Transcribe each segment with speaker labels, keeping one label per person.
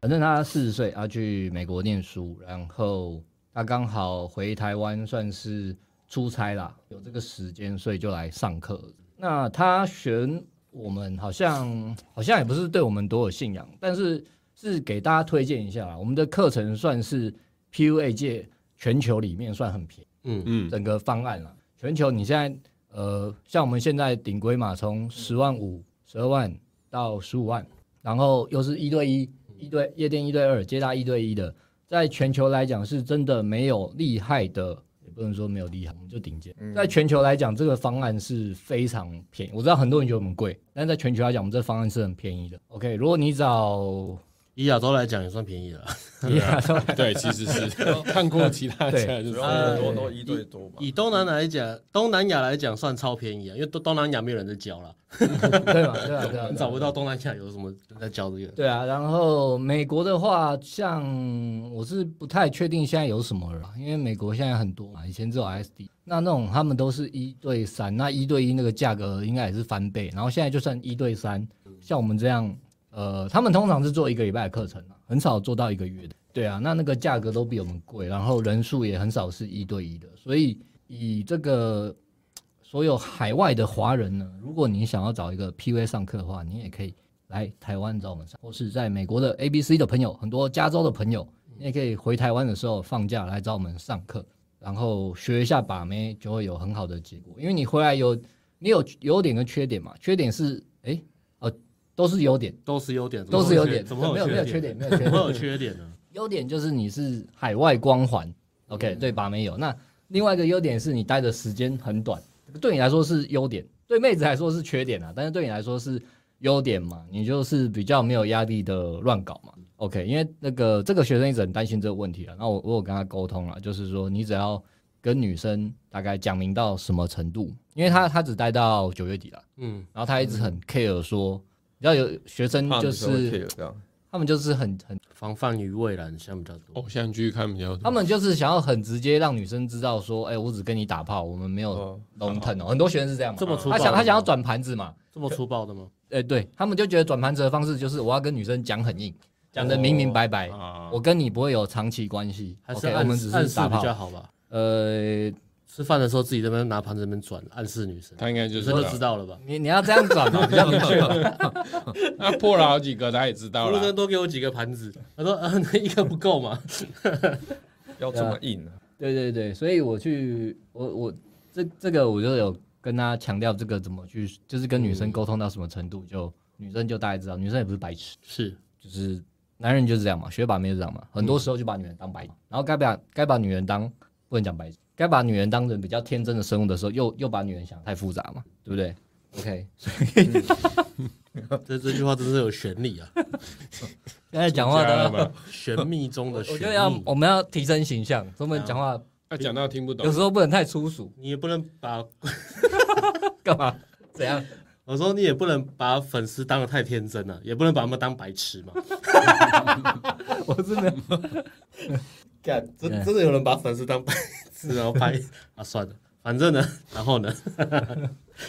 Speaker 1: 反正他四十岁，他去美国念书，然后他刚好回台湾算是出差啦，有这个时间，所以就来上课。那他选我们好像好像也不是对我们多有信仰，但是是给大家推荐一下啦。我们的课程算是 PUA 界全球里面算很便宜，
Speaker 2: 嗯
Speaker 3: 嗯
Speaker 1: 整个方案啦。全球你现在呃，像我们现在顶规嘛，
Speaker 2: 嗯
Speaker 1: 从十万五、十二万到十五万，然后又是一对一、
Speaker 2: 嗯
Speaker 1: 一对夜店一对二接搭一对一的，在全球来讲是真的没有厉害的，也不能说没有厉害，我们就顶尖。
Speaker 2: 嗯
Speaker 1: 在全球来讲，这个方案是非常便宜。我知道很多人觉得我们贵，但是在全球来讲，我们这方案是很便宜的。OK，如果你找
Speaker 2: 以亚洲来讲也算便宜了。
Speaker 1: 亚洲
Speaker 3: 对，其 实是看过其他
Speaker 1: 对
Speaker 3: 家，就
Speaker 4: 主
Speaker 3: 是
Speaker 4: 要
Speaker 1: 呃
Speaker 4: 很多都一对多嘛，
Speaker 2: 以东南亚来讲，东南亚来讲算超便宜啊，因为东东南亚没有人在教了，
Speaker 1: 对嘛，对啊吧？对吧
Speaker 2: 你？ 找不到东南亚有什么人在教这个。
Speaker 1: 对啊，然后美国的话，像我是不太确定现在有什么了，因为美国现在很多嘛，以前只有 SD，那那种他们都是一对三，那一对一那个价格应该也是翻倍，然后现在就算一对三，像我们这样，呃，他们通常是做一个礼拜的课程啊，很少做到一个月的。对啊，那那个价格都比我们贵，然后人数也很少是一对一的，所以以这个所有海外的华人呢，如果你想要找一个 PV 上课的话，你也可以来台湾找我们上，或是在美国的 ABC 的朋友，很多加州的朋友，你也可以回台湾的时候放假来找我们上课，然后学一下把妹，就会有很好的结果。因为你回来有你有优点跟缺点嘛，缺点是哎哦、都是优点，
Speaker 2: 都是优点，怎么
Speaker 1: 都是
Speaker 2: 会有
Speaker 1: 优点，
Speaker 2: 怎么会
Speaker 1: 没有没有缺
Speaker 2: 缺
Speaker 1: 点，？没有缺
Speaker 2: 怎
Speaker 1: 点
Speaker 2: 么，会有缺点呢？
Speaker 1: 优点就是你是海外光环，OK，对
Speaker 4: 嗯
Speaker 1: 吧？没有。那另外一个优点是你待的时间很短，对你来说是优点，对妹子来说是缺点啊，但是对你来说是优点嘛，你就是比较没有压力的乱搞嘛，OK。因为那个这个学生一直很担心这个问题啊，那我我有跟他沟通了，就是说你只要跟女生大概讲明到什么程度，因为
Speaker 4: 嗯
Speaker 1: 他他只待到九月底了，
Speaker 2: 嗯，
Speaker 1: 然后他一直很 care 说，你知道有学生
Speaker 4: 怕
Speaker 1: 就
Speaker 4: 女生会
Speaker 1: 是
Speaker 4: care 这样，
Speaker 1: 他们就是很很。
Speaker 2: 防范于未然，现在比较
Speaker 1: 哦
Speaker 2: 多。
Speaker 3: 偶像剧看比较多。
Speaker 1: 他们就是想要很直接让女生知道说，哎、我只跟你打炮，我们没有
Speaker 4: 哦
Speaker 1: 龙腾哦。很多学生是这样嘛，
Speaker 2: 这么粗暴
Speaker 1: 他想他想要
Speaker 2: 吗
Speaker 1: 转盘子嘛，
Speaker 2: 这么粗暴的吗？
Speaker 1: 哎、对他们就觉得转盘子的方式就是我要跟女生讲很硬，讲的明明白白，
Speaker 3: 啊
Speaker 1: 我跟你不会有长期关系
Speaker 2: 哦还是
Speaker 1: ，OK，
Speaker 2: 暗
Speaker 1: 我们只
Speaker 2: 暗
Speaker 1: 是
Speaker 2: 示
Speaker 1: 打
Speaker 2: 比
Speaker 1: 炮
Speaker 2: 较。好吧？
Speaker 1: 呃，
Speaker 2: 吃饭的时候自己在那边拿盘子在那边转，暗示女生，
Speaker 3: 他应该就
Speaker 2: 女
Speaker 3: 是啊
Speaker 2: 生都知道了吧？
Speaker 1: 你你要这样转嘛，比较明 确嘛。
Speaker 3: 他啊破了好几个，他也知道
Speaker 2: 服务
Speaker 3: 了
Speaker 2: 生。多给我几个盘子。他说：“呃，那一个不够嘛
Speaker 4: 要这么硬啊，
Speaker 1: 对对对，所以我去，我我这这个我就有跟他强调这个怎么去，就是跟女
Speaker 2: 嗯
Speaker 1: 生沟通到什么程度，就女生就大概知道，女生也不是白痴。？”
Speaker 2: 是，
Speaker 1: 就是男人就是这样嘛，学把妹就是这样嘛，很多时候就把女人当白，然后该把该把女人当不能讲白，该把女人当成比较天真的生物的时候，又又把女人想太复杂嘛，对不对？OK，
Speaker 2: 这这句话真是有旋律啊，
Speaker 1: 刚才讲话
Speaker 3: 加了
Speaker 1: 的，
Speaker 3: 吗？
Speaker 2: 玄秘中
Speaker 1: 我
Speaker 2: 的
Speaker 1: 觉
Speaker 2: 玄
Speaker 1: 得要
Speaker 2: 秘。
Speaker 1: 我们要提升形象，所以我们讲话
Speaker 3: 他讲到听不懂
Speaker 1: 有，时候不能太粗俗，
Speaker 2: 你也不能把
Speaker 1: 干嘛？ 怎样？
Speaker 2: 我说你也不能把粉丝当得太天真了，也不能把他们当白痴嘛。
Speaker 1: 我是没有，
Speaker 2: 干，真
Speaker 1: 对
Speaker 2: 真的有人把粉丝当白痴，然后拍啊，算了，反正呢，然后呢，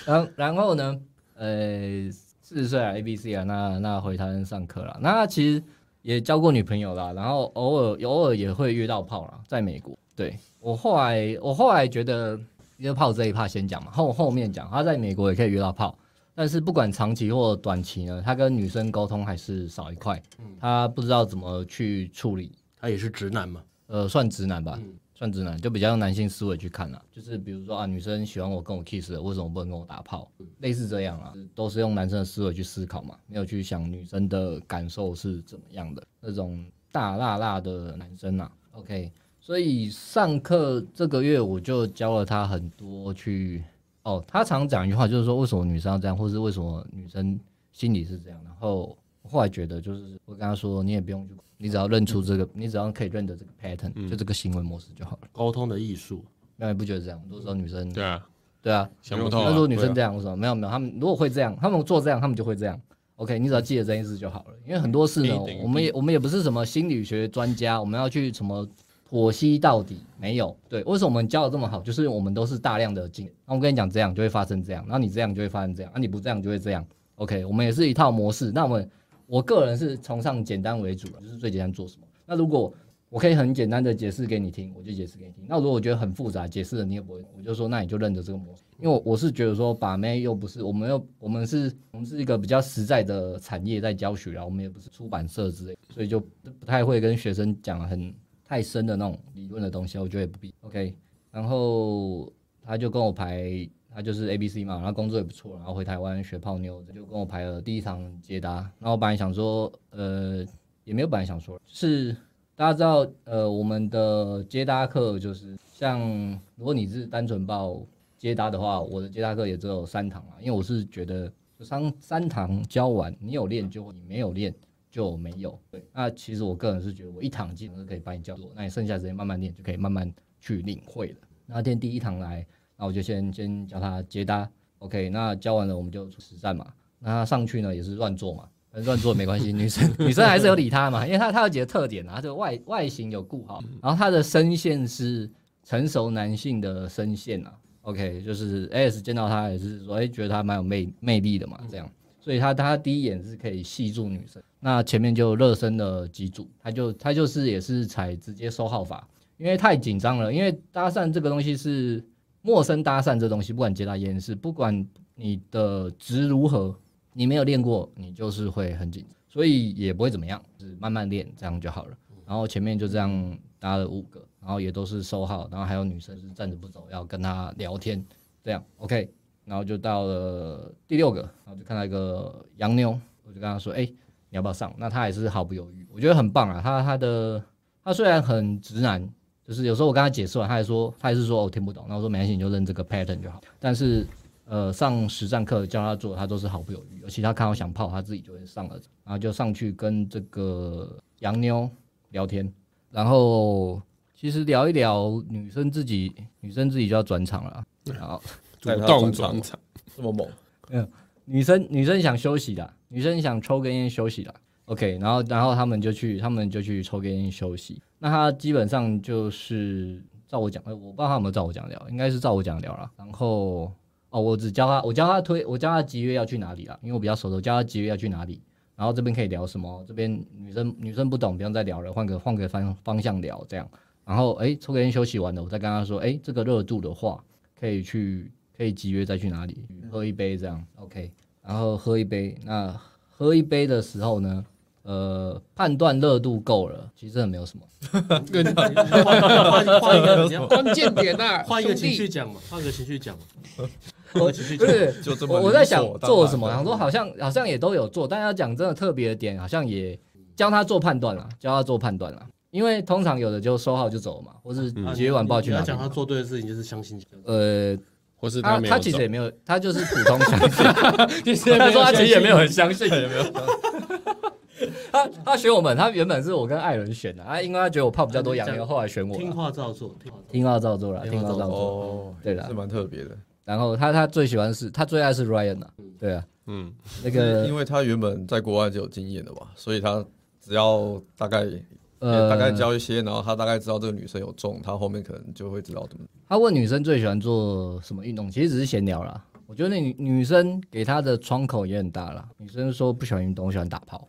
Speaker 1: 然然后呢，呃，四十岁啊，A B C 啊，那那回台湾上课了，那其实也交过女朋友啦，然后偶尔偶尔也会约到炮啦，在美国。对我后来我后来觉得约炮这一趴先讲嘛，后后面讲，他在美国也可以约到炮，但是不管长期或短期呢，他跟女生沟通还是少一块，他不知道怎么去处理，
Speaker 2: 他也是直男嘛，
Speaker 1: 呃，算直男吧，
Speaker 2: 嗯
Speaker 1: 算直男，就比较用男性思维去看啦。就是比如说啊，女生喜欢我跟我 kiss 了，为什么不能跟我打炮？类似这样啊，都是用男生的思维去思考嘛，没有去想女生的感受是怎么样的。那种大辣辣的男生啊，OK，所以上课这个月我就教了他很多去哦，他常讲一句话，就是说为什么女生要这样，或是为什么女生心里是这样。然后我后来觉得，就是我跟他说，你也不用去，你只要认出这个，你只要可以认得这个 pattern，、就
Speaker 3: 嗯
Speaker 1: 这个行为模式就好了。
Speaker 2: 沟通的艺术。
Speaker 1: 那你不觉得这样？很多时候女生
Speaker 3: 对啊，
Speaker 1: 对啊，
Speaker 3: 想不透
Speaker 1: 他
Speaker 3: 啊。
Speaker 1: 说女生这样，我说没有没有，他们如果会这样，他们做这样，他们就会这样。OK，你只要记得这件事就好了。因为很多事呢
Speaker 3: A 等于，B
Speaker 1: 我们也我们也不是什么心理学专家，我们要去什么剖析到底没有？对，为什么我们教的这么好？就是我们都是大量的经验。那我跟你讲，这样就会发生这样，然后你这样就会发生这样，啊，你不这样就会这样。OK，我们也是一套模式。那我们我个人是崇尚简单为主啦就是最简单做什么。那如果我可以很简单的解释给你听，我就解释给你听。那如果我觉得很复杂，解释了你也不会，我就说那你就认得这个模式。因为我我是觉得说把妹又不是我们又我们是我们是一个比较实在的产业在教学啦，我们也不是出版社之类，所以就不不太会跟学生讲很太深的那种理论的东西，我觉得也不必。OK，然后他就跟我排，他就是 A B C 嘛，然后工作也不错，然后回台湾学泡妞，就跟我排了第一场捷达。然后我本来想说，呃，也没有本来想说，是大家知道，呃，我们的捷达课就是像如果你是单纯报捷达的话，我的捷达课也只有三堂啊，因为我是觉得就三三堂教完，你有练就会你没有练。就没有。对，那其实我个人是觉得，我一堂基本上是可以把你教做，那你剩下时间慢慢练就可以慢慢去领会了。那天第一堂来，那我就先先教他接搭，OK，那教完了我们就出实战嘛。那他上去呢也是乱做嘛，但是乱做没关系，女生女生还是有理他嘛，因为他他有几个特点啊，他的外外形有顾好，然后他的声线是成熟男性的声线啊，OK，就是 S 见到他也是说，哎、觉得他蛮有魅魅力的嘛，这样。所以他他第一眼是可以吸住女生。那前面就热身了几组，他就他就是也是采直接收号法，因为太紧张了。因为搭讪这个东西是陌生搭讪这东西，不管接搭掩饰，不管你的值如何，你没有练过，你就是会很紧张，所以也不会怎么样，就是慢慢练这样就好了。然后前面就这样搭了五个，然后也都是收号，然后还有女生是站着不走，要跟他聊天，这样 OK。然后就到了第六个，然后就看到一个洋妞，我就跟他说：“哎、你要不要上？”那他也是毫不犹豫，我觉得很棒啊。他他的他虽然很直男，就是有时候我跟他解释完，他还说他还是说我、哦听不懂。那我说没关系，你就认这个 pattern 就好。但是呃，上实战课教他做，他都是毫不犹豫，尤其他看到想泡，他自己就会上了，然后就上去跟这个洋妞聊天，然后其实聊一聊女生自己，女生自己就要转场了啊。然后
Speaker 3: 主
Speaker 4: 带他
Speaker 3: 动
Speaker 4: 转
Speaker 3: 转
Speaker 4: 场
Speaker 3: 场，
Speaker 4: 这么猛，
Speaker 1: 女生女生想休息的，女生想抽根烟休息的。OK，然后然后他们就去他们就去抽根烟休息。那他基本上就是照我讲，的，我不知道他有没有照我讲的聊，应该是照我讲的聊了。然后哦，我只教他，我教他推，我教他集约要去哪里啦，因为我比较熟的，我教他集约要去哪里。然后这边可以聊什么？这边女生女生不懂，不用再聊了，换个换个方方向聊这样。然后哎，抽根烟休息完了，我再跟他说，哎，这个热度的话，可以去可以集约再去哪里喝一杯这样，OK。然后喝一杯，那喝一杯的时候呢，呃，判断热度够了，其实真的没有什么。
Speaker 2: 换换一个，你要
Speaker 3: 关键点 呐，
Speaker 2: 换一个
Speaker 3: 兄弟
Speaker 2: 情绪讲嘛，换个情绪讲嘛，换
Speaker 1: 我
Speaker 2: 个情绪
Speaker 1: 不
Speaker 2: 讲。
Speaker 1: 是，
Speaker 4: 就这么
Speaker 1: 我我在想
Speaker 4: 理所当然
Speaker 1: 做什么，
Speaker 4: 的
Speaker 1: 想说好像好像也都有做，但要讲真的特别的点，好像也教他做判断了，教他做判断了。因为通常有的就收号就走了嘛，或是
Speaker 4: 嗯
Speaker 2: 啊
Speaker 1: 解约完不知道去
Speaker 2: 你
Speaker 1: 哪
Speaker 2: 要
Speaker 1: 里
Speaker 2: 讲他
Speaker 1: 嘛。
Speaker 2: 做对的事情就是相信。
Speaker 1: 呃，
Speaker 3: 或是
Speaker 1: 他
Speaker 3: 没
Speaker 1: 他
Speaker 3: 有
Speaker 1: 其实
Speaker 3: 走
Speaker 1: 也，没有，他就是普通想法
Speaker 3: 其实也没
Speaker 1: 他
Speaker 3: 有
Speaker 1: 说他其实也没有很
Speaker 4: 相 信，有没有？
Speaker 1: 他他选我们，他原本是我跟艾伦选的，啊，因为他觉得我泡比较多洋
Speaker 2: 啊你
Speaker 1: 妞，
Speaker 2: 讲
Speaker 1: 后来选我
Speaker 2: 听
Speaker 1: 了。
Speaker 2: 话照做，听话照
Speaker 1: 听话照做了，
Speaker 2: 听
Speaker 1: 听
Speaker 2: 话
Speaker 1: 话
Speaker 2: 照
Speaker 1: 照做。
Speaker 4: 哦，
Speaker 1: 对啦
Speaker 4: 是蛮特别的。
Speaker 1: 然后他他最喜欢是，他最爱是 Ryan 啊，对啊，
Speaker 3: 嗯，
Speaker 1: 那
Speaker 4: 因
Speaker 1: 个
Speaker 4: 为他原本在国外就有经验的嘛，所以他只要大概
Speaker 1: 呃，
Speaker 4: 大概教一些，然后他大概知道这个女生有中，他后面可能就会知道怎么。
Speaker 1: 他问女生最喜欢做什么运动，其实只是闲聊啦。我觉得那女女生给他的窗口也很大啦。女生说不喜欢运动，我喜欢打炮。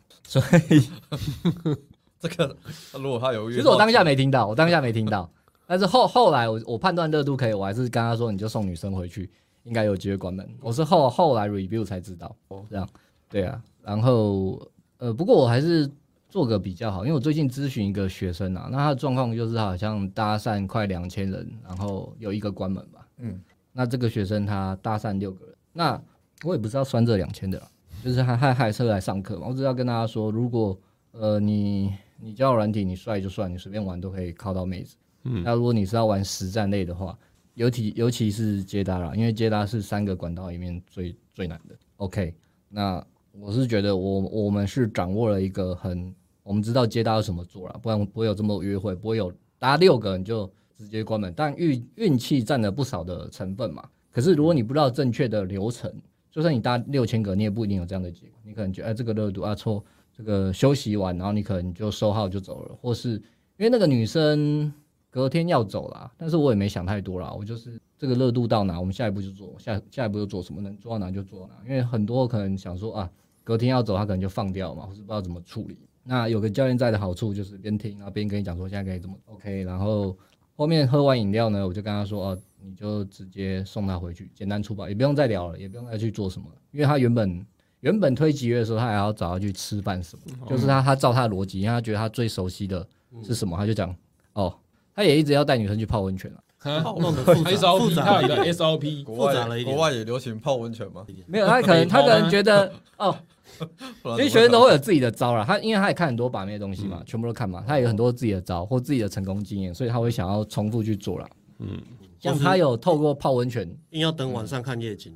Speaker 4: 这个如果他有，
Speaker 1: 其实我当下没听到，我当下没听到。 但是后后来我我判断热度可以，我还是跟他说你就送女生回去，应该有机会关门。我是后后来 review 才知道，这样对啊。然后呃，不过我还是做个比较好，因为我最近咨询一个学生啊，那他的状况就是他好像搭讪快两千人，然后有一个关门吧。
Speaker 4: 嗯，
Speaker 1: 那这个学生他搭讪六个人，那我也不知道酸这两千的啦，就是他他还是来上课嘛，我只是要跟大家说，如果呃你你交友软体你帅就算，你随便玩都可以靠到妹子。嗯，那如果你是要玩实战类的话，尤其尤其是接搭啦，因为接搭是三个管道里面最最难的。OK，那我是觉得我我们是掌握了一个很，我们知道接搭要怎么做了，不然不会有这么多约会，不会有搭六个人就直接关门。但运运气占了不少的成分嘛。可是如果你不知道正确的流程，就算你搭六千个，你也不一定有这样的结果。你可能觉得哎这个热度啊错，这个休息完，然后你可能就收号就走了，或是因为那个女生隔天要走啦，但是我也没想太多啦，我就是这个热度到哪，我们下一步就做，下下一步就做什么，能做到哪就做到哪。因为很多可能想说啊，隔天要走，他可能就放掉嘛，或是不知道怎么处理。那有个教练在的好处就是边听，然后边跟你讲说现在可以怎么 OK，然后后面喝完饮料呢，我就跟他说哦，你就直接送他回去，简单粗暴，也不用再聊了，也不用再去做什么了，因为他原本原本推几月的时候，他还要找他去吃饭什么，就是他他照他的逻辑，因为他觉得他最熟悉的是什么，他就讲哦，他也一直要带女生去泡温泉了，
Speaker 3: 啊
Speaker 2: 弄得复杂复
Speaker 3: SOP
Speaker 2: 杂
Speaker 3: 他有
Speaker 2: 一
Speaker 3: 一个
Speaker 2: 点
Speaker 3: SOP，
Speaker 4: 国外
Speaker 2: 复杂了一点
Speaker 4: 国外也流行泡温泉吗？
Speaker 1: 没有，他可能他可能觉得哦，
Speaker 4: 不然
Speaker 1: 其
Speaker 4: 怎么
Speaker 1: 实学生都会有自己的招啦，他因为他也看很多把妹的东西嘛，全部都看嘛，他也有很多自己的招或自己的成功经验，所以他会想要重复去做啦。嗯，像他有透过泡温泉，
Speaker 2: 硬要等晚上看夜景，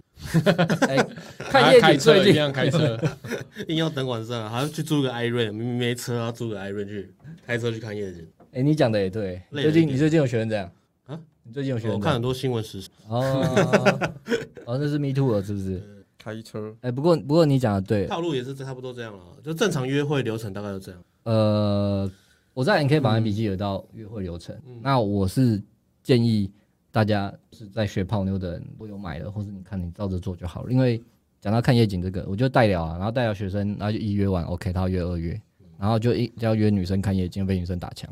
Speaker 1: 哎、
Speaker 3: 他
Speaker 1: 看夜
Speaker 3: 开
Speaker 1: 景
Speaker 3: 车
Speaker 1: 最
Speaker 3: 一
Speaker 1: 近
Speaker 3: 样 开车，
Speaker 2: 硬要等晚上，还要去租个 i r o n 明明没车，要租个 i r o n 去开车去看夜景。
Speaker 1: 哎、你讲的也对，最
Speaker 2: 累了一
Speaker 1: 近
Speaker 2: 点
Speaker 1: 你最近有学生这样
Speaker 2: 啊？
Speaker 1: 你最近有学
Speaker 2: 我
Speaker 1: 生这
Speaker 2: 看
Speaker 1: 样？
Speaker 2: 很多新闻时事，
Speaker 1: 哦， 哦，那是 me too 了，是不是？
Speaker 4: 开车，
Speaker 1: 哎、不过不过你讲的对，
Speaker 2: 套路也是差不多这样了，就正常约会流程大概就这样。
Speaker 1: 呃，我在 NK 榜单笔记有到约会流程，那我是建议大家是在学泡妞的人，如果有买了，或是你看你照着做就好了。因为讲到看夜景这个，我就代聊啊，然后代聊学生，然后就一约完，OK，他要约二约，然后就一就要约女生看夜景，被女生打枪，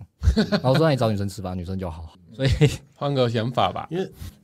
Speaker 1: 然后我说那你找女生吃饭，女生就好，所以
Speaker 3: 换个想法吧。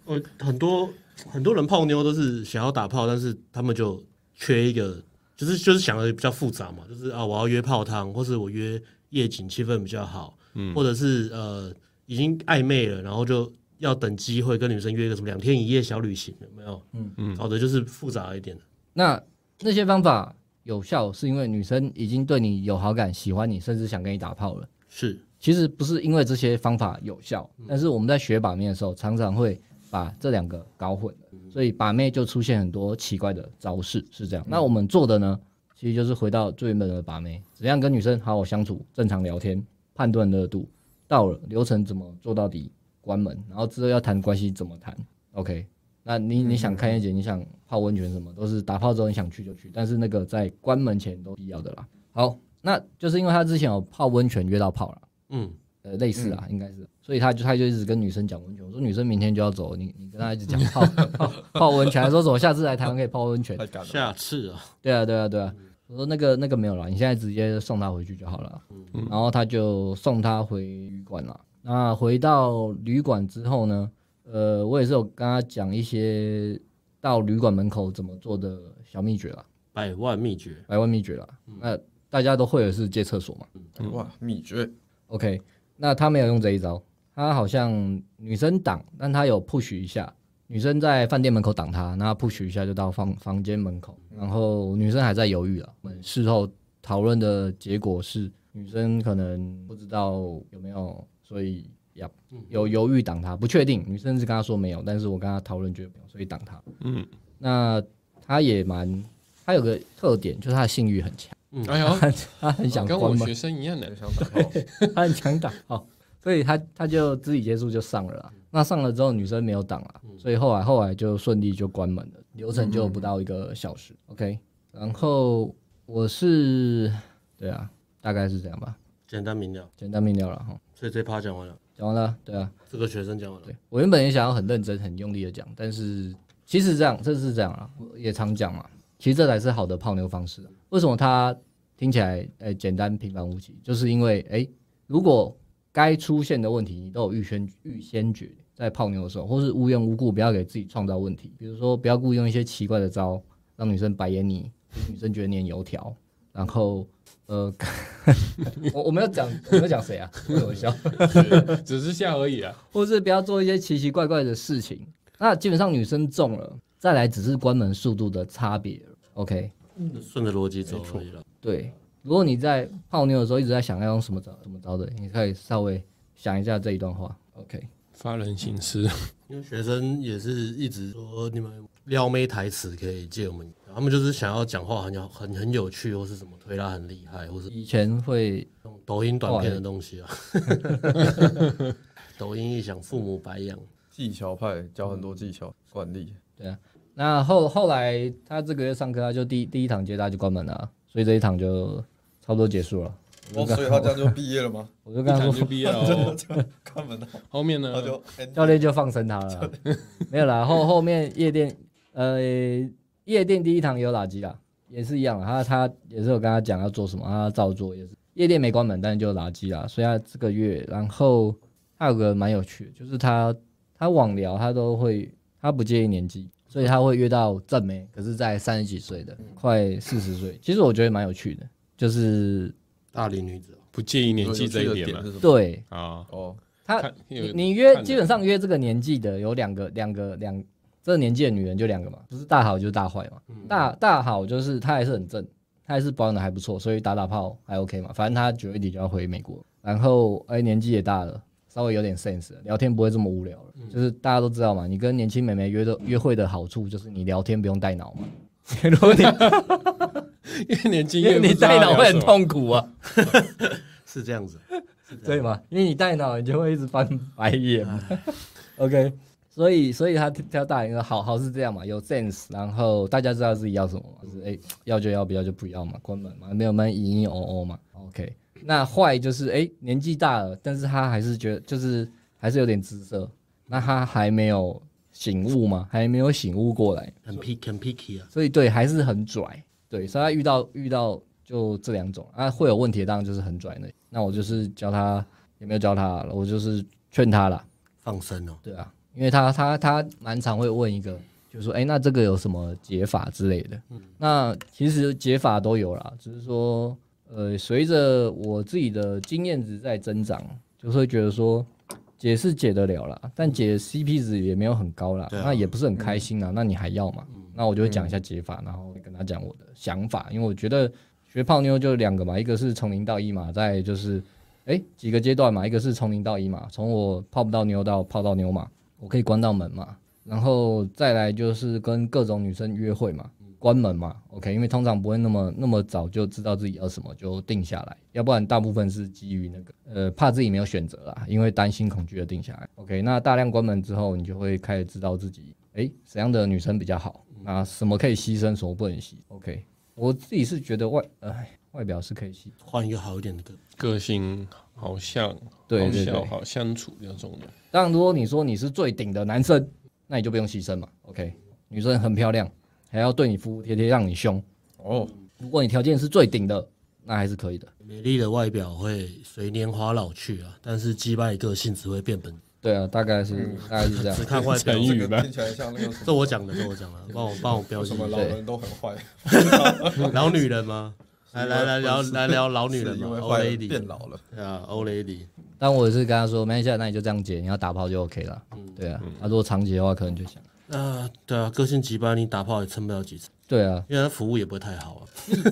Speaker 2: 我很多很多人泡妞都是想要打炮，但是他们就缺一个，就是就是想的比较复杂嘛，就是啊，我要约泡汤，或是我约夜景气氛比较好，或者是呃已经暧昧了，然后就要等机会跟女生约个什么两天一夜小旅行，有没有？嗯嗯，搞的就是复杂一点的。
Speaker 1: 那那些方法有效，是因为女生已经对你有好感，喜欢你，甚至想跟你打炮了。
Speaker 2: 是，
Speaker 1: 其实不是因为这些方法有效，但是我们在学把妹的时候，常常会把这两个搞混了，所以把妹就出现很多奇怪的招式，是这样。那我们做的呢，其实就是回到最原本的把妹，怎样跟女生好好相处，正常聊天，判断热度，到了流程怎么做到底，关门，然后之后要谈关系怎么谈，OK。那你你想看夜景，你想泡温泉什么，都是打泡之后你想去就去，但是那个在关门前都必要的啦。好，那就是因为他之前有泡温泉约到泡了。
Speaker 2: 嗯，
Speaker 1: 呃，类似啊，应该是，所以他就他就一直跟女生讲温泉，我说女生明天就要走，你你跟他一直讲泡泡泡温泉，还说什么下次来台湾可以泡温泉，
Speaker 4: 太赶了。
Speaker 2: 下次啊，
Speaker 1: 对啊对啊对啊，我说那个那个没有了，你现在直接送他回去就好了，然后他就送他回旅馆了。那回到旅馆之后呢，呃，我也是有跟他讲一些到旅馆门口怎么做的小秘诀啦，
Speaker 2: 百万秘诀，
Speaker 1: 百万秘诀啦。那大家都会的是借厕所嘛。
Speaker 4: 哇，秘诀
Speaker 1: OK，那他没有用这一招，他好像女生挡，但他有 push 一下，女生在饭店门口挡他，那 push 一下就到房房间门口，然后女生还在犹豫了。啊我们事后讨论的结果是，女生可能不知道有没有，所以呀
Speaker 3: 嗯
Speaker 1: 有犹豫挡他，不确定。女生是跟他说没有，但是我跟他讨论觉得没有，所以挡他。
Speaker 3: 嗯，
Speaker 1: 那他也蛮，他有个特点就是他的性欲很强，
Speaker 3: 哎呦，
Speaker 1: 他嗯 很想
Speaker 3: 哦跟
Speaker 1: 关
Speaker 3: 我
Speaker 1: 门。
Speaker 3: 学生一样的
Speaker 4: 也，想打炮，
Speaker 1: 他很强打，好，所以他他就肢体接触就上了啦。那上了之后，女生没有挡啊，所以后来后来就顺利就关门了，流程就不到一个小时。OK，然后我是对啊，大概是这样吧，
Speaker 2: 简单明了。
Speaker 1: 简单明了了哈。
Speaker 2: 所以这一趴讲完了，
Speaker 1: 讲完了，对啊，
Speaker 2: 这个学生讲完了
Speaker 1: 对。我原本也想要很认真、很用力的讲，但是其实这样，这是这样啊，我也常讲嘛，其实这才是好的泡妞方式啊、为什么它听起来呃简单平凡无奇？就是因为哎、诶如果该出现的问题你都有预先预先决，在泡妞的时候，或是无缘无故不要给自己创造问题，比如说不要故意用一些奇怪的招让女生白眼你，女生觉得你很油条，然后呃， 我我没有讲我没有讲谁啊，我有笑。
Speaker 3: 是只是笑而已啊。
Speaker 1: 或是不要做一些奇奇怪怪的事情。那基本上女生中了，再来只是关门速度的差别了。OK，
Speaker 2: 顺着逻辑走而已了。
Speaker 1: 对。如果你在泡妞的时候一直在想要用什么招怎么招的，你可以稍微想一下这一段话。OK，
Speaker 3: 发人省思，
Speaker 2: 因为学生也是一直说你们撩妹台词可以借我们，他们就是想要讲话很有很很有趣，或是什么推拉很厉害，或是
Speaker 1: 以前会
Speaker 2: 用抖音短片的东西啊。 抖音一响，父母白养。
Speaker 4: 技巧派教很多技巧，惯例
Speaker 1: 对啊，那后后来他这个月上课，他就第第一堂接他就关门了啊，所以这一堂就差不多结束了。
Speaker 4: 哦，所以他这样就毕业了吗？
Speaker 1: 我就
Speaker 3: 一
Speaker 1: 跟他
Speaker 3: 场
Speaker 1: 说，
Speaker 3: 就毕业了 哦。
Speaker 4: 看门到
Speaker 3: 后面呢
Speaker 4: 他？就
Speaker 1: 教练就放生他了啊，没有啦。后后面夜店呃夜店第一堂有打击啦，也是一样啊，他他也是有跟他讲要做什么，他照做也是。夜店没关门，但是就垃圾啦，啊所以他这个月，然后他有个蛮有趣的，就是他他网聊他都会，他不介意年纪，所以他会约到正妹，可是在三十几岁的，快四十岁，其实我觉得蛮有趣的，就是
Speaker 2: 大龄女子哦，
Speaker 3: 不介意年
Speaker 4: 有
Speaker 3: 纪
Speaker 4: 趣
Speaker 3: 这一
Speaker 4: 的
Speaker 3: 点嘛
Speaker 4: 是？什么？
Speaker 1: 对
Speaker 3: 啊，
Speaker 4: 哦，
Speaker 1: 他
Speaker 3: 看
Speaker 1: 你
Speaker 3: 有
Speaker 1: 你约
Speaker 3: 看
Speaker 1: 基
Speaker 3: 的
Speaker 1: 本上约这个年纪的有两个两个两这个年纪的女人就两个嘛，不是大好就是大坏嘛。大大好就是她还是很正，她还是保养的还不错，所以打打炮还 OK 嘛。反正她九月底就要回美国，然后哎、年纪也大了，稍微有点 sense，了聊天不会这么无聊了。就是大家都知道嘛，你跟年轻美眉约的约会的好处就是你聊天不用带脑嘛。 如果你
Speaker 3: 越年轻
Speaker 1: 因为
Speaker 3: 越
Speaker 1: 你带脑会很，痛苦啊，
Speaker 2: 是这样子哦，是这
Speaker 1: 对
Speaker 2: 样啊
Speaker 1: 吗？因为你带脑，你就会一直翻白眼嘛。OK，所以所以他挑大人的好好是这样嘛，有 sense，然后大家知道自己要什么嘛，就是哎、要就要，不要就不要嘛，关门嘛，没有门隐隐哦哦嘛。OK，那坏就是哎、年纪大了，但是他还是觉得就是还是有点姿色，那他还没有醒悟嘛，还没有醒悟过来，
Speaker 2: 很 pick 很 picky 啊，
Speaker 1: 所以对还是很拽，对，所以他遇到遇到就这两种啊，会有问题的当然就是很拽的，那我就是教他也没有教他，我就是劝他啦。
Speaker 2: 放生哦，
Speaker 1: 对啊，因为他他他蛮常会问一个，就是说，哎、那这个有什么解法之类的？那其实解法都有啦，只是说，呃，随着我自己的经验值在增长，就是会觉得说，解是解得了啦，但解 CP 值也没有很高啦，
Speaker 2: 对啊
Speaker 1: 那也不是很开心啊啦，那你还要嘛？那我就会讲一下解法，然后跟他讲我的想法，因为我觉得学泡妞就两个嘛，一个是从零到一嘛，再就是哎几个阶段嘛，一个是从零到一嘛，从我泡不到妞到泡到妞嘛，我可以关到门嘛，然后再来就是跟各种女生约会嘛，关门嘛，OK，因为通常不会那么那么早就知道自己要什么就定下来，要不然大部分是基于那个呃怕自己没有选择啦，因为担心恐惧而定下来，OK，那大量关门之后，你就会开始知道自己哎怎样的女生比较好，那什么可以牺牲，什么不能牺，OK，我自己是觉得外呃外表是可以牺，
Speaker 2: 换一个好一点的歌，
Speaker 3: 个性好像
Speaker 1: 对
Speaker 3: 好
Speaker 1: 对
Speaker 3: 哦
Speaker 1: 对
Speaker 3: 笑，好相处那种的，
Speaker 1: 当然，如果你说你是最顶的男生，那你就不用牺牲嘛。OK，女生很漂亮，还要对你服服帖帖，让你凶。
Speaker 4: 哦，
Speaker 1: 如果你条件是最顶的，那还是可以的。
Speaker 2: 美丽的外表会随年华老去啊，但是击败个性只会变本，
Speaker 1: 对啊，大概是、大概是这样
Speaker 2: 只。看外表
Speaker 3: 成。
Speaker 4: 这
Speaker 3: 语
Speaker 4: 个
Speaker 3: 吧
Speaker 4: 听起来像那个什
Speaker 2: 这
Speaker 4: 么
Speaker 2: 我讲的，这我讲的，帮我 帮我 标
Speaker 4: 为
Speaker 2: 记
Speaker 4: 什
Speaker 2: 一
Speaker 4: 么
Speaker 2: 下。
Speaker 4: 老人都很坏，
Speaker 2: 老女人 吗？来来来聊来聊老女人
Speaker 4: 是
Speaker 2: 嘛
Speaker 4: 因为
Speaker 2: ，old
Speaker 4: 坏人
Speaker 2: lady
Speaker 4: 变老了，
Speaker 2: 对啊，old lady
Speaker 1: 但我也是跟他说，没关系啊，那你就这样解，你要打炮就 OK 了。对啊，他、如果长结的话，可能就想。
Speaker 2: 啊，对啊，个性急吧，你打炮也撑不了几次，
Speaker 1: 对啊，
Speaker 2: 因为他服务也不会太好啊。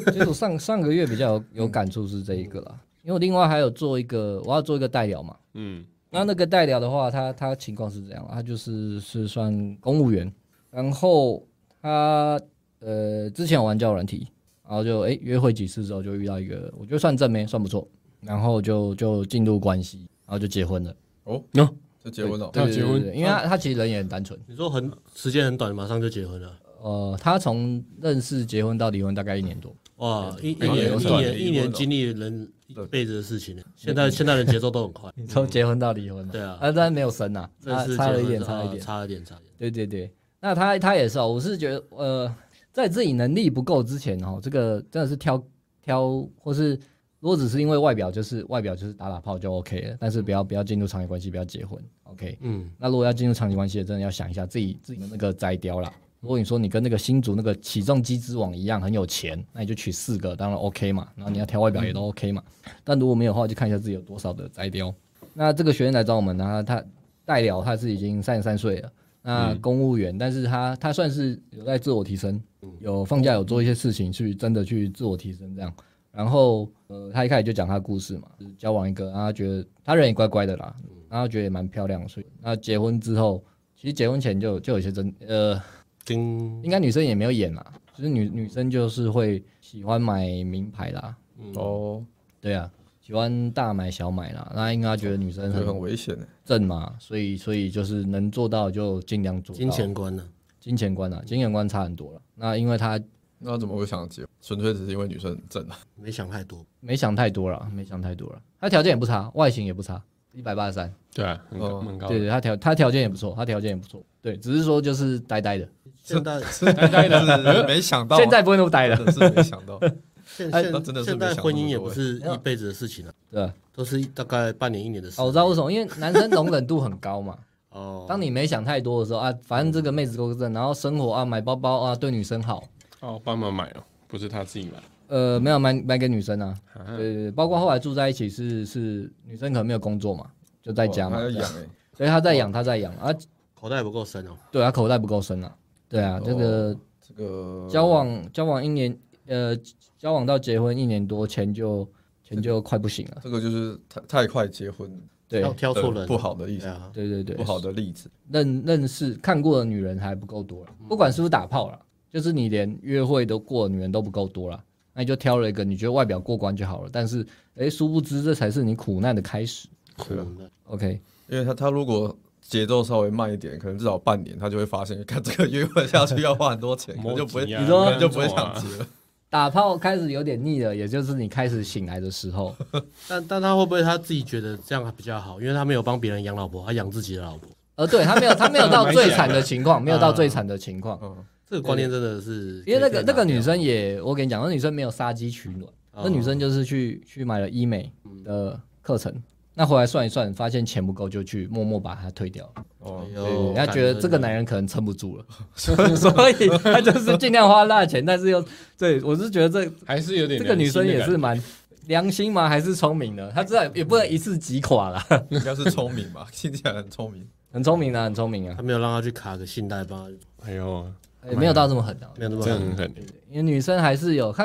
Speaker 1: 就是我 上上个月比较有有感触是这一个啦，因为我另外还有做一个，我要做一个代聊嘛。
Speaker 3: 嗯，
Speaker 1: 那那个代聊的话，他他情况是这样，他啊就是是算公务员，然后他呃之前有玩交友软体，然后就诶约会几次之后就遇到一个，我觉得算正妹，算不错，然后就就进入关系，然后就结婚了。
Speaker 3: 喏、
Speaker 4: 就哦结婚了。
Speaker 3: 他有结
Speaker 1: 对
Speaker 3: 婚
Speaker 1: 对对对因为他他其实人也很单纯，
Speaker 2: 你说很时间很短，马上就结婚了，
Speaker 1: 呃，他从认识结婚到离婚大概一年多，
Speaker 2: 哇，一一
Speaker 3: 哎
Speaker 2: 年
Speaker 3: 有
Speaker 2: 一
Speaker 3: 短
Speaker 2: 年一
Speaker 4: 离婚
Speaker 2: 年
Speaker 4: 了
Speaker 2: 经历人一辈子的事情呢。现在现在人节奏都很 快，
Speaker 1: 你从结婚到离婚嘛
Speaker 2: 对啊
Speaker 1: 啊，但是没有生啊，
Speaker 2: 正
Speaker 1: 差
Speaker 2: 式
Speaker 1: 差
Speaker 2: 结
Speaker 1: 了一
Speaker 2: 婚
Speaker 1: 点，
Speaker 2: 之
Speaker 1: 差了一
Speaker 2: 后啊
Speaker 1: 点，
Speaker 2: 差了一点，差了一点。
Speaker 1: 对对对，那他他也是哦，我是觉得呃，在自己能力不够之前哦，这个真的是挑挑，或是如果只是因为外表，就是外表就是打打炮就 OK 了，但是不要不要进入长期关系，不要结婚，OK。
Speaker 2: 嗯，
Speaker 1: 那如果要进入长期关系的，真的要想一下自己自己的那个摘雕啦。如果你说你跟那个新竹那个起重机之王一样很有钱，那你就娶四个，当然 OK 嘛。然后你要挑外表也都 OK 嘛。但如果没有的话，就看一下自己有多少的摘雕。那这个学员来找我们呢，他代聊他是已经三十三岁了，那公务员，但是他他算是有在自我提升，
Speaker 2: 嗯
Speaker 1: 有放假有做一些事情去真的去自我提升这样。然后呃，他一开始就讲他的故事嘛，就是交往一个，啊然后他觉得他人也乖乖的啦，
Speaker 2: 嗯
Speaker 1: 然后觉得也蛮漂亮，所以那结婚之后，其实结婚前就就有一些争呃，
Speaker 2: 叮，
Speaker 1: 应该女生也没有演啦，就是女女生就是会喜欢买名牌啦，
Speaker 4: 哦，
Speaker 1: 对啊，喜欢大买小买啦，那应该觉得女生
Speaker 4: 这个很
Speaker 1: 很
Speaker 4: 危险欸
Speaker 1: 正嘛，所以所以就是能做到就尽量做到。
Speaker 2: 金钱观呢？
Speaker 1: 金钱观啊，金钱观差很多了。那因为他
Speaker 4: 那怎么会想结婚？纯粹只是因为女生很正啊？
Speaker 2: 没想太多，
Speaker 1: 没想太多了，没想太多了，他条件也不差，外形也不差，一百八十三，
Speaker 3: 对啊，很高，
Speaker 4: 哦
Speaker 3: 蛮高
Speaker 1: 对
Speaker 3: 的。
Speaker 1: 对，他条他条件也不错，他条件也不错，对，只是说就是呆呆的，
Speaker 2: 现代
Speaker 4: 呆呆的， 没想到，啊
Speaker 1: 现在不会那么呆 了，
Speaker 4: 真的是没想到，
Speaker 2: 现
Speaker 4: 哎
Speaker 2: 现
Speaker 4: 那真的是
Speaker 2: 现
Speaker 4: 没
Speaker 2: 代
Speaker 4: 想那么
Speaker 2: 婚姻也
Speaker 4: 多
Speaker 2: 不
Speaker 4: 哎
Speaker 2: 是一辈子的事情啊，
Speaker 1: 对吧。
Speaker 2: 都是一大概半年一年的事。
Speaker 1: 哦，我知道为什么，因为男生容忍度很高嘛。
Speaker 2: 哦，
Speaker 1: 当你没想太多的时候啊，反正这个妹子够正，然后生活啊，买包包啊，对女生好，
Speaker 3: 哦，帮忙买哦，不是他自己买。
Speaker 1: 呃，没有买买给女生啊，对
Speaker 3: 啊
Speaker 1: 对对，包括后来住在一起是是女生可能没有工作嘛，就在家嘛
Speaker 4: 还，要养哎，
Speaker 1: 所以她在养她在养啊，
Speaker 2: 口袋不够深哦，
Speaker 1: 对她口袋不够深啊，对啊，这个
Speaker 4: 这个
Speaker 1: 交往交往一年，呃，交往到结婚一年多，钱就钱就快不行了，
Speaker 4: 这个就是太太快结婚
Speaker 1: 对
Speaker 2: 挑挑错人
Speaker 4: 的不好的例
Speaker 2: 对
Speaker 4: 子，
Speaker 2: 啊，
Speaker 1: 对对对，
Speaker 4: 哦不好的例子，
Speaker 1: 认认识看过的女人还不够多了，
Speaker 4: 嗯
Speaker 1: 不管是不是打炮了，就是你连约会都过的女人都不够多了，那你就挑了一个你觉得外表过关就好了，但是诶，殊不知这才是你苦难的开始。
Speaker 4: 啊
Speaker 2: 苦的。
Speaker 1: OK，
Speaker 4: 因为他他如果节奏稍微慢一点，可能至少半年，他就会发现， 看这个约会下去要花很多钱，可能就不会，
Speaker 3: 你
Speaker 1: 你说
Speaker 4: 可能就不会想结了。
Speaker 1: 打炮开始有点腻了，也就是你开始醒来的时候。
Speaker 2: 但但他会不会他自己觉得这样比较好？因为他没有帮别人养老婆，他养自己的老婆。
Speaker 1: 呃，对他没有，他没有 到最惨的情况，没有到最惨的情况，
Speaker 4: 嗯，
Speaker 2: 这个观念真的是可以
Speaker 1: 因为那个那
Speaker 2: 被拿
Speaker 1: 个
Speaker 2: 掉
Speaker 1: 女生也，我跟你讲，那女生没有杀鸡取卵，那女生就是去去买了医美的课程，那回来算一算，发现钱不够，就去默默把它退掉了。
Speaker 4: 哦
Speaker 2: 哎，
Speaker 1: 对，
Speaker 2: 呦
Speaker 1: 他觉得这个
Speaker 2: 感恩啊
Speaker 1: 男人可能撑不住了，所以他就是尽量花大钱，但是又对我是觉得这
Speaker 3: 还是有点
Speaker 1: 这个女生也是
Speaker 3: 良心的感
Speaker 1: 蛮良心嘛，还是聪明的，她知道也不能一次击垮啦，
Speaker 4: 应该是聪明吧， 听起来很聪明。
Speaker 1: 很聪明啊，很聪明啊
Speaker 2: 他，没有让他去卡个信贷吧，
Speaker 3: 觉。哎呦，
Speaker 1: 也没有到这么狠啊，
Speaker 2: 没有那么
Speaker 3: 这很
Speaker 2: 狠。
Speaker 3: 狠。
Speaker 1: 因为女生还是有，她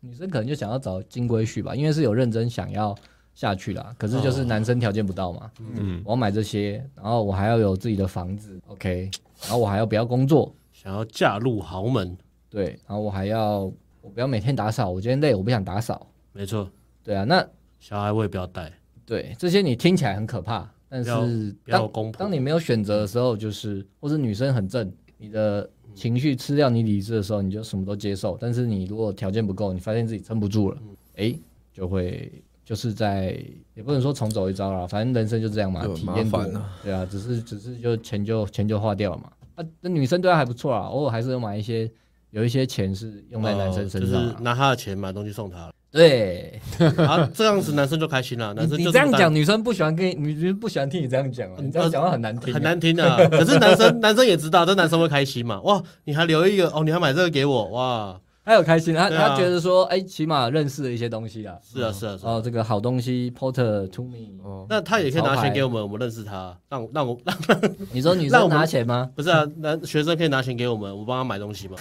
Speaker 1: 女生可能就想要找金龟婿吧，因为是有认真想要下去啦，可是就是男生条件不到嘛，
Speaker 3: 嗯，
Speaker 1: 我要买这些，然后我还要有自己的房子，OK，然后我还要不要工作，
Speaker 2: 想要嫁入豪门，
Speaker 1: 对，然后我还要我不要每天打扫，我今天累，我不想打扫。
Speaker 2: 没错，
Speaker 1: 对啊，那
Speaker 2: 小孩我也不要带，
Speaker 1: 对这些你听起来很可怕，但
Speaker 2: 不要
Speaker 1: 是
Speaker 2: 不要
Speaker 1: 当
Speaker 2: 公婆
Speaker 1: 当你没有选择的时候，就是或者女生很正，你的情绪吃掉你理智的时候，你就什么都接受。但是你如果条件不够，你发现自己撑不住了，
Speaker 2: 嗯
Speaker 1: 诶，就会就是在也不能说重走一招啦，反正人生就这样嘛，
Speaker 4: 就很
Speaker 1: 体
Speaker 4: 麻
Speaker 1: 验过
Speaker 4: 烦
Speaker 1: 嘛，对啊，只是只是就钱就钱就花掉了嘛。啊，那女生对她还不错啦，偶尔还是有买一些。有一些钱是用在男生身上、
Speaker 2: 哦
Speaker 1: 啊
Speaker 2: 就是拿他的钱买东西送他了。
Speaker 1: 对，
Speaker 2: 啊，这样子男生就开心了，男生
Speaker 1: 你你
Speaker 2: 啊就嗯呃是
Speaker 1: 这样
Speaker 2: 单
Speaker 1: 讲，女生不喜欢跟你女生不喜欢听你这样讲啊，你这样讲话很难听啊，
Speaker 2: 很难听啊。可是男生男生也知道，这男生会开心嘛？哇，你还留一个哦，你还买这个给我哇？
Speaker 1: 他有开心，他、
Speaker 2: 对啊
Speaker 1: 他觉得说，哎、起码认识了一些东西啊。
Speaker 2: 是啊是啊是啊。
Speaker 1: 哦，这个好东西，Porter to me。
Speaker 4: 哦，
Speaker 2: 那他也可以拿
Speaker 1: 潮牌
Speaker 2: 钱给我们，我们认识他，让让我 让
Speaker 1: 你说女
Speaker 2: 那我
Speaker 1: 生
Speaker 2: 们
Speaker 1: 拿钱吗？
Speaker 2: 不是啊，男学生可以拿钱给我们，我帮他买 东西嘛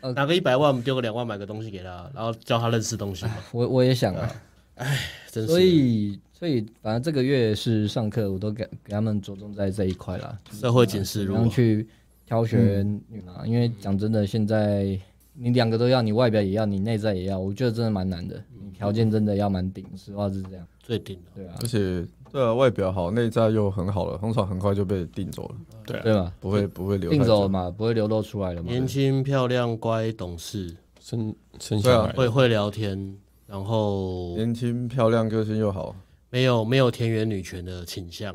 Speaker 1: 呃，
Speaker 2: 拿个一百万，我们丢个两万买个东西给他，然后教他认识 东西嘛，
Speaker 1: 我我也想啊，
Speaker 2: 真是。
Speaker 1: 所以所以反正这个月是上课，我都给给他们着重在这一块啦，
Speaker 2: 社会警示如啊嗯
Speaker 1: 然后
Speaker 2: 何？
Speaker 1: 去挑选女郎、因为讲真的，现在你两个都要，你外表也要，你内在也要，我觉得真的蛮难的，
Speaker 2: 嗯
Speaker 1: 你条件真的要蛮顶，实话是这样，
Speaker 2: 最顶的。
Speaker 1: 对啊，
Speaker 4: 而且对啊，外表好，内在又很好了，通常很快就被定走了，
Speaker 3: 对啊，
Speaker 1: 对吧？
Speaker 4: 不会不会留太
Speaker 1: 嗯定走了
Speaker 4: 久。
Speaker 1: 嘛，不会流露出来了嘛，
Speaker 2: 年轻、漂亮、乖、懂事，
Speaker 3: 生生下
Speaker 4: 啊
Speaker 3: 来
Speaker 2: 会会聊天，然后
Speaker 1: 嗯
Speaker 4: 年轻漂亮，个性又好，
Speaker 2: 没有没有田园女权的倾向，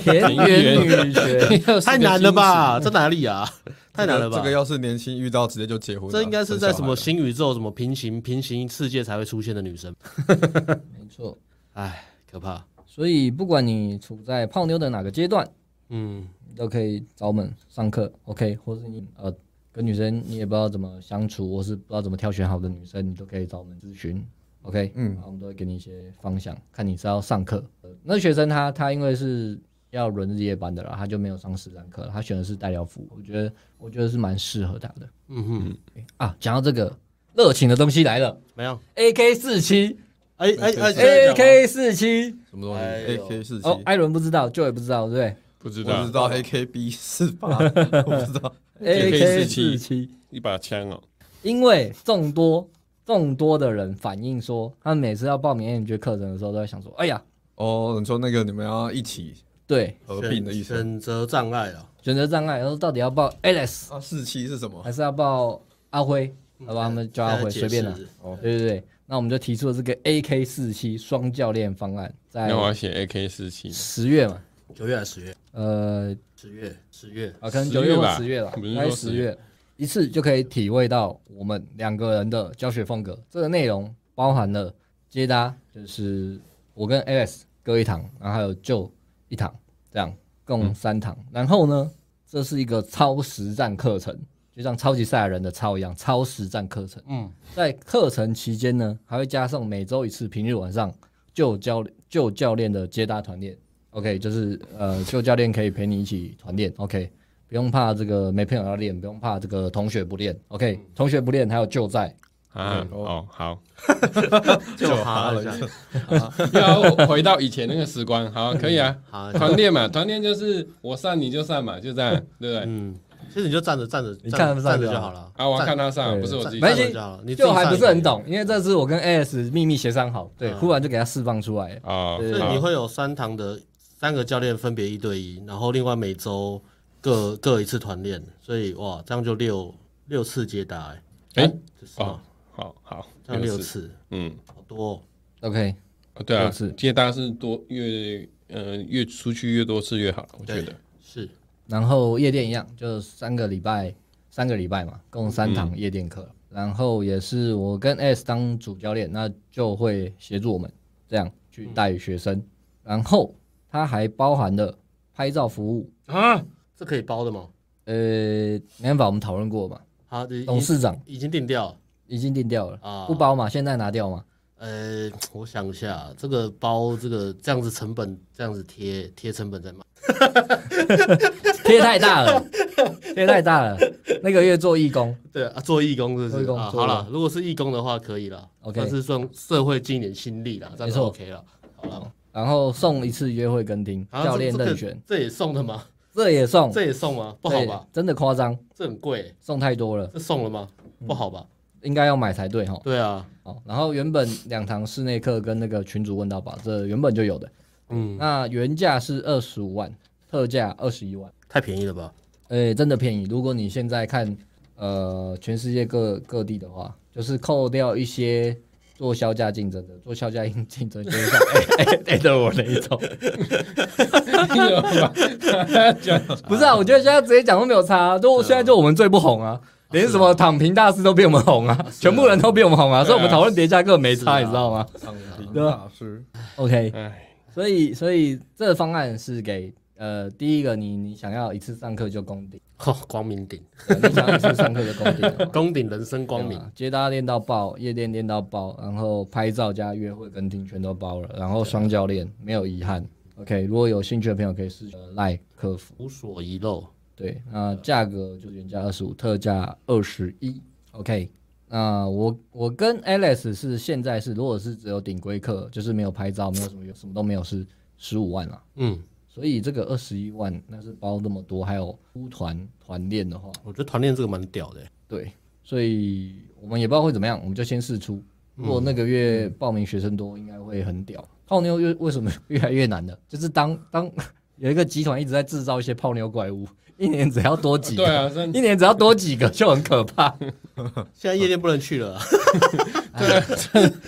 Speaker 1: 田园女学，
Speaker 2: 太难了吧？这哪里啊？太难了吧？
Speaker 4: 这个要是年轻遇到，直接就结婚了。
Speaker 2: 这应该是在什么
Speaker 4: 生小
Speaker 2: 新宇宙、什么平行平行世界才会出现的女生，
Speaker 1: 没错。
Speaker 2: 哎，可怕。
Speaker 1: 所以不管你处在泡妞的哪个阶段，
Speaker 2: 嗯，
Speaker 1: 你都可以找我们上课，OK，或是你呃跟女生你也不知道怎么相处，或是不知道怎么挑选好的女生，你都可以找我们咨询，OK，嗯，然后我们都会给你一些方向，看你是要上课。呃那学生他他因为是要轮日夜班的啦，他就没有上实战课了，他选的是代疗服务，我觉得我觉得是蛮适合他的。
Speaker 2: 嗯哼，
Speaker 1: 啊，讲到这个热情的东西来了
Speaker 2: 没有。
Speaker 1: ，AK 四七
Speaker 2: 哎哎哎
Speaker 1: ，AK 四七，
Speaker 4: 孩了什么东
Speaker 2: 哎
Speaker 4: 西
Speaker 2: 呦
Speaker 4: ？AK 四七，
Speaker 1: 哦，艾伦不知道，就也不知道，对不对？
Speaker 3: 不知
Speaker 4: 我
Speaker 3: 道
Speaker 4: 知道
Speaker 2: 哦
Speaker 4: AKB 四八，我不知道。
Speaker 1: AK 四
Speaker 3: AK-47
Speaker 1: 七，
Speaker 3: 一把枪哦，
Speaker 1: 因为众多众多的人反映说，他们每次要报名 M 觉课程的时候，都在想说，哎呀，
Speaker 4: 哦，你说那个你们要一起
Speaker 1: 对，
Speaker 4: 哎合并的意思
Speaker 2: 哎选择障碍啊，
Speaker 1: 选择障碍，然后到底要报 Alice
Speaker 2: 哎
Speaker 4: 啊？四七是什么
Speaker 1: 嗯还？是要报阿辉？好吧，他们叫阿辉，
Speaker 2: 现
Speaker 1: 随
Speaker 2: 在解
Speaker 1: 便啦哦
Speaker 2: 释。
Speaker 1: 对对对，那我们就提出了这个 AK 四七双教练方案，在
Speaker 3: 那我要写 AK 四七，
Speaker 1: 十月嘛，
Speaker 2: 九月还是十月？
Speaker 1: 呃，
Speaker 2: 十月，十月。
Speaker 1: 啊，可能
Speaker 3: 10
Speaker 1: 九月或
Speaker 3: 吧
Speaker 1: 十月了，
Speaker 3: 不是
Speaker 1: 应该
Speaker 3: 说
Speaker 1: 十
Speaker 3: 10
Speaker 1: 月，一次就可以体会到我们两个人的教学风格。这个内容包含了接搭，就是我跟 Alex 各一堂，然后还有 Joe 一堂，这样共三堂。然后呢，这是一个超实战课程，就像超级赛亚人的超一样，超实战课程。嗯，在课程期间呢，还会加上每周一次平日晚上旧教旧教练的接搭团练。OK，就是呃，旧教练可以陪你一起团练。OK，不用怕这个没朋友要练，不用怕这个同学不练。OK，同学不练，还有旧在。
Speaker 3: 啊，
Speaker 4: 哦
Speaker 3: 哦，好，
Speaker 2: 就哈了一下，
Speaker 3: 要回到以前那个时光，好，可以
Speaker 1: 嗯
Speaker 3: 啊，
Speaker 2: 哈了一下。
Speaker 3: 团练嘛，团练就是我上你就上嘛，就这样，对不对？
Speaker 2: 嗯，其实你就站着站着，
Speaker 1: 你看
Speaker 2: 站
Speaker 1: 站
Speaker 2: 着站
Speaker 1: 着
Speaker 2: 着就
Speaker 1: 啊
Speaker 2: 好了。
Speaker 3: 啊，我要
Speaker 2: 站
Speaker 3: 看他上，
Speaker 1: 对
Speaker 3: 不是我自己
Speaker 1: 没关。
Speaker 3: 上
Speaker 1: 系
Speaker 2: 站着就好了你自己
Speaker 1: 就还不是很懂
Speaker 2: 上，
Speaker 1: 因为这是我跟 AS 秘密协商好，对，
Speaker 2: 嗯
Speaker 1: 忽然就给他释放出来。
Speaker 3: 哦
Speaker 1: 对
Speaker 2: 所以
Speaker 3: 好
Speaker 2: 你会有三堂的三个教练分别一对一，然后另外每周各各一次团练，所以哇，这样就六六次接打、欸，
Speaker 3: 哎
Speaker 2: 就是
Speaker 3: 哦
Speaker 2: 嘛，，
Speaker 3: 好好，
Speaker 2: 这样六
Speaker 3: 次，
Speaker 2: 次，
Speaker 3: 嗯，
Speaker 2: 好多、哦。
Speaker 1: OK，
Speaker 3: 哦对啊
Speaker 1: 六次，
Speaker 3: 接单是多越呃越出去越多次越好，我觉得。
Speaker 2: 是，
Speaker 1: 然后夜店一样，就三个礼拜，三个礼拜嘛，共三堂夜店课。然后也是我跟 S 当主教练，那就会协助我们这样去带学生。然后它还包含了拍照服务，
Speaker 2: 啊，这可以包的吗？
Speaker 1: 呃，没办法，我们讨论过嘛，
Speaker 2: 好，已
Speaker 1: 董事长
Speaker 2: 已经定掉了。
Speaker 1: 已经定掉了，
Speaker 2: 啊
Speaker 1: 不包嘛，现在拿掉嘛。
Speaker 2: 呃，我想一下，这个包这个这样子成本，这样子贴贴成本在卖，
Speaker 1: 贴太大 了，贴太大了。那个月做义工，
Speaker 2: 对啊，做义工是不
Speaker 1: 做义
Speaker 2: 是？
Speaker 1: 工
Speaker 2: 啊，
Speaker 1: 做
Speaker 2: 好
Speaker 1: 义工
Speaker 2: 了，如果是义工的话，可以了。
Speaker 1: OK
Speaker 2: 但是算社会尽一点心力啦，这样
Speaker 1: 没
Speaker 2: 就
Speaker 1: 错
Speaker 2: OK 了。好了，
Speaker 1: 然后送一次约会跟听，
Speaker 2: 啊
Speaker 1: 教练
Speaker 2: 这这
Speaker 1: 任
Speaker 2: 个
Speaker 1: 选，
Speaker 2: 这也送的吗？
Speaker 1: 这也送，
Speaker 2: 这也送吗？不好吧？
Speaker 1: 对？嗯真的夸张，
Speaker 2: 这很贵欸，
Speaker 1: 送太多了，
Speaker 2: 这送了吗？不好吧？
Speaker 1: 应该要买才对哈。
Speaker 2: 对啊，
Speaker 1: 哦，然后原本两堂室内课跟那个群主问到宝，这原本就有的。
Speaker 2: 嗯，
Speaker 1: 那原价是二十五万，特价二十一万，
Speaker 2: 太便宜了吧？
Speaker 1: 诶，哎真的便宜。如果你现在看，呃，全世界各各地的话，就是扣掉一些做销价竞争的，做销价竞争就是 像哎哎哎的我那一 种。
Speaker 3: 有吧
Speaker 1: 不是啊，我觉得现在直接讲都没有差、啊，都现在就我们最不红啊，连什么躺平大师都比我们红啊，全部人都比我们红啊，所以我们讨论叠加课没差，
Speaker 2: 是啊
Speaker 1: 你知道吗
Speaker 4: 上林
Speaker 1: 对
Speaker 4: 大
Speaker 1: 啊
Speaker 4: 师，
Speaker 1: ？OK，
Speaker 3: 哎，
Speaker 1: 所以所以这个方案是给呃第一个你你想要一次上课就攻顶，
Speaker 2: 哦，光明顶，
Speaker 1: 呃你想要一次上课就攻顶的话，
Speaker 2: 光顶人生 光
Speaker 1: 对。
Speaker 2: 明
Speaker 1: 啊，接搭练到爆，夜店练到爆，然后拍照加约会跟听全都包了，然后双教练没有遗憾。OK，如果有兴趣的朋友可以试赖客服。
Speaker 2: 无所遗漏，
Speaker 1: 对，那价格就是原价二十五，特价二十一。OK，那我我跟 Alex 是现在是，如果是只有顶规课，就是没有拍照，没有什么什么都没有，是十五万啦。啊
Speaker 2: 嗯，
Speaker 1: 所以这个二十一万，那是包那么多，还有出团团练的话，
Speaker 2: 我觉得团练这个蛮屌的欸，
Speaker 1: 对，所以我们也不知道会怎么样，我们就先试出。
Speaker 3: 嗯
Speaker 1: 如果那个月报名学生多，应该会很屌。泡妞越为什么越来越难了？就是当当 有一个集团一直在制造一些泡妞怪物，一年只要多几个，
Speaker 3: 对啊，真
Speaker 1: 一年只要多几个就很可怕。
Speaker 2: 现在夜店不能去 了啊，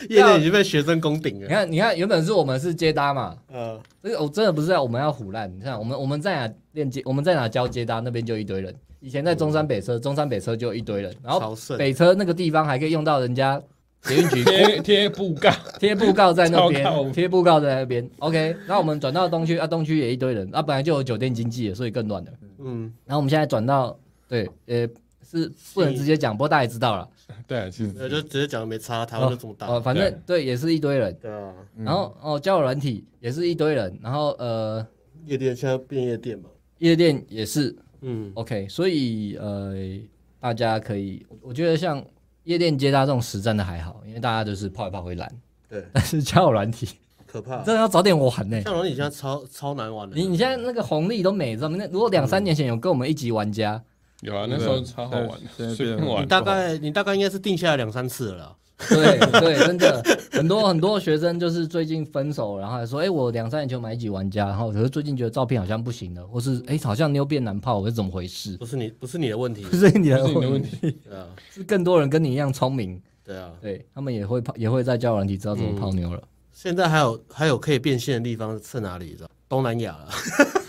Speaker 2: 夜店已经被学生攻顶
Speaker 1: 你
Speaker 2: 了。
Speaker 1: 看，你看，原本是我们是接搭嘛，
Speaker 2: 呃，
Speaker 1: 这个我哦真的不是啊要我们要唬烂。你看，我们我们在哪练接，我们在哪教接搭，那边就一堆人。以前在中山北车，中山北车就一堆人，然
Speaker 2: 超
Speaker 1: 后
Speaker 2: 盛
Speaker 1: 北车那个地方还可以用到人家捷 运局
Speaker 3: 贴贴布告，
Speaker 1: 贴布告在那
Speaker 3: 超靠谱
Speaker 1: 边，贴布告在那边。OK，那我们转到东区，啊，东区也一堆人，啊，本来就有酒店经济了，所以更乱了。
Speaker 2: 嗯，
Speaker 1: 然后我们现在转到，对，呃，是不能直接讲，不过大家也知道了。
Speaker 3: 对，啊其
Speaker 2: 那
Speaker 3: 实
Speaker 2: 就直接讲没差，台湾就这么大。
Speaker 1: 哦，反正对，也是一堆人。
Speaker 2: 对啊，
Speaker 1: 然后哦，交友软体也是一堆人，然后呃，
Speaker 2: 夜店现在变夜店嘛。
Speaker 1: 夜店也是
Speaker 2: 嗯，
Speaker 1: OK，所以呃，大家可以，我我觉得像夜店接搭这种实战的还好，因为大家就是泡一泡会懒，
Speaker 2: 对，
Speaker 1: 但是交友软体
Speaker 2: 可怕。
Speaker 1: 真的要早点玩呢、
Speaker 2: 像龙，你现在超超难玩的。
Speaker 1: 你你现在那个红利都没，知道吗？那如果两
Speaker 2: 嗯
Speaker 1: 三年前有跟我们一级玩 家，
Speaker 3: 有啊，那时候超好玩
Speaker 4: 对
Speaker 3: 的，随便
Speaker 2: 你
Speaker 3: 玩。
Speaker 2: 大概你大概应该是定下来两三次了啦。
Speaker 1: 对对，真的很多很多学生就是最近分手，然后还说，哎、我两三年前买一级玩家，然后可是最近觉得照片好像不行了，或是哎、好像妞变男炮，我是怎么回事？
Speaker 2: 不是你，不是你的问题。
Speaker 1: 不是你的
Speaker 3: 不是你的
Speaker 1: 问
Speaker 3: 问
Speaker 1: 题
Speaker 3: 题，
Speaker 2: 对啊，
Speaker 1: 是更多人跟你一样聪明，
Speaker 2: 对啊，
Speaker 1: 对他们也会泡，也会在交友软体知道怎么泡
Speaker 2: 嗯
Speaker 1: 妞了。
Speaker 2: 现在还有还有可以变现的地方是哪里？你知道东南亚 了。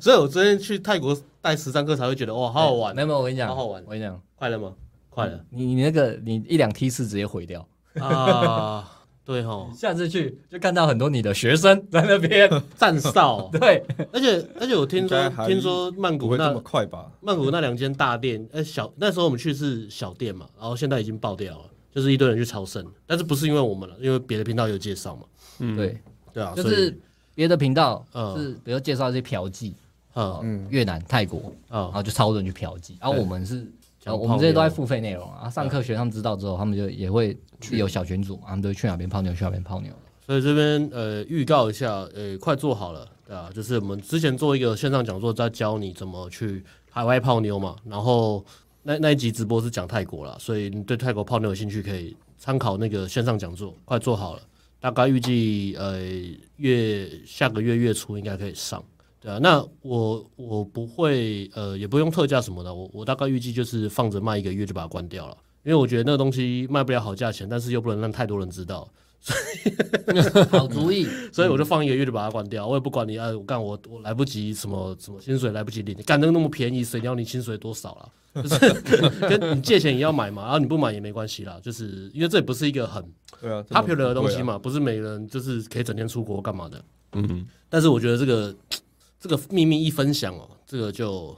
Speaker 2: 所以我昨天去泰国带十三课才会觉得哇，好好玩
Speaker 1: 没，有没有，我跟你讲，
Speaker 2: 好好玩
Speaker 1: 我跟你讲，
Speaker 2: 快了吗？快了
Speaker 1: 你你那个你一两梯次直接毁掉，
Speaker 2: 啊！对吼，
Speaker 1: 下次去就看到很多你的学生在那 边，
Speaker 2: 站 哨，
Speaker 1: 对，
Speaker 2: 而且而且我听
Speaker 4: 应
Speaker 2: 说
Speaker 4: 该还
Speaker 2: 听说曼
Speaker 4: 不
Speaker 2: 谷
Speaker 4: 会这
Speaker 2: 那
Speaker 4: 么快吧？
Speaker 2: 曼谷那两间大店，呃，小那时候我们去是小店嘛，然后现在已经爆掉了，就是一堆人去朝圣，但是不是因为我们了，因为别的频道有介绍嘛，
Speaker 1: 对，
Speaker 2: 对啊，
Speaker 1: 就
Speaker 2: 所以
Speaker 1: 是别的频道
Speaker 2: 嗯
Speaker 1: 是比如介绍一些嫖妓，
Speaker 2: 啊
Speaker 4: 嗯
Speaker 1: 越南、泰国，然
Speaker 2: 啊，
Speaker 1: 后就超多人去嫖妓，然后我们是。
Speaker 2: 讲
Speaker 1: 呃，
Speaker 2: 泡妞
Speaker 1: 我们这些都在付费内容啊。上课学他们知道之后，他们就也会自己有小群组嘛，他们都会去哪边泡妞，去哪边泡妞。
Speaker 2: 所以这边呃预告一下，呃，快做好了，对啊，就是我们之前做一个线上讲座，在教你怎么去海外泡妞嘛，然后那那一集直播是讲泰国啦，所以你对泰国泡妞有兴趣，可以参考那个线上讲座，快做好了，大概预计呃月下个月月初应该可以上。对啊，那我我不会呃，也不用特价什么的，我我大概预计就是放着卖一个月就把它关掉了，因为我觉得那个东西卖不了好价钱，但是又不能让太多人知道，
Speaker 1: 好主意，
Speaker 2: 所以我就放一个月就把它关掉，我也不管你啊，我干我我来不及什么什么薪水来不及领，干那个那么便宜，谁鸟你薪水多少啦？ 就是跟你借钱也要买嘛，然后啊你不买也没关系啦，就是因为这也不是一个很
Speaker 4: 对啊
Speaker 2: popular 的东西
Speaker 4: 嘛。
Speaker 2: 嘛，不是每个人就是可以整天出国干嘛的。嗯，但是我觉得这个这个秘密一分享哦，这个就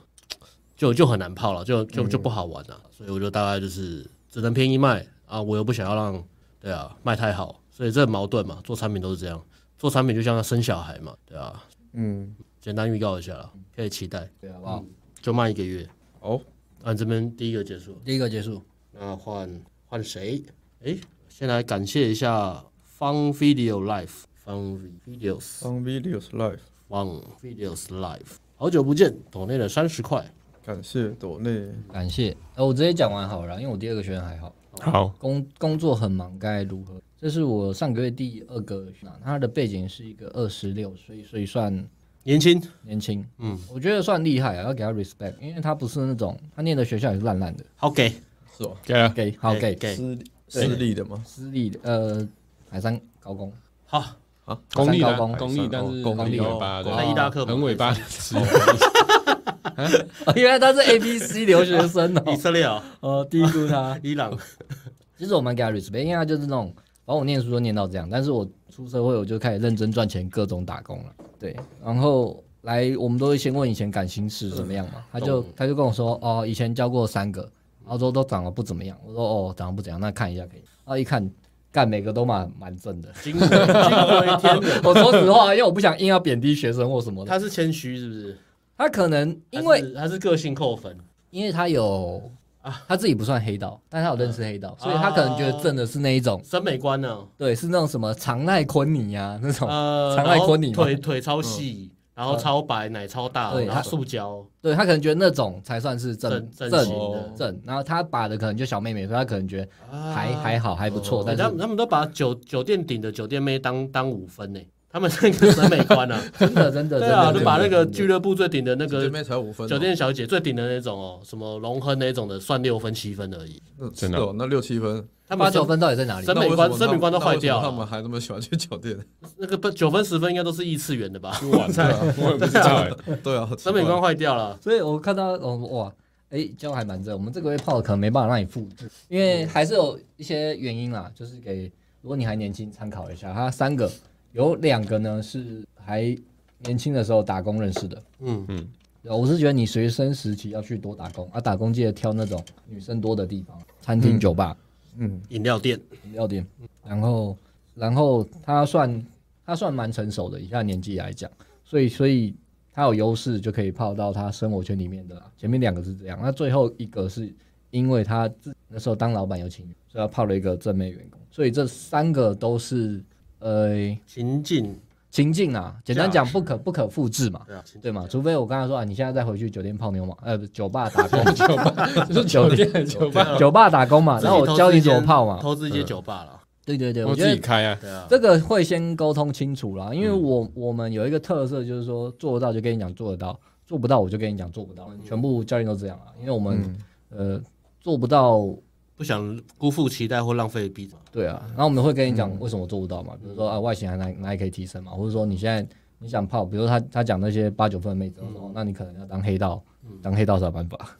Speaker 2: 就就很难泡了，就就就不好玩了。所以我就大概就是只能便宜卖啊，我又不想要让对啊卖太好，所以这很矛盾嘛。做产品都是这样，做产品就像生小孩嘛，对啊。
Speaker 4: 嗯，
Speaker 2: 简单预告一下啦，可以期待，嗯
Speaker 1: 对好不好？
Speaker 2: 就卖一个月。
Speaker 4: 哦，
Speaker 2: 啊，你这边第一个结束。
Speaker 1: 第一个结束，
Speaker 2: 那换换谁？诶，先来感谢一下 Fun Video Life、Fun Videos、
Speaker 4: on videos live，
Speaker 2: Fun Videos Life，好久不见，抖内了三十块。
Speaker 4: 感谢朵内。
Speaker 1: 感谢。呃，我直接讲完好了啦，因为我第二个学员还好。
Speaker 3: 好，
Speaker 1: 工工作很忙，该如何？这是我上个月第二个学长，他的背景是一个二十六岁，所以算
Speaker 2: 年轻，
Speaker 1: 年轻，
Speaker 2: 嗯，
Speaker 1: 我觉得算厉害啊，要给他 respect，因为他不是那种他念的学校也是烂烂的，
Speaker 2: 好给
Speaker 4: 是
Speaker 2: 哦
Speaker 4: 吧？
Speaker 3: 给啊，
Speaker 1: 给
Speaker 2: 哎
Speaker 1: 好给
Speaker 2: 给，
Speaker 4: 私立私立的吗？
Speaker 1: 私立的呃海山高工，
Speaker 2: 好，
Speaker 3: 公立
Speaker 1: 高
Speaker 3: 的
Speaker 1: 工
Speaker 3: 啊，公立，但是
Speaker 4: 公立
Speaker 3: 很
Speaker 4: 哦
Speaker 3: 尾巴
Speaker 4: 公立
Speaker 2: 那
Speaker 3: 的，
Speaker 2: 伊拉克
Speaker 3: 很尾巴的词，
Speaker 1: 哦原来他是 A B C 留学生
Speaker 2: 以
Speaker 1: 哦，
Speaker 2: 色列哦，
Speaker 1: 呃低估他，
Speaker 2: 伊朗，
Speaker 1: 其实我蛮给他 respect，因为他就是那种，反正我念书都念到这样，但是我出社会我就开始认真赚钱，各种打工了。对，然后来我们都会先问以前感情史怎么样嘛，他就他就跟我说，哦，以前交过三个，澳洲都长得不怎么样。我说哦，长得不怎样，那看一下可以。然后一看，干每个都蛮蛮正的。
Speaker 2: 惊为惊为天人。
Speaker 1: 我说实话，因为我不想硬要贬低学生或什么的。
Speaker 2: 他是谦虚是不是？
Speaker 1: 他可能因为
Speaker 2: 他是个性扣分，
Speaker 1: 因为他有
Speaker 2: 啊
Speaker 1: 他自己不算黑道，但他有认识黑道，
Speaker 2: 嗯
Speaker 1: 所以他可能觉得正的是那一种。
Speaker 2: 审美观呢？
Speaker 1: 对，是那种什么长奈昆尼啊那种，
Speaker 2: 呃，
Speaker 1: 常爱昆你吗嗯
Speaker 2: 然后腿腿超细，然后超白，奶超大，
Speaker 1: 对
Speaker 2: 然
Speaker 1: 他
Speaker 2: 后塑胶，
Speaker 1: 对他可能觉得那种才算是正
Speaker 2: 正正
Speaker 1: 正
Speaker 2: 型的
Speaker 4: 哦
Speaker 1: 正，然后他把的可能就小妹妹，所以他可能觉得还、
Speaker 2: 啊
Speaker 1: 还好还不错，哦但
Speaker 2: 哎他
Speaker 1: 是
Speaker 2: 们他们都把酒酒店顶的酒店妹当当五分呢、他们那个审美观啊，
Speaker 1: 真的 真的
Speaker 2: 对
Speaker 1: 真
Speaker 2: 啊，
Speaker 1: 的
Speaker 2: 就
Speaker 1: 真
Speaker 2: 把那
Speaker 1: 的
Speaker 2: 个
Speaker 1: 真的
Speaker 2: 俱乐部最顶的那
Speaker 4: 姐
Speaker 2: 个
Speaker 4: 妹才五分哦，
Speaker 2: 酒店小姐最顶的那种哦，什么龙亨那种的，算六分七分而已。
Speaker 4: 那
Speaker 3: 真的
Speaker 4: 是哦那六七分，
Speaker 2: 他们
Speaker 1: 八九
Speaker 2: 审
Speaker 1: 分到底在哪里
Speaker 2: 审？美
Speaker 4: 那为什么
Speaker 2: 观
Speaker 4: 他们
Speaker 2: 审美观都坏掉了
Speaker 4: 那为什么他们还那么喜欢去酒店？
Speaker 2: 那个不九分十分应该都是异次元的吧？
Speaker 3: 玩 的，我也不知道哎，
Speaker 4: 对啊，
Speaker 2: 审美观坏掉了，
Speaker 1: 所以我看到哦哇，哎，教还蛮正，我们这个月泡的可能没办法让你复制，因为还是有一些原因啦，就是给如果你还年轻，参考一下，他三个有两个呢是还年轻的时候打工认识的，
Speaker 2: 嗯嗯，
Speaker 1: 对啊我是觉得你学生时期要去多打工啊，打工记得挑那种女生多的地方，餐厅、酒吧、
Speaker 4: 嗯，
Speaker 2: 饮料店
Speaker 1: 饮料店。然后，然后他算他算蛮成熟的，以他年纪来讲，所以所以他有优势就可以泡到他生活圈里面的啦。前面两个是这样，那最后一个是因为他自那时候当老板有请，所以他泡了一个正妹员工。所以这三个都是呃
Speaker 2: 情境
Speaker 1: 情境啊，简单讲不可不可复制嘛。
Speaker 2: 对啊，情
Speaker 1: 对嘛？除非我刚才说啊，你现在再回去酒店泡妞嘛，呃，不酒吧打工，
Speaker 3: 酒 吧，就是酒店，酒吧，
Speaker 1: 酒吧打工嘛，
Speaker 2: 自己
Speaker 1: 然后我
Speaker 2: 投资
Speaker 1: 教你
Speaker 2: 一
Speaker 1: 怎么
Speaker 2: 间
Speaker 1: 泡嘛。
Speaker 2: 投资一些酒吧了，
Speaker 1: 对对对，我
Speaker 3: 我
Speaker 1: 觉
Speaker 3: 自己
Speaker 1: 得
Speaker 3: 开啊，
Speaker 2: 对啊，
Speaker 1: 这个会先沟通清楚啦，因为我我们有一个特色就是说，做得到就跟你讲做得到，做不到我就跟你讲做不到，全部教练都这样啊，因为我们呃做不到
Speaker 2: 不想辜负期待或浪费币嘛。
Speaker 1: 对啊，然后我们会跟你讲为什么做不到嘛，比如说啊外形还哪哪里可以提升嘛，或者说你现在你想泡，比如说他他讲那些八九分的妹子，我说哦那你可能要当黑道，当黑道才有办法，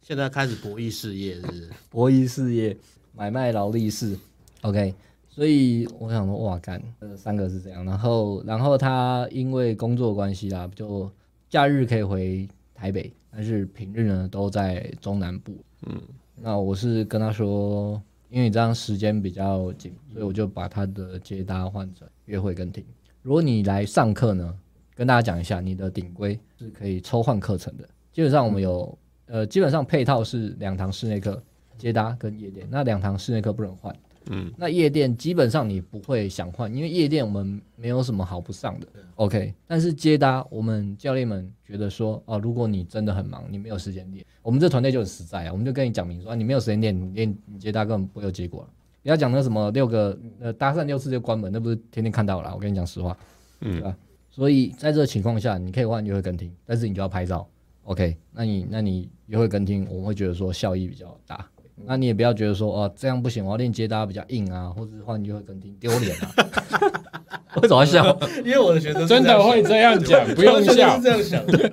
Speaker 2: 现在开始博弈事业是不是？
Speaker 1: 博弈事业、买卖劳力士，OK。所以我想说，哇，干，呃，三个是这样。然后，然后他因为工作关系啦，就假日可以回台北，但是平日呢都在中南部。嗯，那我是跟他说，因为你这样时间比较紧，所以我就把他的接搭换成约会跟停。如果你来上课呢，跟大家讲一下，你的顶规是可以抽换课程的。基本上我们有，呃，基本上配套是两堂室内课、接搭跟夜店。那两堂室内课不能换，嗯，那夜店基本上你不会想换，因为夜店我们没有什么好不上的。OK，但是接搭我们教练们觉得说，哦，如果你真的很忙，你没有时间练，我们这团队就很实在啊，我们就跟你讲明说，啊、你没有时间练，你练你接搭根本不会有结果了。不要讲那什么六个呃搭讪六次就关门，那不是天天看到了啊。我跟你讲实话，嗯，对吧？所以在这个情况下，你可以换约会跟听，但是你就要拍照。OK，那你那你约会跟听，我们会觉得说效益比较大。嗯那你也不要觉得说哦这样不行，我要练接搭比较硬啊，或者是换约会跟听丢脸啊。 为什么要笑？
Speaker 2: 因为我的学生
Speaker 3: 真的会这样讲， 不用笑，
Speaker 2: 这样想的，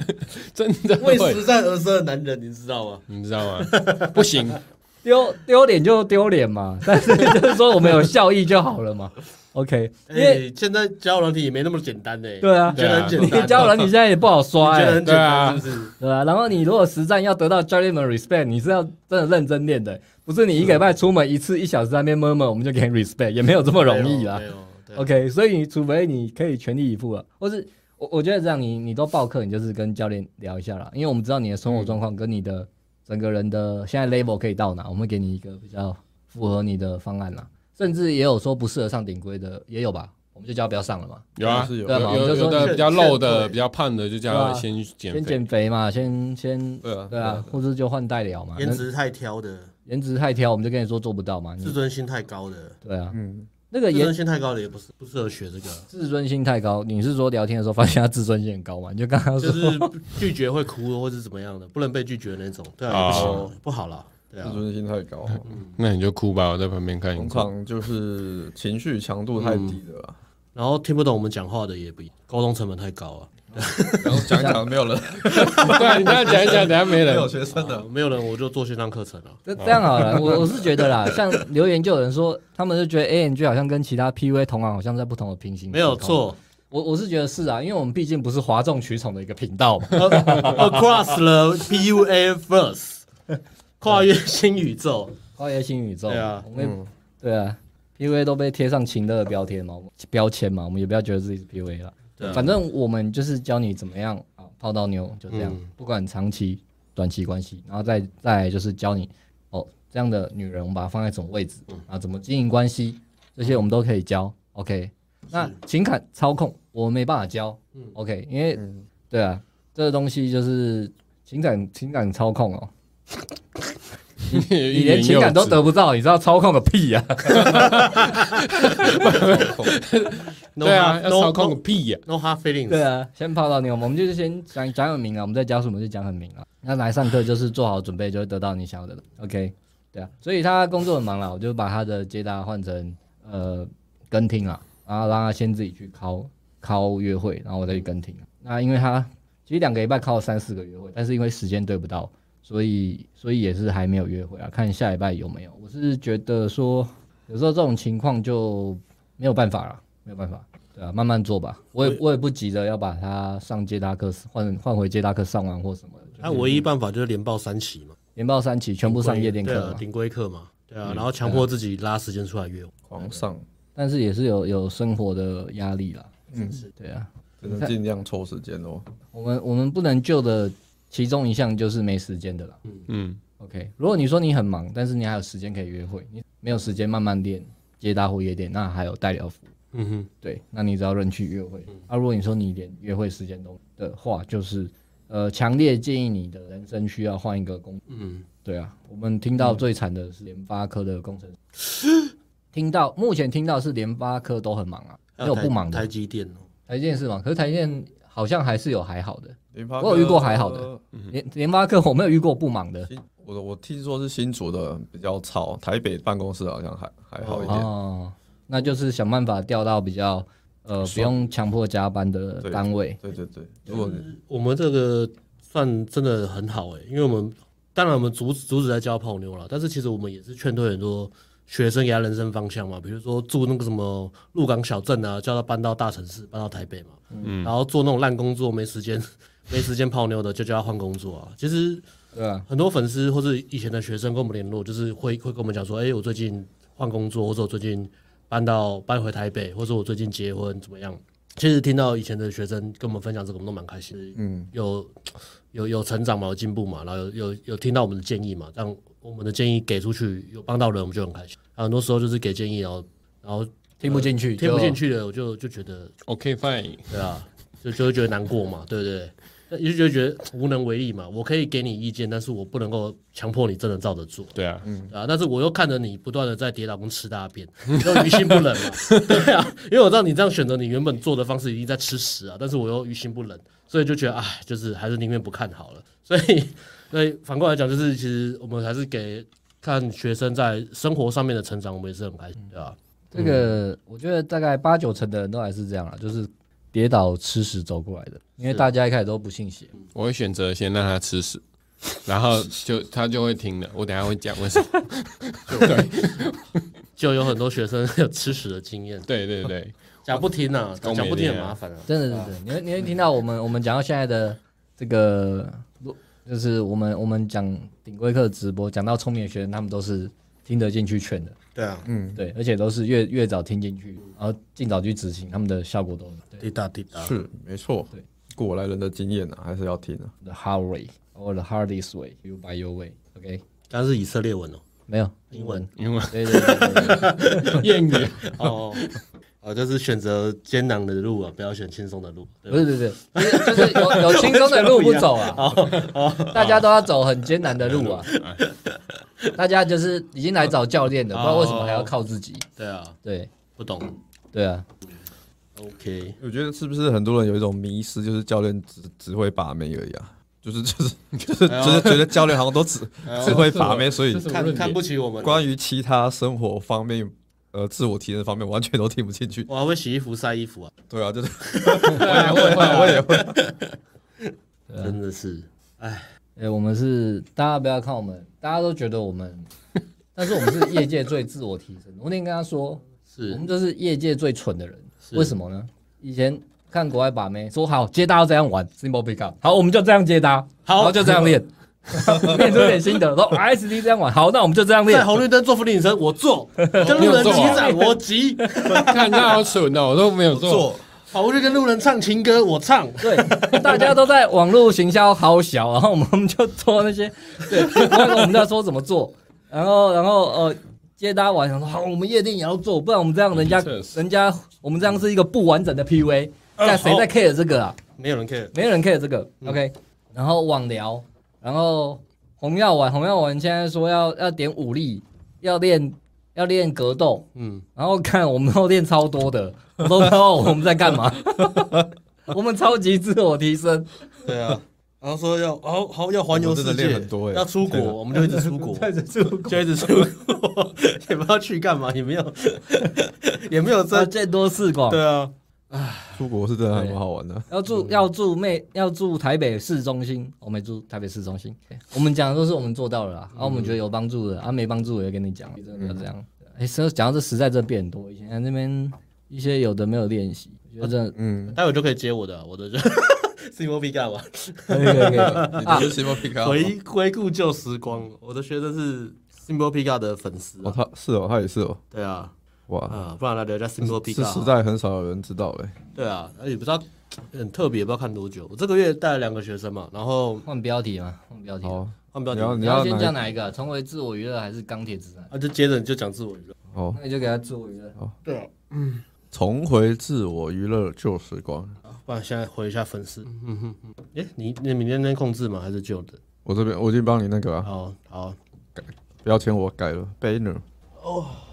Speaker 3: 真的
Speaker 2: 为
Speaker 3: 会
Speaker 2: 实，战而生的男人，你知道吗？
Speaker 3: 你知道吗？ 不行，
Speaker 1: 丢丢脸就丢脸嘛，但是就是说我们有效益就好了嘛。OK，因为、
Speaker 2: 哎，现在交友软体也没那么简单呢。
Speaker 1: 对啊
Speaker 2: 你觉得很简
Speaker 1: 你
Speaker 2: 单，
Speaker 1: 交友软体现在也不好
Speaker 2: 你
Speaker 1: 刷哎、
Speaker 2: 觉得很简单，是不是？
Speaker 1: 对啊，然后你如果实战要得到教练们 respect，你是要真的认真练的，不是你一个礼拜出门一次一小时在那边摸摸，我们就给你 respect，也没有这么容易啦
Speaker 2: 没。有。没有对
Speaker 1: OK，所以你除非你可以全力以赴了，或是我我觉得这样你你都报课，你就是跟教练聊一下啦，因为我们知道你的生活状况跟你的整个人的现在 level 可以到哪，我们会给你一个比较符合你的方案啦，甚至也有说不适合上顶规的也有吧，我们就叫他不要上了嘛。
Speaker 3: 有啊，
Speaker 4: 是有
Speaker 3: 有
Speaker 1: 对啊我
Speaker 3: 有
Speaker 1: 就说
Speaker 3: 有的
Speaker 2: 你
Speaker 3: 比较肉
Speaker 2: 劝
Speaker 3: 的、
Speaker 2: 退
Speaker 3: 比较胖的，就叫他先减
Speaker 1: 啊先
Speaker 3: 肥。
Speaker 1: 减肥嘛，先先
Speaker 4: 对啊
Speaker 1: 对
Speaker 4: 对
Speaker 1: 啊
Speaker 4: 啊，
Speaker 1: 或者就换代聊嘛。
Speaker 2: 颜
Speaker 1: 那
Speaker 2: 值太挑的，
Speaker 1: 颜值太挑，我们就跟你说做不到嘛。你
Speaker 2: 自尊心太高的，
Speaker 1: 嗯对啊，
Speaker 4: 嗯，
Speaker 1: 那个
Speaker 2: 自
Speaker 1: 颜
Speaker 2: 尊心太高的也不是不适合学这个，
Speaker 1: 自尊心太高，你是说聊天的时候发现他自尊心很高嘛？你就刚刚
Speaker 2: 就
Speaker 1: 说，
Speaker 2: 是拒绝会哭或是怎么样的，不能被拒绝的那种，对啊，也不
Speaker 3: 哦
Speaker 2: 行，不好了，对
Speaker 1: 嗯
Speaker 4: 自
Speaker 2: 啊，
Speaker 4: 尊心太高，
Speaker 3: 那你就哭吧，我在旁边看你
Speaker 4: 通
Speaker 3: 哭。
Speaker 4: 常就是情绪强度太低的啦，
Speaker 2: 然后听不懂我们讲话的也不沟通成本太高啊，
Speaker 4: 然后讲一讲没有人，
Speaker 3: 对啊，你这样讲一讲，等下没
Speaker 4: 没
Speaker 3: 人
Speaker 4: 有。学生
Speaker 2: 啊
Speaker 4: 的，
Speaker 2: 没有人我就做线上课程啊了，
Speaker 1: 这这样好了，我我是觉得啦， 像留言就有人说，他们就觉得 A N G 好像跟其他 P U A 同行好像在不同的平行，
Speaker 2: 没有。错
Speaker 1: 我我是觉得是啊，因为我们毕竟不是哗众取宠的一个频道嘛。
Speaker 2: ，across the PUA verse，跨越新宇宙，
Speaker 1: 跨越新宇宙，
Speaker 2: 对啊
Speaker 1: 我们也、对啊，PUA 都被贴上情乐的标贴嘛，标签嘛，我们也不要觉得自己是 PUA 了。
Speaker 2: 对啊
Speaker 1: 反正我们就是教你怎么样啊，泡到妞就这样，不管长期、短期关系，然后再再来就是教你哦，这样的女人我们把她放在什么位置啊，怎么经营关系，这些我们都可以教。OK，那情感操控我没办法教。OK，因为、对啊，这个东西就是情感情感操控哦，你
Speaker 3: 你
Speaker 1: 连情感都得不到，你知道操控个屁啊呀、
Speaker 2: No
Speaker 3: 对啊，
Speaker 2: hard-
Speaker 3: 要
Speaker 2: no-
Speaker 3: 操控个屁呀！
Speaker 2: no hard feelings，
Speaker 1: 对啊，先泡到你，我们就是先讲讲很明啊，我们在教什么就讲很明啊。那来上课就是做好准备，就会得到你想要的了。OK，对啊，所以他工作很忙啦，我就把他的接单换成呃跟听啊，然后让他先自己去敲敲约会，然后我再去跟听。那因为他其实两个礼拜敲了三四个约会，但是因为时间对不到，所以所以也是还没有约会啊，看下礼拜有没有。我是觉得说，有时候这种情况就没有办法了，没有办法，对啊，慢慢做吧。我也我也不急着要把它上接搭课换换回接搭课上完或什么的，就
Speaker 2: 那唯一办法就是连报三期嘛，
Speaker 1: 连报三期全部上夜店
Speaker 2: 对
Speaker 1: 课
Speaker 2: 啊
Speaker 1: 嘛。嗯
Speaker 2: 顶规课嘛，对啊，然后强迫自己拉时间出来约我，
Speaker 4: 狂上，
Speaker 1: 但是也是有有生活的压力啦，
Speaker 2: 真是
Speaker 1: 对啊，
Speaker 4: 真的尽量抽时间哦。
Speaker 1: 我们我们不能救的其中一项就是没时间的啦。
Speaker 3: 嗯，
Speaker 1: OK，如果你说你很忙，但是你还有时间可以约会，你没有时间慢慢练接搭或夜店，那还有代聊服务。
Speaker 2: 嗯哼。
Speaker 1: 对，那你只要人去约会。
Speaker 2: 嗯
Speaker 1: 啊，如果你说你连约会时间都的话，就是呃，强烈建议你的人生需要换一个工。
Speaker 2: 嗯，
Speaker 1: 对啊，我们听到最惨的是联发科的工程师， 听到目前听到是联发科都很忙啊，没有不忙
Speaker 2: 台
Speaker 1: 的。
Speaker 2: 积电哦，
Speaker 1: 台积电是忙，可是台积电好像还是有还好的。
Speaker 4: 联发
Speaker 1: 我有遇过还好的
Speaker 4: 科，
Speaker 2: 嗯
Speaker 1: 联联发科我没有遇过不忙的
Speaker 4: 新我我听说是新竹的比较吵，台北办公室好像还还好一点。
Speaker 1: 哦，那就是想办法调到比较呃不用强迫加班的
Speaker 4: 对
Speaker 1: 单
Speaker 2: 呃
Speaker 1: 位。
Speaker 4: 对对对，如果你
Speaker 2: 我们这个算真的很好哎、因为我们当然我们阻止阻止在教泡妞了，但是其实我们也是劝退很多学生给他人生方向嘛，比如说住那个什么鹿港小镇啊，叫他搬到大城市，搬到台北嘛，嗯，然后做那种烂工作没时间 没时间泡妞的，就叫他换工作啊。其实
Speaker 1: 对啊，
Speaker 2: 很多粉丝或是以前的学生跟我们联络，就是会会跟我们讲说，哎、我最近换工作，或者我最近搬到搬回台北，或者我最近结婚怎么样？其实听到以前的学生跟我们分享这个，我们都蛮开心的。嗯，有有有成长嘛，有进步嘛，然后有有有听到我们的建议嘛，让我们的建议给出去有帮到人，我们就很开心。啊很多时候就是给建议，然后然后
Speaker 1: 听不进去，
Speaker 2: 听不进。去的，我就就觉得
Speaker 3: OK fine，
Speaker 2: 对啊，就就会觉得难过嘛，对不对？那你就觉得无能为力嘛。我可以给你意见，但是我不能够强迫你真的照着做，
Speaker 3: 对啊，
Speaker 2: 对啊。但是我又看着你不断的在跌倒跟吃大便，就于心不忍嘛， 对啊。因为我知道你这样选择你原本做的方式已经在吃屎啊，但是我又于心不忍，所以就觉得哎，就是还是宁愿不看好了。所以， 所以反过来讲，就是其实我们还是给看学生在生活上面的成长，我们也是很开心，对啊吧、
Speaker 1: 这个我觉得大概八九成的人都还是这样啦，啊就是跌倒吃屎走过来的，因为大家一开始都不信邪。
Speaker 3: 我会选择先让他吃屎，然后就他就会听的。我等一下会讲为什么。 对
Speaker 2: 就有很多学生有吃屎的经验，
Speaker 3: 对对对，
Speaker 2: 讲不听啊，
Speaker 3: 公
Speaker 2: 讲不听
Speaker 3: 平
Speaker 2: 很
Speaker 3: 啊
Speaker 2: 麻烦啊。
Speaker 1: 真的，真的，你会你会听到我们我们讲到现在的这个，就是我们我们讲顶规课直播，讲到聪明的学生，他们都是听得进去劝的，
Speaker 2: 对啊，
Speaker 1: 对，而且都是越越早听进去，然后尽早去执行，他们的效果都很对。
Speaker 2: 滴答滴答，
Speaker 4: 是没错，过来人的经验呢、啊，还是要听啊。
Speaker 1: The hard way or the hardest way, you by your way. OK，
Speaker 2: 但是以色列文哦，
Speaker 1: 没有
Speaker 2: 英文。
Speaker 3: 因为
Speaker 1: 对对对对对对
Speaker 3: 谚语
Speaker 2: 哦，啊，就是选择艰难的路啊，不要选轻松的路。对
Speaker 1: 不是不是，不是就是就是有有轻松的路不走 啊，大家都要走很艰难的路 啊，大家就是已经来找教练的，不知道为什么还要靠自己。
Speaker 2: 对啊，
Speaker 1: 对
Speaker 2: 不懂。
Speaker 1: 哦对啊，
Speaker 2: OK，
Speaker 4: 我觉得是不是很多人有一种迷失，就是教练只只会把妹而已啊？就是就是就是
Speaker 2: 哎
Speaker 4: 就是觉得教练好像都只只会把妹，所以
Speaker 2: 看看不起我们，
Speaker 4: 关于其他生活方面。呃，自我提升方面完全都听不进去。
Speaker 2: 我还会洗衣服、晒衣服啊，
Speaker 4: 对啊，就是我也会啊，我也会啊。
Speaker 2: 真的是。
Speaker 1: 哎，我们是大家不要看我们，大家都觉得我们， 但是我们是业界最自我提升的。我那天跟他说，我
Speaker 2: 是
Speaker 1: 们就是业界最蠢的人，为什么呢？以前看国外把妹，说好接搭要这样玩，simple pick up，好，我们就这样接搭，
Speaker 2: 好
Speaker 1: 然后就这样 练，练出点心得，然后 SD 这样玩，好，那我们就这样练
Speaker 2: 在，红绿灯做福利女生，我做；跟路人
Speaker 3: 你有做
Speaker 2: 击
Speaker 3: 啊
Speaker 2: 掌，我急；
Speaker 3: 看他好蠢哦，我都没有做。
Speaker 4: 做
Speaker 2: 跑过去跟路人唱情歌，我唱。
Speaker 1: 对，大家都在网络行销好小，然后我们我们就做那些，对，然后我们在说怎么做，然后然后呃，接搭完想说好，我们夜店也要做，不然我们这样人家
Speaker 3: 测试
Speaker 1: 人家我们这样是一个不完整的 PUA，但谁在 care 这个啊？
Speaker 2: 没有人 care。
Speaker 1: 没有人 care 这个、o
Speaker 2: 嗯
Speaker 1: k 然后网聊，然后红药丸，红药丸现在说要要点武力，要练要练格斗，
Speaker 2: 嗯，
Speaker 1: 然后看我们都练超多的，我都不知道我们在干嘛， 我们超级自我提升，
Speaker 2: 对啊。然后说要好好要环游
Speaker 4: 我们
Speaker 2: 世
Speaker 4: 真的
Speaker 2: 界，
Speaker 4: 练很多欸
Speaker 2: 要出国，
Speaker 4: 真的
Speaker 2: 我们就一直出国，就一直出国， 也不知道去干嘛，也没有 也没有
Speaker 1: 要
Speaker 2: 在
Speaker 1: 见多识广，
Speaker 2: 对啊，
Speaker 4: 出国是真的还蛮好玩的。
Speaker 1: 要住要住妹要住台北市中心，我没住台北市中心，我们讲的都是我们做到了啦，啊，我们觉得有帮助的，啊，没帮助我也跟你讲，真的不要这样。哎，所以讲到这实在这变很多，以前那边一些有的没有练习，我觉得真的
Speaker 4: 嗯，
Speaker 2: 待会就可以接我的，我的就 C O P 干嘛？
Speaker 1: 可以可以可以，
Speaker 4: 你不是 Simon Pick
Speaker 2: 回回顾旧时光，我的学生是 Simple Pika 的粉丝、
Speaker 4: 哦，
Speaker 2: 啊，
Speaker 4: 他是哦，他也是哦，
Speaker 2: 对啊，
Speaker 4: 哇，
Speaker 2: 啊，不然来聊一下 Simple
Speaker 4: 是
Speaker 2: Pika，
Speaker 4: 实
Speaker 2: 好了
Speaker 4: 在很少有人知道欸嘞。
Speaker 2: 对啊，而且不知道很特别，不知道看多久。我这个月带了两个学生嘛，然后
Speaker 1: 换标题嘛，换标题。
Speaker 4: 好，
Speaker 2: 他们不
Speaker 4: 你
Speaker 2: 知道
Speaker 4: 要
Speaker 2: 啊，
Speaker 4: 你
Speaker 1: 你要
Speaker 4: 要
Speaker 1: 先讲
Speaker 4: 哪？
Speaker 1: 哪一个？成为自我娱乐还是钢铁直男？哦
Speaker 2: 就接着就讲自我娱乐，
Speaker 4: 哦，
Speaker 1: 那你就给他自我娱乐。
Speaker 2: 对啊，
Speaker 4: 重回自我娱乐旧时光。
Speaker 2: 不然现在回一下粉丝，嗯哼哼，哎、你你明天能控制吗？还是旧的？
Speaker 4: 我这边我已经帮你那个啊，
Speaker 2: 好好，
Speaker 4: 标签我改了，banner。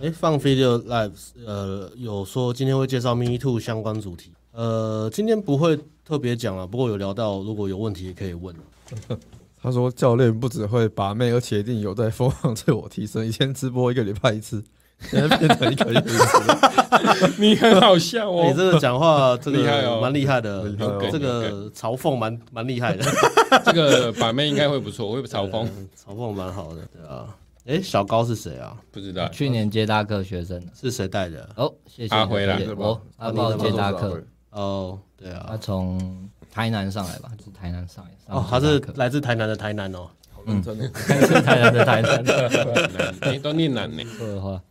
Speaker 2: 哎、放 Video Live，呃，有说今天会介绍 Me Too 相关主题，呃，今天不会特别讲了，不过有聊到，如果有问题也可以问。
Speaker 4: 他说教练不只会把妹，而且一定有在疯狂自我提升。以前直播一个礼拜一次， 现在变成一个月一次。
Speaker 3: 你很好笑
Speaker 2: 你
Speaker 3: 哦，
Speaker 2: 这个讲 话这
Speaker 3: 厉害哦
Speaker 2: 个蛮厉害的，
Speaker 4: 害哦
Speaker 2: 这个嘲讽蛮蛮厉害的，
Speaker 3: 这个把妹应该会不错，会嘲讽，
Speaker 2: 嘲讽蛮好的，对啊。哎，小高是谁啊？
Speaker 3: 不知道
Speaker 1: 去年接大课学生的。
Speaker 2: 是谁带的？
Speaker 1: 哦，谢谢
Speaker 3: 阿辉啦
Speaker 1: 谢谢
Speaker 3: 是吧
Speaker 1: 哦，阿豹接大课，
Speaker 2: 哦，对
Speaker 1: 他
Speaker 2: 啊，
Speaker 1: 从台南上来吧，就是台南上来。上
Speaker 2: 哦，
Speaker 1: 来
Speaker 2: 他是
Speaker 1: 接大课
Speaker 2: 来自台南的台南哦。
Speaker 4: 真的，
Speaker 1: 是台南的台南的。
Speaker 3: 哎，都念难呢，
Speaker 1: 说的话，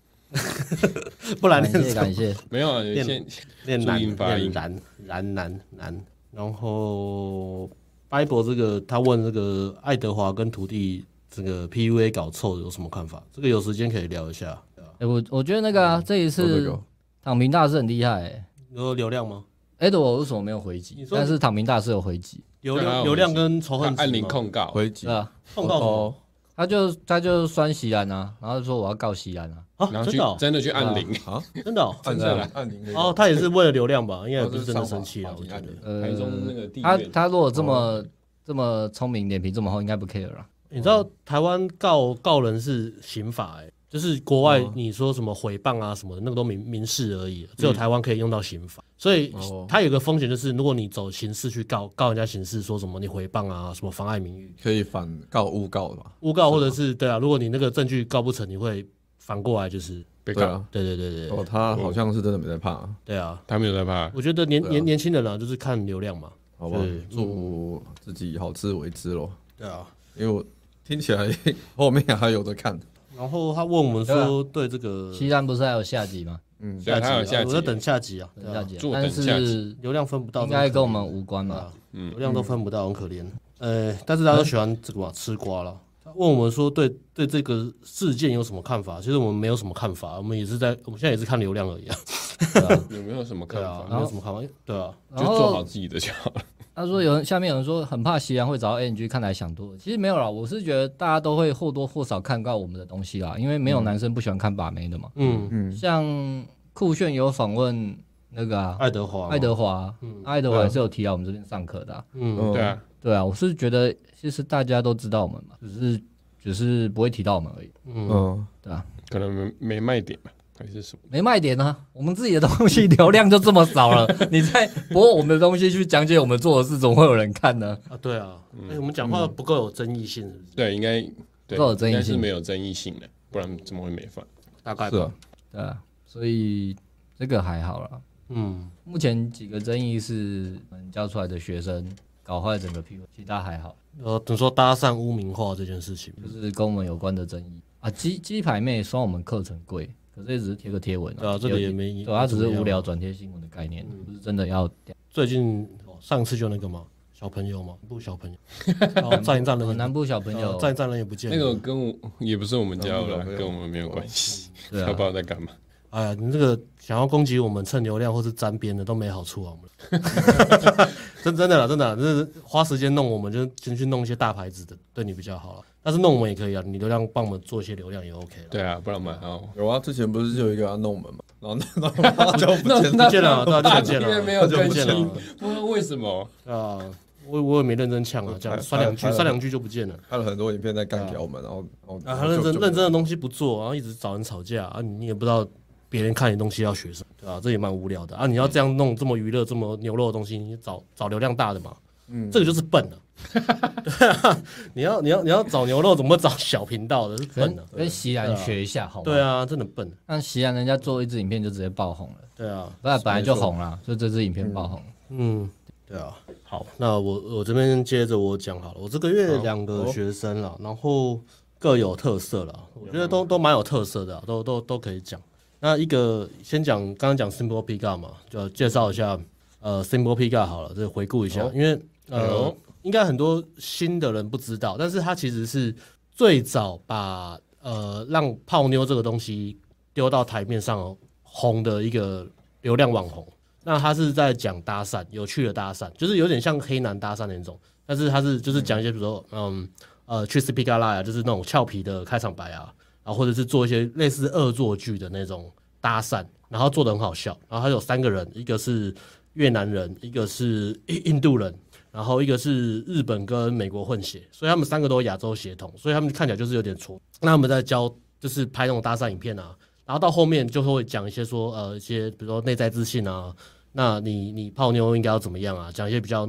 Speaker 2: 不然
Speaker 1: 感
Speaker 2: 念
Speaker 1: 谢
Speaker 2: 什么
Speaker 1: 感谢。
Speaker 3: 没有啊，有
Speaker 2: 念
Speaker 3: 些
Speaker 2: 念
Speaker 3: 注音
Speaker 2: 南
Speaker 3: 发音
Speaker 2: 念南南南南，然后 Bible 这个他问这个爱德华跟徒弟这个 PUA 搞臭有什么看法？这个有时间可以聊一下。对啊
Speaker 1: 哎，我我觉得那个啊，这一
Speaker 4: 说这
Speaker 1: 次
Speaker 4: 个
Speaker 1: 躺平大师很厉害欸。
Speaker 2: 你说流量吗？
Speaker 1: 哎，我为什么没有回
Speaker 2: 你
Speaker 1: 击？
Speaker 2: 说
Speaker 1: 但是躺平大师有回击，
Speaker 2: 流
Speaker 3: 对啊
Speaker 2: 量
Speaker 3: 我
Speaker 2: 流量跟仇恨值
Speaker 3: 他按铃哦
Speaker 2: 吗
Speaker 3: 控告，
Speaker 4: 回击哦
Speaker 1: 对吧？
Speaker 2: 控告什么
Speaker 1: 他就他就酸席兰啊，然后就说我要告席兰啊。
Speaker 2: 啊
Speaker 3: 然？后
Speaker 2: 真
Speaker 3: 去
Speaker 2: 的哦
Speaker 3: 真的去按铃，
Speaker 4: 啊，
Speaker 2: 真的哦
Speaker 4: 按下来按铃那个
Speaker 2: 哦，，他也是为了流量吧？应该也
Speaker 4: 然后
Speaker 2: 不
Speaker 4: 就是是
Speaker 2: 真
Speaker 3: 哦
Speaker 4: 上
Speaker 2: 的
Speaker 4: 滑
Speaker 2: 生气啊
Speaker 4: 滑，
Speaker 2: 我
Speaker 4: 梯
Speaker 2: 觉
Speaker 4: 按
Speaker 2: 得
Speaker 3: 铃。
Speaker 1: 呃
Speaker 3: 台中那个地
Speaker 1: 他
Speaker 3: 院
Speaker 1: 他如果这么
Speaker 2: 哦
Speaker 1: 这么聪明，脸皮这么厚，应该不 care 啊了。
Speaker 2: 你知道台湾告告人是刑法哎、就是国外你说什么诽谤啊什么的，那个都民民事而已，只有台湾可以用到刑法。所以
Speaker 4: 哦
Speaker 2: 它有个风险就是，如果你走刑事去告告人家刑事，说什么你诽谤啊，什么妨碍名誉、
Speaker 4: 可以反告诬告吧？
Speaker 2: 诬告，或者是对啊，如果你那个证据告不成，你会反过来就是
Speaker 3: 被
Speaker 4: 对
Speaker 3: 告，
Speaker 4: 啊，
Speaker 2: 对对对对
Speaker 4: 哦，他好像是真的没在怕啊，
Speaker 2: 对啊。
Speaker 3: 他没有在怕，
Speaker 2: 我觉得年
Speaker 4: 对啊
Speaker 2: 年年轻人啊，就是看流量嘛。
Speaker 4: 好吧
Speaker 2: 是，
Speaker 4: 祝自己好自为之咯。
Speaker 2: 对啊。
Speaker 4: 因为我听起来 后面还有的看，
Speaker 2: 然后他问我们说，对啊这个
Speaker 1: 席兰不是还有下集吗？
Speaker 3: 对啊，他有下
Speaker 2: 啊我在
Speaker 3: 集，
Speaker 2: 等下集啊，对
Speaker 1: 等
Speaker 2: 啊
Speaker 1: 下集啊，
Speaker 3: 坐等
Speaker 1: 但
Speaker 3: 下
Speaker 1: 是
Speaker 3: 集
Speaker 2: 流量分不到，
Speaker 1: 应该
Speaker 2: 真的可
Speaker 1: 跟我
Speaker 2: 怜
Speaker 1: 们无关吧
Speaker 2: 啊？，
Speaker 1: 嗯
Speaker 2: 流量都分不到，很可怜。呃，但是大家都喜欢这个嘛，吃瓜了。他问我们说对对这个事件有什么看法？其实我们没有什么看法，我们也是在我们现在也是看流量 而已啊。
Speaker 3: 有没有什么
Speaker 2: 对
Speaker 3: 看
Speaker 2: 啊，
Speaker 3: 法？
Speaker 2: 没有什么看法。对啊，
Speaker 3: 就
Speaker 1: 然
Speaker 3: 做好
Speaker 1: 后
Speaker 3: 自己的就好了。
Speaker 1: 他说有人下面有人说很怕席兰会找到 NG，看来想多了。其实没有啦，我是觉得大家都会或多或少看到我们的东西啦，因为没有男生不喜欢看把妹的嘛。
Speaker 2: 嗯，
Speaker 1: 像酷炫有访问那个啊，
Speaker 2: 爱德华嘛，
Speaker 1: 爱德华，嗯爱德华也是有提到我们这边上课的啊、
Speaker 2: 嗯，
Speaker 4: 嗯
Speaker 3: 对啊，
Speaker 1: 对啊，我是觉得其实大家都知道我们嘛，只是只是不会提到我们而已，
Speaker 4: 嗯，
Speaker 1: 对吧、
Speaker 3: 可能没没卖点吧，还是什么？
Speaker 1: 没卖点啊，我们自己的东西流量就这么少 了，你再播我们的东西去讲解我们做的事，总会有人看呢。
Speaker 2: 啊，对啊。
Speaker 1: 嗯
Speaker 2: 哎，我们讲话不够有争议性，是不是？
Speaker 3: 对，应该对，
Speaker 1: 都有争议性
Speaker 3: 应该是没有争议性的，不然怎么会没饭？
Speaker 2: 大概
Speaker 4: 是
Speaker 2: 吧。
Speaker 4: 啊，
Speaker 1: 对啊，所以这个还好啦。
Speaker 2: 嗯，
Speaker 1: 目前几个争议是我们教出来的学生搞坏整个 P，其他还好，
Speaker 2: 呃，等于说搭讪污名化这件事情，
Speaker 1: 就是跟我们有关的争议啊。鸡鸡排妹说我们课程贵，可是也只是贴个贴文
Speaker 2: 对啊，这个也没
Speaker 1: 对，它只
Speaker 2: 啊
Speaker 1: 是无聊。转贴新闻的概
Speaker 2: 嗯
Speaker 1: 念，啊不是真的要。
Speaker 2: 最近哦上次就那个嘛，小朋友嘛，不小朋 友，哦然后站一站人也
Speaker 1: 呃
Speaker 2: 不，
Speaker 1: 南部小朋友
Speaker 2: 呃站一站人也不见了。
Speaker 3: 那个跟我也不是我们教的啦，
Speaker 4: 没有
Speaker 3: 跟我们没有关系。
Speaker 1: 对
Speaker 3: 他不
Speaker 1: 啊
Speaker 3: 知，道在干嘛，
Speaker 2: 哎呀，你这个想要攻击我们蹭流量或是沾边的都没好处啊！我们 真真的啦，真的啦，就是花时间弄我们，就先去弄一些大牌子的，对你比较好了。但是弄我们也可以啊，你流量帮我们做一些流量也 OK 了。
Speaker 3: 对啊，不然蛮好。
Speaker 4: 有啊，之前不是就有一个要弄门嘛，然后那 然后就不见
Speaker 2: 不
Speaker 4: 了，
Speaker 2: 见了，对啊，就不见
Speaker 3: 因为
Speaker 2: 了，
Speaker 3: 没有
Speaker 2: 就不
Speaker 3: 更
Speaker 2: 见
Speaker 3: 新
Speaker 2: 了，
Speaker 3: 不知道为什么。
Speaker 2: 啊！我我也没认真呛啊，这样酸两句，酸两句就不见了。
Speaker 4: 拍了很多影片在干掉我们，然后然后
Speaker 2: 啊，
Speaker 4: 然
Speaker 2: 他
Speaker 4: 后
Speaker 2: 认
Speaker 4: 就
Speaker 2: 真
Speaker 4: 就
Speaker 2: 认真的东西不做，然后一直找人吵架啊，你也不知道别人看你东西要学什么，对吧、这也蛮无聊的啊。你
Speaker 4: 嗯
Speaker 2: 要这样弄这么娱乐、这么牛肉的东西，你找找流量大的嘛，嗯，这个就是笨了。对 啊， 你要你要你要找牛肉，怎么找小频道的？是笨
Speaker 1: 跟
Speaker 2: 了。
Speaker 1: 跟席兰学一下好吗？
Speaker 2: 啊对，啊，真的笨。
Speaker 1: 让席兰人家做一支影片就直接爆红了，
Speaker 2: 对啊，
Speaker 1: 不然本来就红了，就这支影片爆红。
Speaker 2: 嗯，对啊。好，那我我这边接着我讲好哦了。我这个月两个学生啦，然后各有特色啦，我觉得都都蛮有特色的啊，都都都可以讲。那一个先讲，刚刚讲 Simple p i g a 嘛，就介绍一下呃 Simple p i g a 好了，这回顾一下，因为
Speaker 3: 哎
Speaker 2: 呃
Speaker 3: 呦
Speaker 2: 应该很多新的人不知道，但是它其实是最早把呃让泡妞这个东西丢到台面上哦红的一个流量网红。那他是在讲搭讪，有趣的搭讪，就是有点像黑男搭讪那种，但是他是就是讲一些，比如说嗯呃去斯皮卡拉呀，就是那种俏皮的开场白啊，然后或者是做一些类似恶作剧的那种搭讪，然后做的很好笑。然后他有三个人，一个是越南人，一个是印印度人，然后一个是日本跟美国混血，所以他们三个都有亚洲血统，所以他们看起来就是有点挫。那他们在教就是拍那种搭讪影片啊，然后到后面就会讲一些说呃一些比如说内在自信啊，那你你泡妞应该要怎么样啊，讲一些比较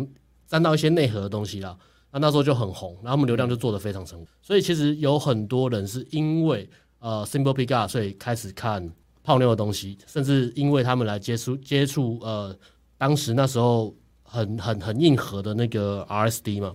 Speaker 2: 沾到一些内核的东西啦。那那时候就很红，然后他们流量就做得非常成功，所以其实有很多人是因为呃 Simple p i g a 所以开始看泡妞的东西，甚至因为他们来接触接触呃当时那时候很很很硬核的那个 RSD 嘛，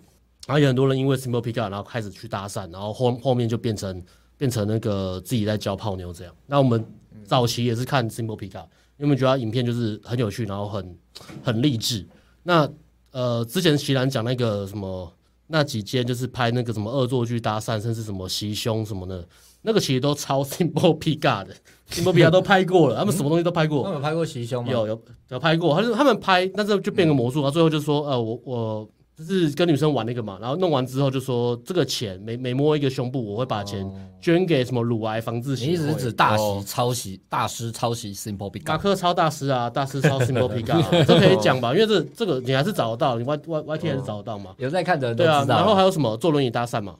Speaker 2: 然后有很多人因为 Simple p i g a 然后开始去搭讪，然后后后面就变成变成那个自己在教泡妞这样。那我们早期也是看 Simple p i g a 因为我们觉得他影片就是很有趣，然后很很励志。那呃，之前席兰讲那个什么那几间就是拍那个什么恶作剧搭讪，甚至什么袭胸什么的，那个其实都超 Simple P g a 的，Simple P g a 都拍过了，他们什么东西都拍
Speaker 1: 他们
Speaker 2: 过，
Speaker 1: 有拍过袭胸吗？嗯
Speaker 2: 有有有拍过，他是他们拍，但是就变个魔术，然后最后就说呃我我就是跟女生玩那个嘛，然后弄完之后就说这个钱每每摸一个胸部，我会把钱捐给什么乳癌防治协
Speaker 1: 哦你
Speaker 2: 会。
Speaker 1: 一直指大袭抄袭大师抄袭 Simple Big
Speaker 2: 马
Speaker 1: Guy
Speaker 2: 克超大师啊，大 师超 Simple P g
Speaker 1: 哦
Speaker 2: a 这可以讲吧？因为这这个你还是找得到，你 Y Y Y T 还是找得到嘛？
Speaker 1: 有在看的哦人都
Speaker 2: 对啊
Speaker 1: 知，
Speaker 2: 然后
Speaker 1: 道
Speaker 2: 还
Speaker 1: 了。哦
Speaker 2: 有什么坐轮椅搭讪嘛？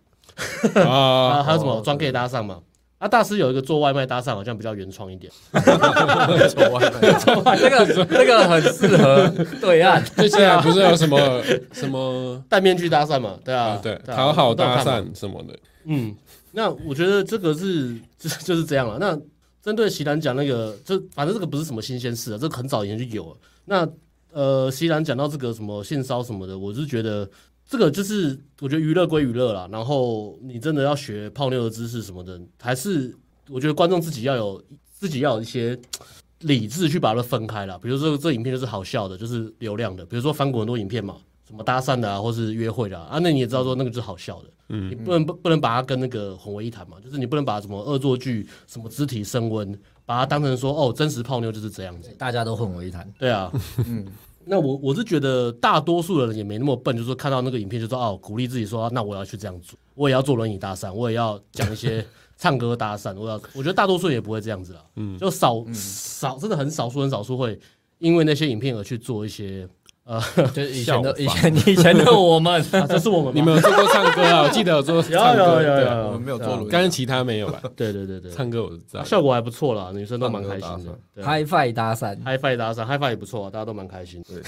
Speaker 3: 啊，
Speaker 2: 啊，还有什么专 gay 搭讪嘛？啊，大师有一个做外卖搭讪，好像比较原创一点。
Speaker 1: 这个这个很适合对岸，
Speaker 3: 最近啊不是有什么什么
Speaker 2: 戴面具搭讪嘛，对啊
Speaker 1: 哦
Speaker 3: 啊，，对，
Speaker 2: 啊
Speaker 3: 讨好搭。
Speaker 2: 都有看嘛
Speaker 3: 讪什么的，
Speaker 2: 嗯，那我觉得这个是 就是就是这样了。那针对席兰讲那个，这反正这个不是什么新鲜事啊，这个很早以前就有了。那呃，席兰讲到这个什么性骚什么的，我是觉得这个就是我觉得娱乐归娱乐啦，然后你真的要学泡妞的知识什么的，还是我觉得观众自己要有自己要有一些。理智去把它分开了，比如说这影片就是好笑的，就是流量的，比如说翻滚很多影片嘛，什么搭讪的啊，或是约会的啊，啊那你也知道说那个就是好笑的，你不能不不能把它跟那个混为一谈嘛，就是你不能把什么恶作剧、什么肢体升温，把它当成说哦，真实泡妞就是这样子。
Speaker 1: 大家都混为一谈。
Speaker 2: 对啊，
Speaker 4: 嗯
Speaker 2: 那我我是觉得大多数的人也没那么笨，就是说看到那个影片就说哦，鼓励自己说，那我要去这样做，我也要坐轮椅搭讪，我也要讲一些唱歌搭讪，我要，我觉得大多数人也不会这样子啦，嗯，就少少真的很少数很少数会因为那些影片而去做一些呃，
Speaker 1: 就是以前的以
Speaker 3: 效
Speaker 1: 前以前的我们，
Speaker 2: 啊这是我们
Speaker 3: 你
Speaker 2: 吗
Speaker 3: 们有做过唱歌 啊？我记得有做
Speaker 2: 有
Speaker 3: 唱歌，
Speaker 2: 有有
Speaker 3: 对啊，
Speaker 4: 我
Speaker 2: 有
Speaker 4: 们没有
Speaker 2: 有，
Speaker 4: 坐 轮椅，
Speaker 3: 刚刚其他没有吧？
Speaker 2: 对对对对，
Speaker 3: 唱歌我是知道的，
Speaker 2: 效果还不错啦，女生都蛮开心的。对啊
Speaker 1: HiFi 搭讪，
Speaker 2: ，HiFi 搭讪，HiFi 也不错啊，大家都蛮开心的。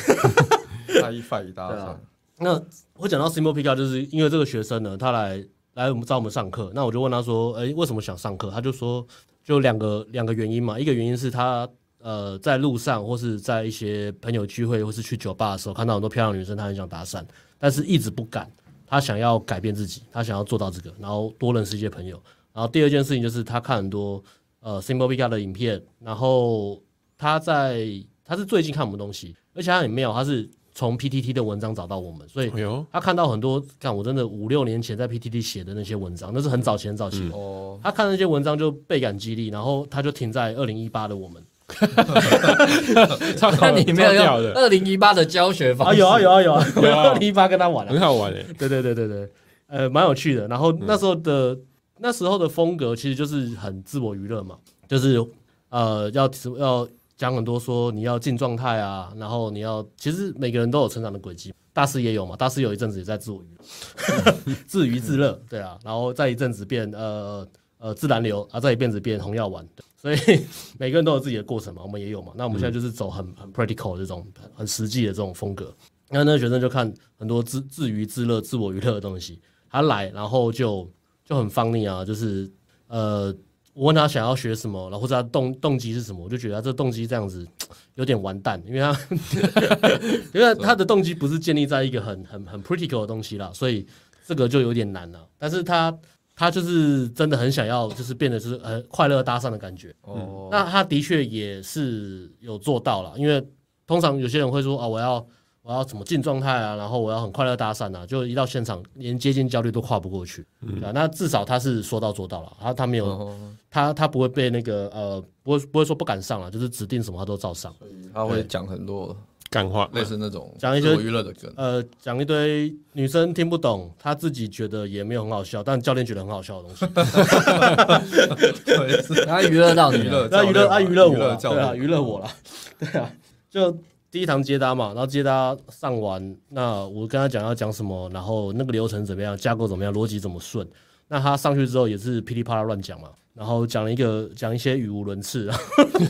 Speaker 4: 大一发一搭
Speaker 2: 对
Speaker 4: 讪
Speaker 2: 啊，那我讲到 Simple Pika，就是因为这个学生呢，他来来我们找我们上课，那我就问他说，哎、为什么想上课？他就说，就两个两个原因嘛，一个原因是他呃在路上或是在一些朋友聚会或是去酒吧的时候，看到很多漂亮女生，他很想搭讪，但是一直不敢。他想要改变自己，他想要做到这个，然后多认识一些朋友。然后第二件事情就是他看很多呃 Simple Pika 的影片，然后他在他是最近看我们东西，而且他也没有，他是从 PTT 的文章找到我们，所以
Speaker 3: 哎呦，
Speaker 2: 他看到很多，看我真的五六年前在 PTT 写的那些文章，那是很早前很早期的。
Speaker 4: 哦，
Speaker 2: 他看那些文章就倍感激励，然后他就停在二零一八的我们
Speaker 3: 超
Speaker 1: 那你没有
Speaker 3: 超
Speaker 1: 用
Speaker 3: 屌的，
Speaker 1: 二零一八的教学方式？
Speaker 2: 啊有啊有啊，
Speaker 3: 哦 有啊
Speaker 2: 二零一八跟他玩了、
Speaker 3: 很好玩欸诶。
Speaker 2: 对对对对对，呃，蛮有趣的。然后那时候的、那时候的风格其实就是很自我娱乐嘛，就是呃要要讲很多说你要进状态啊，然后你要其实每个人都有成长的轨迹，大师也有嘛，大师有一阵子也在自我娱乐， 自娱自乐，对啊，然后再一阵子变呃呃自然流啊，再一阵子变红药丸。对所以 每个人都有自己的过程嘛，我们也有嘛。那我们现在就是走很很 practical 的这种很很实际的这种风格。那那个学生就看很多自自娱自乐、自我娱乐的东西。他来，然后就就很放逆啊，就是呃，我问他想要学什么，然后或者他动动机是什么，我就觉得他这动机这样子有点完蛋，因为他 因为他的动机不是建立在一个很很很 critical 的东西啦，所以这个就有点难了。但是他他就是真的很想要，就是变得就是呃快乐搭讪的感觉。
Speaker 4: 哦，
Speaker 2: 那他的确也是有做到了，因为通常有些人会说啊，我要我要怎么进状态啊，然后我要很快乐搭讪啊，就一到现场连接近焦虑都跨不过去，对啊，那至少他是说到做到了，他他没有、
Speaker 4: 嗯哦
Speaker 2: 他他不会被那个呃不会不会说不敢上了，啊就是指定什么他都照上，
Speaker 4: 他会讲很多
Speaker 3: 干话，
Speaker 4: 类似那种
Speaker 2: 嗯讲一些
Speaker 4: 自我娱乐的梗，
Speaker 2: 呃，讲一堆女生听不懂，他自己觉得也没有很好笑，但教练觉得很好笑的东西，
Speaker 4: 对是
Speaker 1: 然后娱乐到你
Speaker 4: 娱乐
Speaker 1: 了，
Speaker 2: 那
Speaker 4: 教
Speaker 2: 娱
Speaker 4: 练
Speaker 2: 乐啊娱乐
Speaker 4: 嘛娱
Speaker 2: 我
Speaker 4: 乐
Speaker 2: 啊，
Speaker 4: 教
Speaker 2: 对啊
Speaker 4: 练
Speaker 2: 娱乐我啦，对啊，就第一堂接搭嘛，然后接搭上完，那我跟他讲要讲什么，然后那个流程怎么样，架构怎么样，逻辑怎么顺。那他上去之后也是噼里啪啦乱讲嘛，然后讲了一个讲一些语无伦次，啊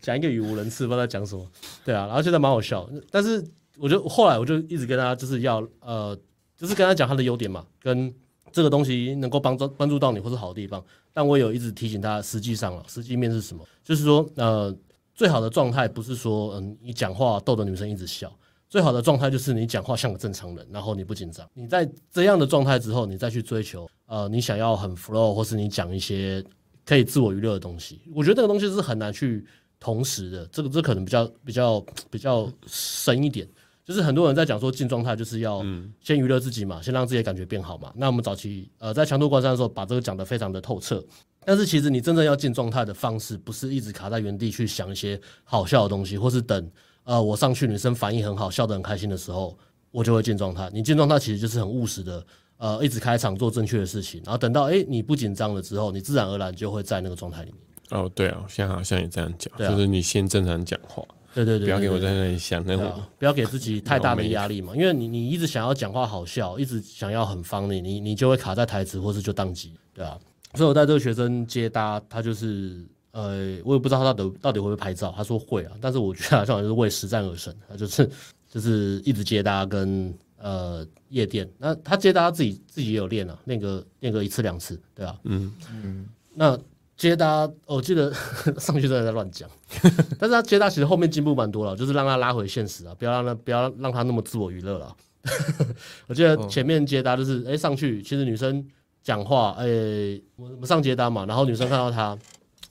Speaker 2: 讲一个语无伦次，不知道在讲什么。对啊，然后觉得蛮好笑，但是我就后来我就一直跟他就是要呃，就是跟他讲他的优点嘛，跟这个东西能够帮助帮助到你或是好的地方。但我有一直提醒他，实际上了，啊实际面是什么？就是说呃，最好的状态不是说嗯你讲话逗得女生一直笑。最好的状态就是你讲话像个正常人，然后你不紧张。你在这样的状态之后，你再去追求呃，你想要很 flow，或是你讲一些可以自我娱乐的东西。我觉得这个东西是很难去同时的，这个这可能比较比较比较深一点。就是很多人在讲说进状态就是要
Speaker 3: 嗯
Speaker 2: 先娱乐自己嘛，先让自己的感觉变好嘛。那我们早期呃在强度关山的时候，把这个讲得非常的透彻。但是其实你真正要进状态的方式，不是一直卡在原地去想一些好笑的东西，或是等呃我上去女生反应很好，笑得很开心的时候，我就会进状态。你进状态其实就是很务实的，呃，一直开场做正确的事情，然后等到诶你不紧张了之后，你自然而然就会在那个状态里面。
Speaker 3: 哦，对啊，我现在好像也这样讲，
Speaker 2: 对啊
Speaker 3: 就是你先正常讲话，
Speaker 2: 对对对
Speaker 3: 不
Speaker 2: 对
Speaker 3: 要给我
Speaker 2: 对
Speaker 3: 在那里想那
Speaker 2: 对
Speaker 3: 种
Speaker 2: 啊，不要给自己太大的压力嘛，因为你你一直想要讲话好笑，一直想要很方你，你你就会卡在台词，或是就宕机，对啊。所以我带这个学生接搭，他就是呃，我也不知道他到底到底会不会拍照，他说会啊，但是我觉得他好像是为实战而生，他就是 就是一直接搭跟呃夜店，那他接搭自己自己也有练啊，练个练个一次两次，对啊，嗯嗯，那接搭哦我记得 上去真的在乱讲。 但是他接搭其实后面进步蛮多了，就是让他拉回现实啊，不要让他不要让他那么自我娱乐了。啊 我记得前面接搭就是，哎、上去其实女生讲话，哎、我我们上接搭嘛，然后女生看到他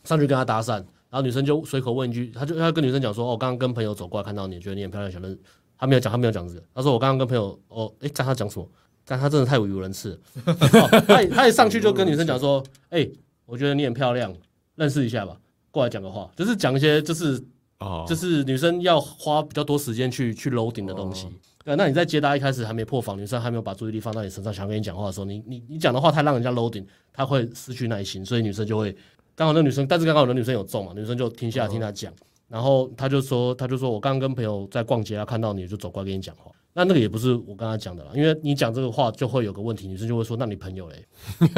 Speaker 2: 上去跟他搭讪，然后女生就随口问一句，他就他跟女生讲说，哦，我刚刚跟朋友走过来看到你，觉得你很漂亮，想认识。他没有讲，他没有讲这个，他说我刚刚跟朋友，哦，哎、刚他讲什么？但他真的太语无伦次了， 哦他也他一上去就跟女生讲说，哎、我觉得你很漂亮，认识一下吧，过来讲个话，就是讲一些就是
Speaker 3: 哦，
Speaker 2: 就是女生要花比较多时间去去 loading 的东西。
Speaker 3: 哦
Speaker 2: 对，啊那你在接搭一开始还没破防，女生还没有把注意力放到你身上，想跟你讲话的时候，你你你讲的话太让人家 loading，她会失去耐心，所以女生就会刚好那女生，但是刚好那女生有中嘛，女生就停
Speaker 3: 哦
Speaker 2: 下来听她讲，然后她就说，她就说我刚刚跟朋友在逛街，她看到你就走过来跟你讲话。那那个也不是我刚才讲的啦，因为你讲这个话就会有个问题，女生就会说，那你朋友嘞？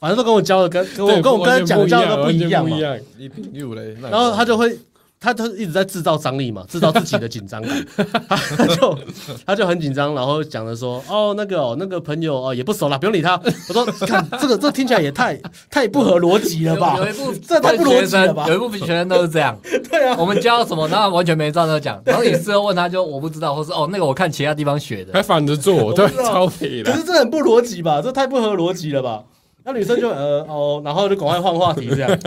Speaker 2: 反正都跟我教的跟跟我
Speaker 3: 对
Speaker 2: 跟我跟
Speaker 3: 完
Speaker 2: 他
Speaker 3: 全
Speaker 2: 讲教的都
Speaker 3: 不
Speaker 2: 不一
Speaker 3: 样，
Speaker 2: 样
Speaker 3: 完全
Speaker 2: 嘛
Speaker 3: 不一。样。
Speaker 4: 你评语嘞，然
Speaker 2: 然后他就会，他他一直在制造张力嘛，制造自己的紧张感，他就他就很紧张，然后讲的说，哦，那个、哦、那个朋友哦也不熟啦，不用理他。我说，看这个这听起来也太太不合逻辑了吧
Speaker 5: 有有一部
Speaker 2: 这太不逻
Speaker 5: 学
Speaker 2: 辑了
Speaker 5: 生
Speaker 2: 吧，
Speaker 5: 有一部分学生都是这样。对啊，我们教什么，然后完全没照那个讲，然后你事后问他就我不知道，或是哦那个我看其他地方学
Speaker 3: 还
Speaker 5: 的，
Speaker 3: 反着 做，对，
Speaker 2: 道
Speaker 3: 超肥
Speaker 2: 可
Speaker 3: 的。
Speaker 2: 是这很不逻辑吧，这太不合逻辑了吧？那女生就呃哦，然后就赶快换话题这样。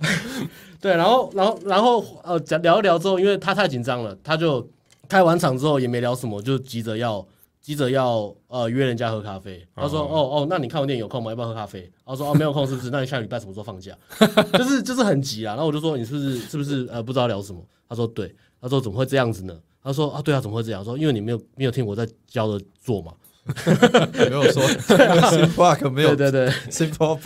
Speaker 2: 对，然后然后然后呃讲聊一聊之后，因为他太紧张了，他就开完场之后也没聊什么，就急着要急着要呃约人家喝咖啡。他说
Speaker 3: 哦
Speaker 2: 哦哦，那你看完电影有空吗？要不要喝咖啡？他说哦没有空是不是？那你下礼拜什么时候放假？ 就是就是很急啊。然后我就说你是不是是不是呃不知道聊什么？他说对。他说怎么会这样子呢？他说啊对啊怎么会这样？我说因为你没有没有听我在教的做嘛。
Speaker 4: 没有说 Simple Park 没有
Speaker 2: 啊对对对
Speaker 4: Simple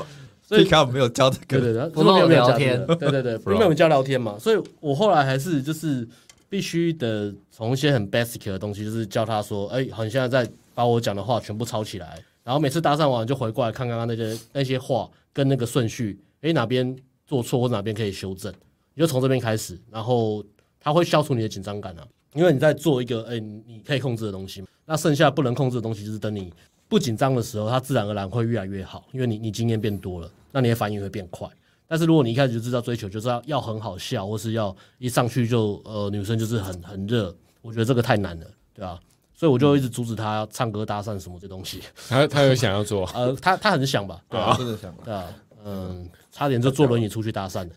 Speaker 2: 所以
Speaker 4: Pick Up 没有教这
Speaker 2: 对对
Speaker 4: 个，
Speaker 2: 对，
Speaker 5: 不让我
Speaker 2: 没有
Speaker 5: 聊
Speaker 2: 加
Speaker 5: 天
Speaker 2: 这个对 对对，因为我们叫聊天嘛，所以我后来还是就是必须得从一些很 basic 的东西，就是教他说，哎、好，你现在在把我讲的话全部抄起来，然后每次搭讪完就回过来看刚刚那些那些话跟那个顺序，哎、哪边做错或者哪边可以修正，你就从这边开始，然后它会消除你的紧张感啊，因为你在做一个哎、你你可以控制的东西嘛，那剩下不能控制的东西就是等你不紧张的时候，它自然而然会越来越好，因为你你经验变多了，那你的反应会变快。但是如果你一开始就知道追求就是要要很好笑，或是要一上去就呃女生就是很很热，我觉得这个太难了，对吧、所以我就一直阻止他唱歌搭讪什么这东西。
Speaker 3: 他他有想要做，
Speaker 2: 呃，他他很想吧，对吧、
Speaker 4: 啊，真的想
Speaker 2: 对啊，嗯，差点就坐轮椅出去搭讪了，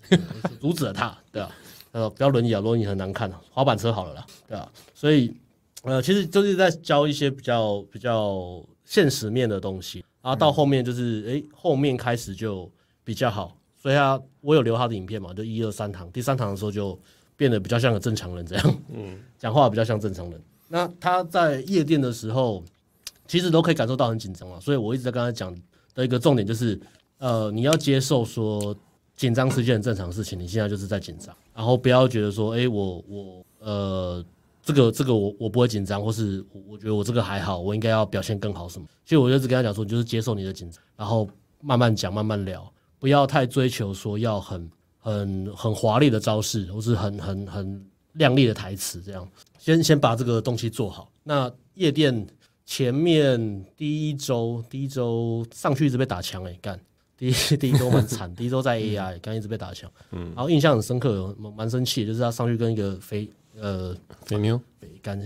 Speaker 2: 我 就阻止了他，对啊，他说不要轮椅啊，轮椅很难看啊，滑板车好了啦，对啊，所以呃，其实就是在教一些比较比较现实面的东西，然后到后面就是诶，后面开始就比较好，所以啊，我有留他的影片嘛，就一二三堂，第三堂的时候就变得比较像个正常人这样，嗯， 讲话比较像正常人。那他在夜店的时候，其实都可以感受到很紧张了，啊所以我一直在跟他讲的一个重点就是，呃，你要接受说紧张是一件很正常的事情，你现在就是在紧张，然后不要觉得说，哎、我我呃，这个这个我我不会紧张，或是我我觉得我这个还好，我应该要表现更好什么。所以我就只跟他讲说，你就是接受你的紧张，然后慢慢讲，慢慢聊，不要太追求说要很很很华丽的招式，或是很很很亮丽的台词，这样先先把这个东西做好。那夜店前面第一周第一周上去一直被打枪哎、干。第一 第一周蛮惨，第一周在 AI，刚一直被打枪，嗯，然后印象很深刻，蛮蛮生气的，就是他上去跟一个肥呃
Speaker 3: 肥妞
Speaker 2: 肥干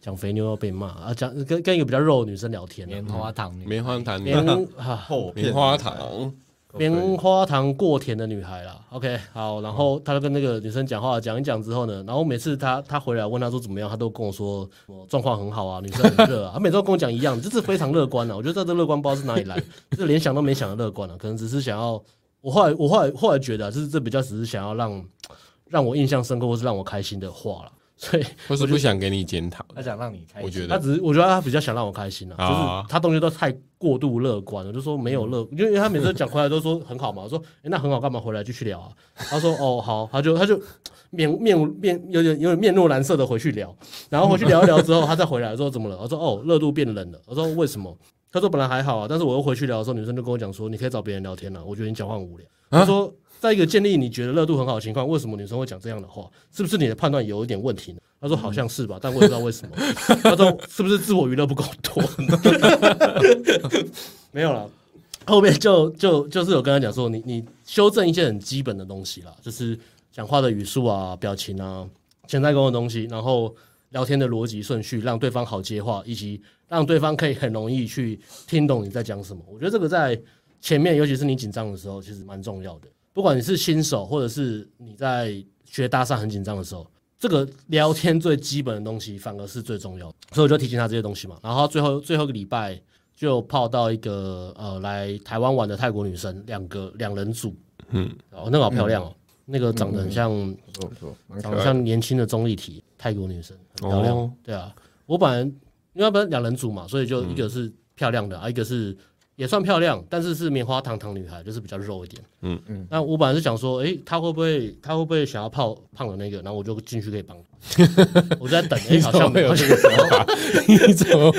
Speaker 2: 讲肥妞要被骂啊，讲跟跟一个比较肉的女生聊天、
Speaker 5: 棉
Speaker 2: 啊，
Speaker 5: 花糖女，
Speaker 3: 棉花 糖，
Speaker 2: 棉啊
Speaker 4: 后
Speaker 3: 棉花糖，
Speaker 2: 棉花糖过甜的女孩啦，OK，好，
Speaker 3: 嗯
Speaker 2: 然后他就跟那个女生讲话，讲一讲之后呢，然后每次他他回来问他说怎么样，他都跟我说我状况很好啊，女生很热啊，他每 次都跟我讲一样，就是非常乐观啊。我觉得这这乐观不知道是哪里来 的，就是连想都没想的乐观啊，可能只是想要我后来我后来后来觉得、啊，就是这比较只是想要让让我印象深刻或是让我开心的话了，所以
Speaker 3: 或是不想给你检讨，
Speaker 5: 他想让你开
Speaker 3: 我
Speaker 5: 心。
Speaker 3: 觉
Speaker 2: 他
Speaker 3: 得
Speaker 2: 只是我觉得他比较想让我开心啊，
Speaker 3: 啊
Speaker 2: 就是他东西都太过度乐观了，就说没有乐，因为因为他每次讲回来都说很好嘛，我说、诶那很好干嘛回来继续聊啊？他说哦好，他就他就面面无面有点有点面若难色的回去聊，然后回去聊一聊之后，他再回来说怎么了？我说哦热度变冷了，我说为什么？他说本来还好啊，但是我又回去聊的时候，女生就跟我讲说你可以找别人聊天了、啊我觉得你讲话很无聊。他说。在一个建立你觉得热度很好的情况，为什么女生会讲这样的话？是不是你的判断有一点问题呢？他说好像是吧，但我也不知道为什么。他说是不是自我娱乐不够多？没有了。后面就就就是有跟他讲说，你你修正一些很基本的东西啦，就是讲话的语速啊、表情啊、潜在沟通的东西，然后聊天的逻辑顺序，让对方好接话，以及让对方可以很容易去听懂你在讲什么。我觉得这个在前面，尤其是你紧张的时候，其实蛮重要的。不管你是新手，或者是你在学搭讪很紧张的时候，这个聊天最基本的东西反而是最重要的，所以我就提醒他这些东西嘛。然后最后最后一个礼拜就泡到一个呃来台湾玩的泰国女生，两个两人组，嗯，哦，那个好漂亮哦，那个长得很像、
Speaker 4: 不错不错，蛮
Speaker 2: 长得像年轻的钟丽缇，泰国女生，很漂亮。
Speaker 3: 哦
Speaker 2: 对啊，我本来因为要不然两人组嘛，所以就一个是漂亮的，啊，一个是也算漂亮，但是是棉花糖糖女孩，就是比较肉一点。
Speaker 3: 嗯
Speaker 2: 嗯。那我本来是想说，诶，她会不会她会不会想要泡胖的那个？然后我就进去可以帮她。我就在等，诶，好像没有。
Speaker 3: 你怎么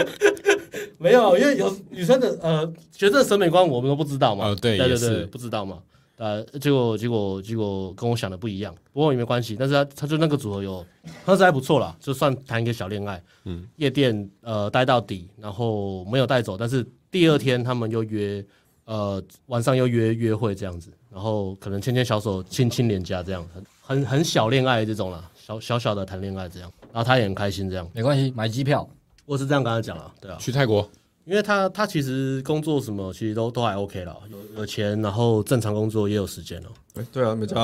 Speaker 2: 没有，因为有女生的呃学生的审美观我们都不知道嘛。
Speaker 3: 哦对
Speaker 2: 对
Speaker 3: 也
Speaker 2: 对
Speaker 3: 是
Speaker 2: 不知道嘛。呃，结果结果结果跟我想的不一样，不过也没关系。但是他他就那个组合有喝是还不错啦，就算谈一个小恋爱。嗯，夜店呃待到底，然后没有带走，但是第二天他们又约呃晚上又约约会这样子，然后可能牵牵小手，亲亲脸颊这样，很很很小恋爱这种啦，小小小的谈恋爱这样，然后他也很开心这样，
Speaker 1: 没关系，买机票。
Speaker 2: 我是这样跟他讲了，对啊。
Speaker 3: 去泰国？
Speaker 2: 因为他他其实工作什么其实都都还 OK 了，有有钱，然后正常工作也有时间了。哦
Speaker 4: 哎，对啊，美加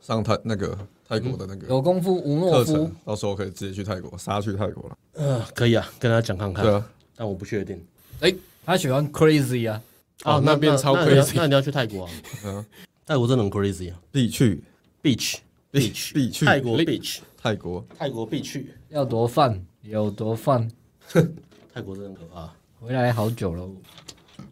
Speaker 4: 上泰那个泰国的那
Speaker 2: 嗯
Speaker 4: 个
Speaker 1: 有功夫吴
Speaker 4: 课
Speaker 1: 诺夫
Speaker 4: 程，，到时候可以直接去泰国，杀去泰国了。
Speaker 3: 嗯
Speaker 2: 呃，可以啊，跟他讲看看。
Speaker 4: 对啊，
Speaker 2: 但我不确定。
Speaker 1: 哎、他喜欢 crazy 啊，
Speaker 3: 哦那边超
Speaker 2: 那你要
Speaker 3: crazy
Speaker 2: 那你要去泰国啊？
Speaker 4: 嗯
Speaker 2: 泰国真的很 crazy 啊
Speaker 4: 必去
Speaker 2: ，beach
Speaker 4: 必
Speaker 2: beach
Speaker 4: 必去
Speaker 2: 泰国 beach
Speaker 4: 泰国，
Speaker 2: 泰国必去，
Speaker 1: 要多犯有多犯。
Speaker 2: 泰国真的很可怕。
Speaker 1: 回来好久了，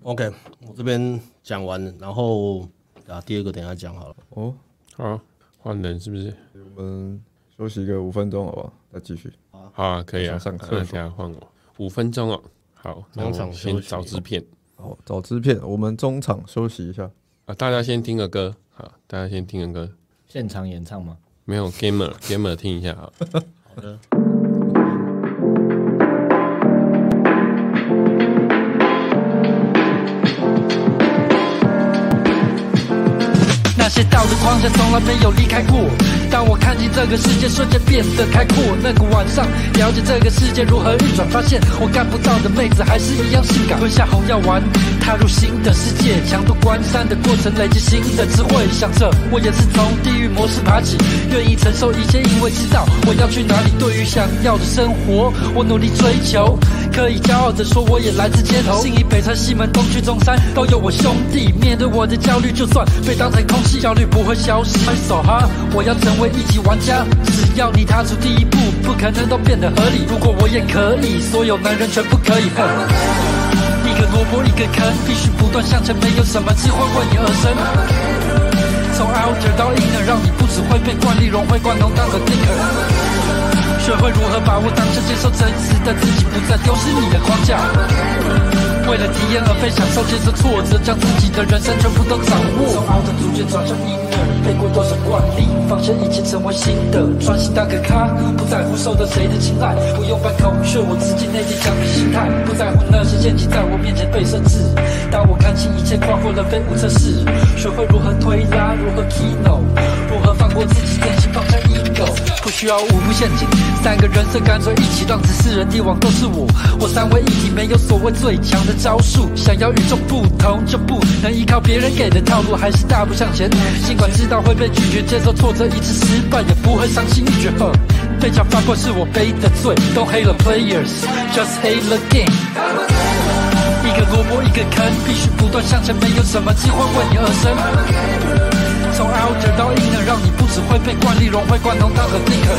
Speaker 2: OK，我这边讲完了，然后啊第二个等一下讲好了。
Speaker 4: 哦，
Speaker 3: 好，啊换人是不是？
Speaker 4: 我们休息个五分钟，好不好？再继续。
Speaker 3: 好啊，可以啊，
Speaker 4: 我想上
Speaker 3: 那
Speaker 4: 厕所
Speaker 3: 等下换我，五分钟哦。好，那
Speaker 2: 中场
Speaker 3: 我先
Speaker 2: 休息
Speaker 3: 找支片
Speaker 4: 好，找支片，我们中场休息一下。
Speaker 3: 啊，大家先听个歌，好，大家先听个歌，
Speaker 1: 现场演唱吗？
Speaker 3: 没有 gamer gamer 听一下好。
Speaker 2: 好的，
Speaker 6: 那些道德框架从来没有离开过。当我看清这个世界，瞬间变得开阔。那个晚上，了解这个世界如何运转，发现我干不到的妹子还是一样性感。吞下红药丸，踏入新的世界，强度关山的过程，累积新的智慧。想着我也是从地狱模式爬起，愿意承受一切，因为知道我要去哪里。对于想要的生活，我努力追求，可以骄傲地说我也来自街头。信义北城、西门、东区、中山，都有我兄弟。面对我的焦虑，就算被当成空气，焦虑不会消失。分手哈，我要成为一级玩家。只要你踏出第一步，不可能都变得合理。如果我也可以，所有男人全部可以。哼一个萝卜一个坑，必须不断向前，没有什么机会为你而生。从 outer 到 inner，让你不只会被惯力融会贯通当个 thinker。学会如何把握当下，接受真实的自己，不再丢失你的框架。为了体验而非享受，接受挫折，将自己的人生全部都掌握。从熬的逐渐转向婴儿，背过多少惯例，放下以前成为新的，专心当个咖，不在乎受到谁的青睐，不用扮孔雀，我自己内心强的心态，不在乎那些陷阱在我面前被设置。当我看清一切，跨过了飞舞测试，学会如何推拉，如何 kino，如何放过自己，真心放下 ego，不需要五步陷阱，三个人设干脆一起让此世人帝王都是我，我三位一体，没有所谓最强的招数，想要与众不同就不能依靠别人给的套路，还是大步向前，尽管知道会被拒绝，接受挫折一次失败也不会伤心欲绝。呵被强发过是我背的罪，Don't hate the players，just hate the game。一个萝卜一个坑，必须不断向前，没有什么计划为你而生。从 outer 到 inner，让你不只会被惯例融会贯通，当个 thinker。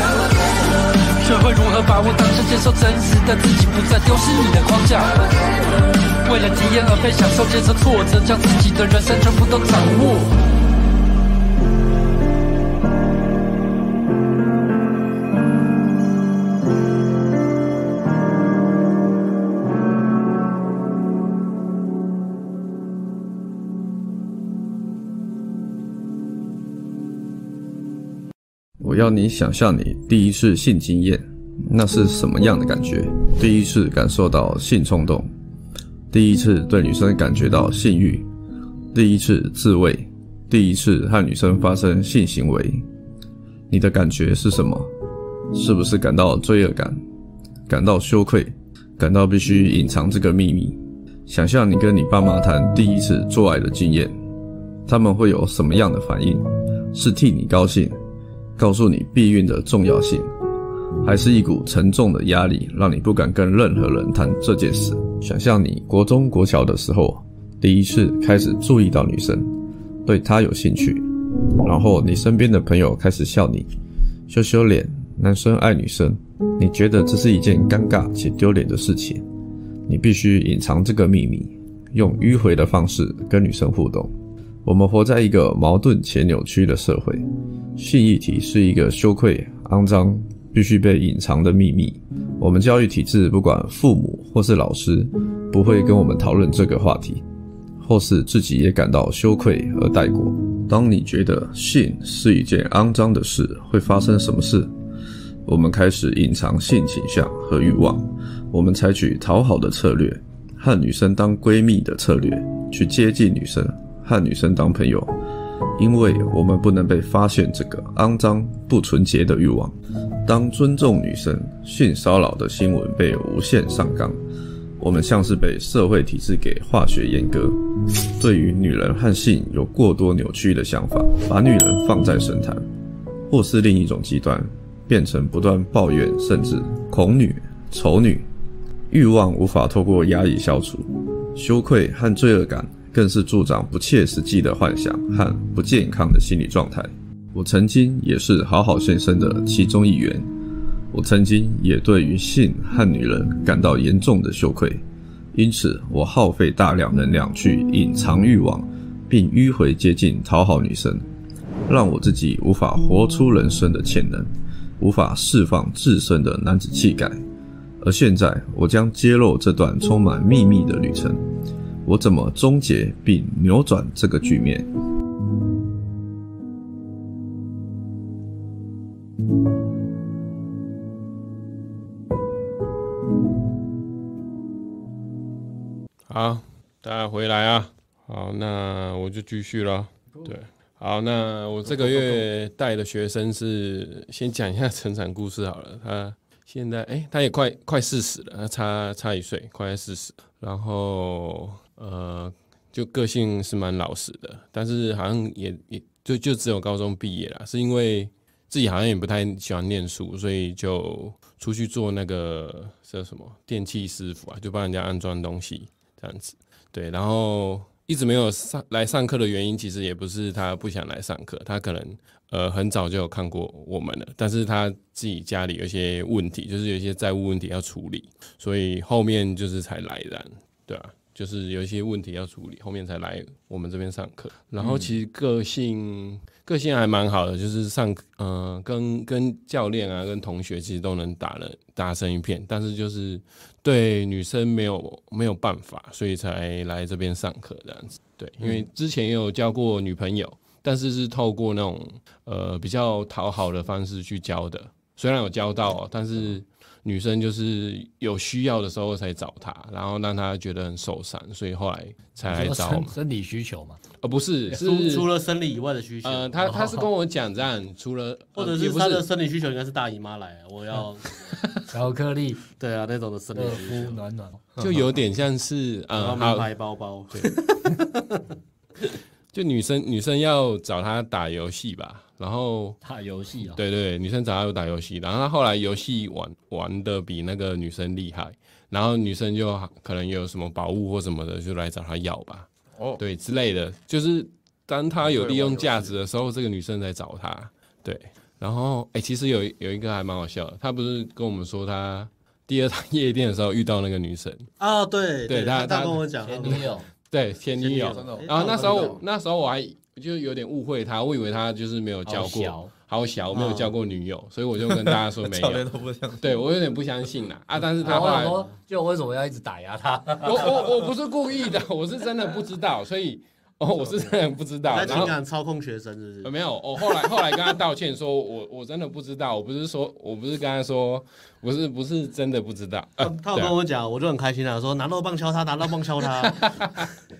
Speaker 6: 学会如何把握当下，接受真实的自己，不再丢失你的框架。为了体验而被享受，接受挫折，将自己的人生全部都掌握。
Speaker 4: 我要你想象你第一次性经验，那是什么样的感觉？第一次感受到性冲动，第一次对女生感觉到性欲，第一次自慰，第一次和女生发生性行为，你的感觉是什么？是不是感到罪恶感，感到羞愧，感到必须隐藏这个秘密？想象你跟你爸妈谈第一次做爱的经验，他们会有什么样的反应？是替你高兴，告诉你避孕的重要性，还是一股沉重的压力，让你不敢跟任何人谈这件事？想象你国中、国小的时候，第一次开始注意到女生，对她有兴趣，然后你身边的朋友开始笑你，羞羞脸，男生爱女生，你觉得这是一件尴尬且丢脸的事情，你必须隐藏这个秘密，用迂回的方式跟女生互动。我们活在一个矛盾且扭曲的社会，性议题是一个羞愧、肮脏、必须被隐藏的秘密。我们教育体制不管父母或是老师，不会跟我们讨论这个话题，或是自己也感到羞愧和带过。当你觉得性是一件肮脏的事，会发生什么事？我们开始隐藏性倾向和欲望，我们采取讨好的策略，和女生当闺蜜的策略，去接近女生，和女生当朋友，因为我们不能被发现这个肮脏不纯洁的欲望。当尊重女生、性骚扰的新闻被无限上纲，我们像是被社会体制给化学阉割，对于女人和性有过多扭曲的想法，把女人放在神坛，或是另一种极端，变成不断抱怨甚至恐女、丑女。欲望无法透过压抑消除，羞愧和罪恶感更是助长不切实际的幻想和不健康的心理状态。我曾经也是好好先生的其中一员，我曾经也对于性和女人感到严重的羞愧，因此我耗费大量能量去隐藏欲望，并迂回接近讨好女生，让我自己无法活出人生的潜能，无法释放自身的男子气概。而现在，我将揭露这段充满秘密的旅程，我怎么终结并扭转这个局面？
Speaker 3: 好，大家回来啊。好，那我就继续了。对，好，那我这个月带的学生是先讲一下成长故事好了。他现在哎、诶他也快快四十了，他差差一岁，快四十。然后呃，就个性是蛮老实的，但是好像也也就就只有高中毕业啦，是因为自己好像也不太喜欢念书，所以就出去做那个叫什么电器师傅啊，就帮人家安装东西这样子。对，然后一直没有上来上课的原因，其实也不是他不想来上课，他可能呃很早就有看过我们了，但是他自己家里有一些问题，就是有一些债务问题要处理，所以后面就是才来的，对啊，就是有一些问题要处理，后面才来我们这边上课。然
Speaker 5: 嗯
Speaker 3: 后其实个性个性还蛮好的，就是上呃跟跟教练啊跟同学其实都能打了打成一片，但是就是对女生没有没有办法，所以才来这边上课这样子。对，
Speaker 5: 嗯
Speaker 3: 因为之前也有交过女朋友，但是是透过那种呃比较讨好的方式去交的，虽然有交到哦，但
Speaker 5: 嗯
Speaker 3: 是。女生就是有需要的时候才找他，然后让他觉得很受伤，所以后来才来
Speaker 5: 说
Speaker 3: 找我
Speaker 5: 生
Speaker 3: 们。
Speaker 5: 生理需求嘛，
Speaker 3: 呃，不是，
Speaker 2: 除
Speaker 3: 是
Speaker 2: 除了生理以外的需求，
Speaker 3: 呃，他他是跟我讲这样，除了
Speaker 2: 或者
Speaker 3: 呃
Speaker 2: 是
Speaker 3: 也不
Speaker 2: 他的
Speaker 3: 是
Speaker 2: 生理需求应该是大姨妈来，啊我要
Speaker 3: 嗯
Speaker 5: 巧克力、
Speaker 2: 对啊那种的生理
Speaker 5: 热
Speaker 2: 需
Speaker 5: 敷、
Speaker 2: 求，
Speaker 5: 暖暖，
Speaker 3: 就有点像是
Speaker 2: 然后
Speaker 3: 呃，
Speaker 2: 名
Speaker 3: 好，
Speaker 2: 牌包包，
Speaker 3: 就女生女生要找他打游戏吧，然后
Speaker 1: 打游戏啊，
Speaker 3: 对对，女生找他有打游戏，然后他后来游戏玩玩的比那个女生厉害，然后女生就可能有什么宝物或什么的，就来找他要吧，
Speaker 7: 哦
Speaker 3: 对之类的，就是当他有利用价值的时候，这个女生在找他，对，然后哎、其实有有一个还蛮好笑的，他不是跟我们说他第二趟夜店的时候遇到那个女生，
Speaker 2: 啊，对
Speaker 3: 对他
Speaker 2: 他
Speaker 3: 他
Speaker 2: 跟我讲，他
Speaker 5: 前女友，
Speaker 3: 对前女友，
Speaker 7: 真的哦
Speaker 3: 然后那时候
Speaker 7: 真的
Speaker 3: 我那时候我还就有点误会他，我以为他就是没有交
Speaker 5: 好
Speaker 3: 过
Speaker 5: 小，
Speaker 3: 好小，没有交过女
Speaker 7: 嗯
Speaker 3: 友，所以我就跟大家说 没
Speaker 7: 教练
Speaker 3: 有。
Speaker 7: 都不想。
Speaker 3: 对哎我有点不相信啦啊！但是他
Speaker 5: 然后
Speaker 3: 后
Speaker 5: 我
Speaker 3: 来，
Speaker 5: 说，就为什么要一直打压他？
Speaker 3: 我我我不是故意的，我是真的不知道，所以哦，我是真的不知道。
Speaker 2: 在
Speaker 3: 然
Speaker 2: 情
Speaker 3: 后
Speaker 2: 感操控学生是
Speaker 3: 呃
Speaker 2: 不是？
Speaker 3: 没有，我后来后来跟他道歉，说我我真的不知道，我不是说我不是跟他说，不是不是真的不知道。
Speaker 2: 他
Speaker 3: 呃
Speaker 2: 他有
Speaker 3: 对啊
Speaker 2: 跟我讲，我就很开心啊，说拿肉棒敲他，拿肉棒敲他，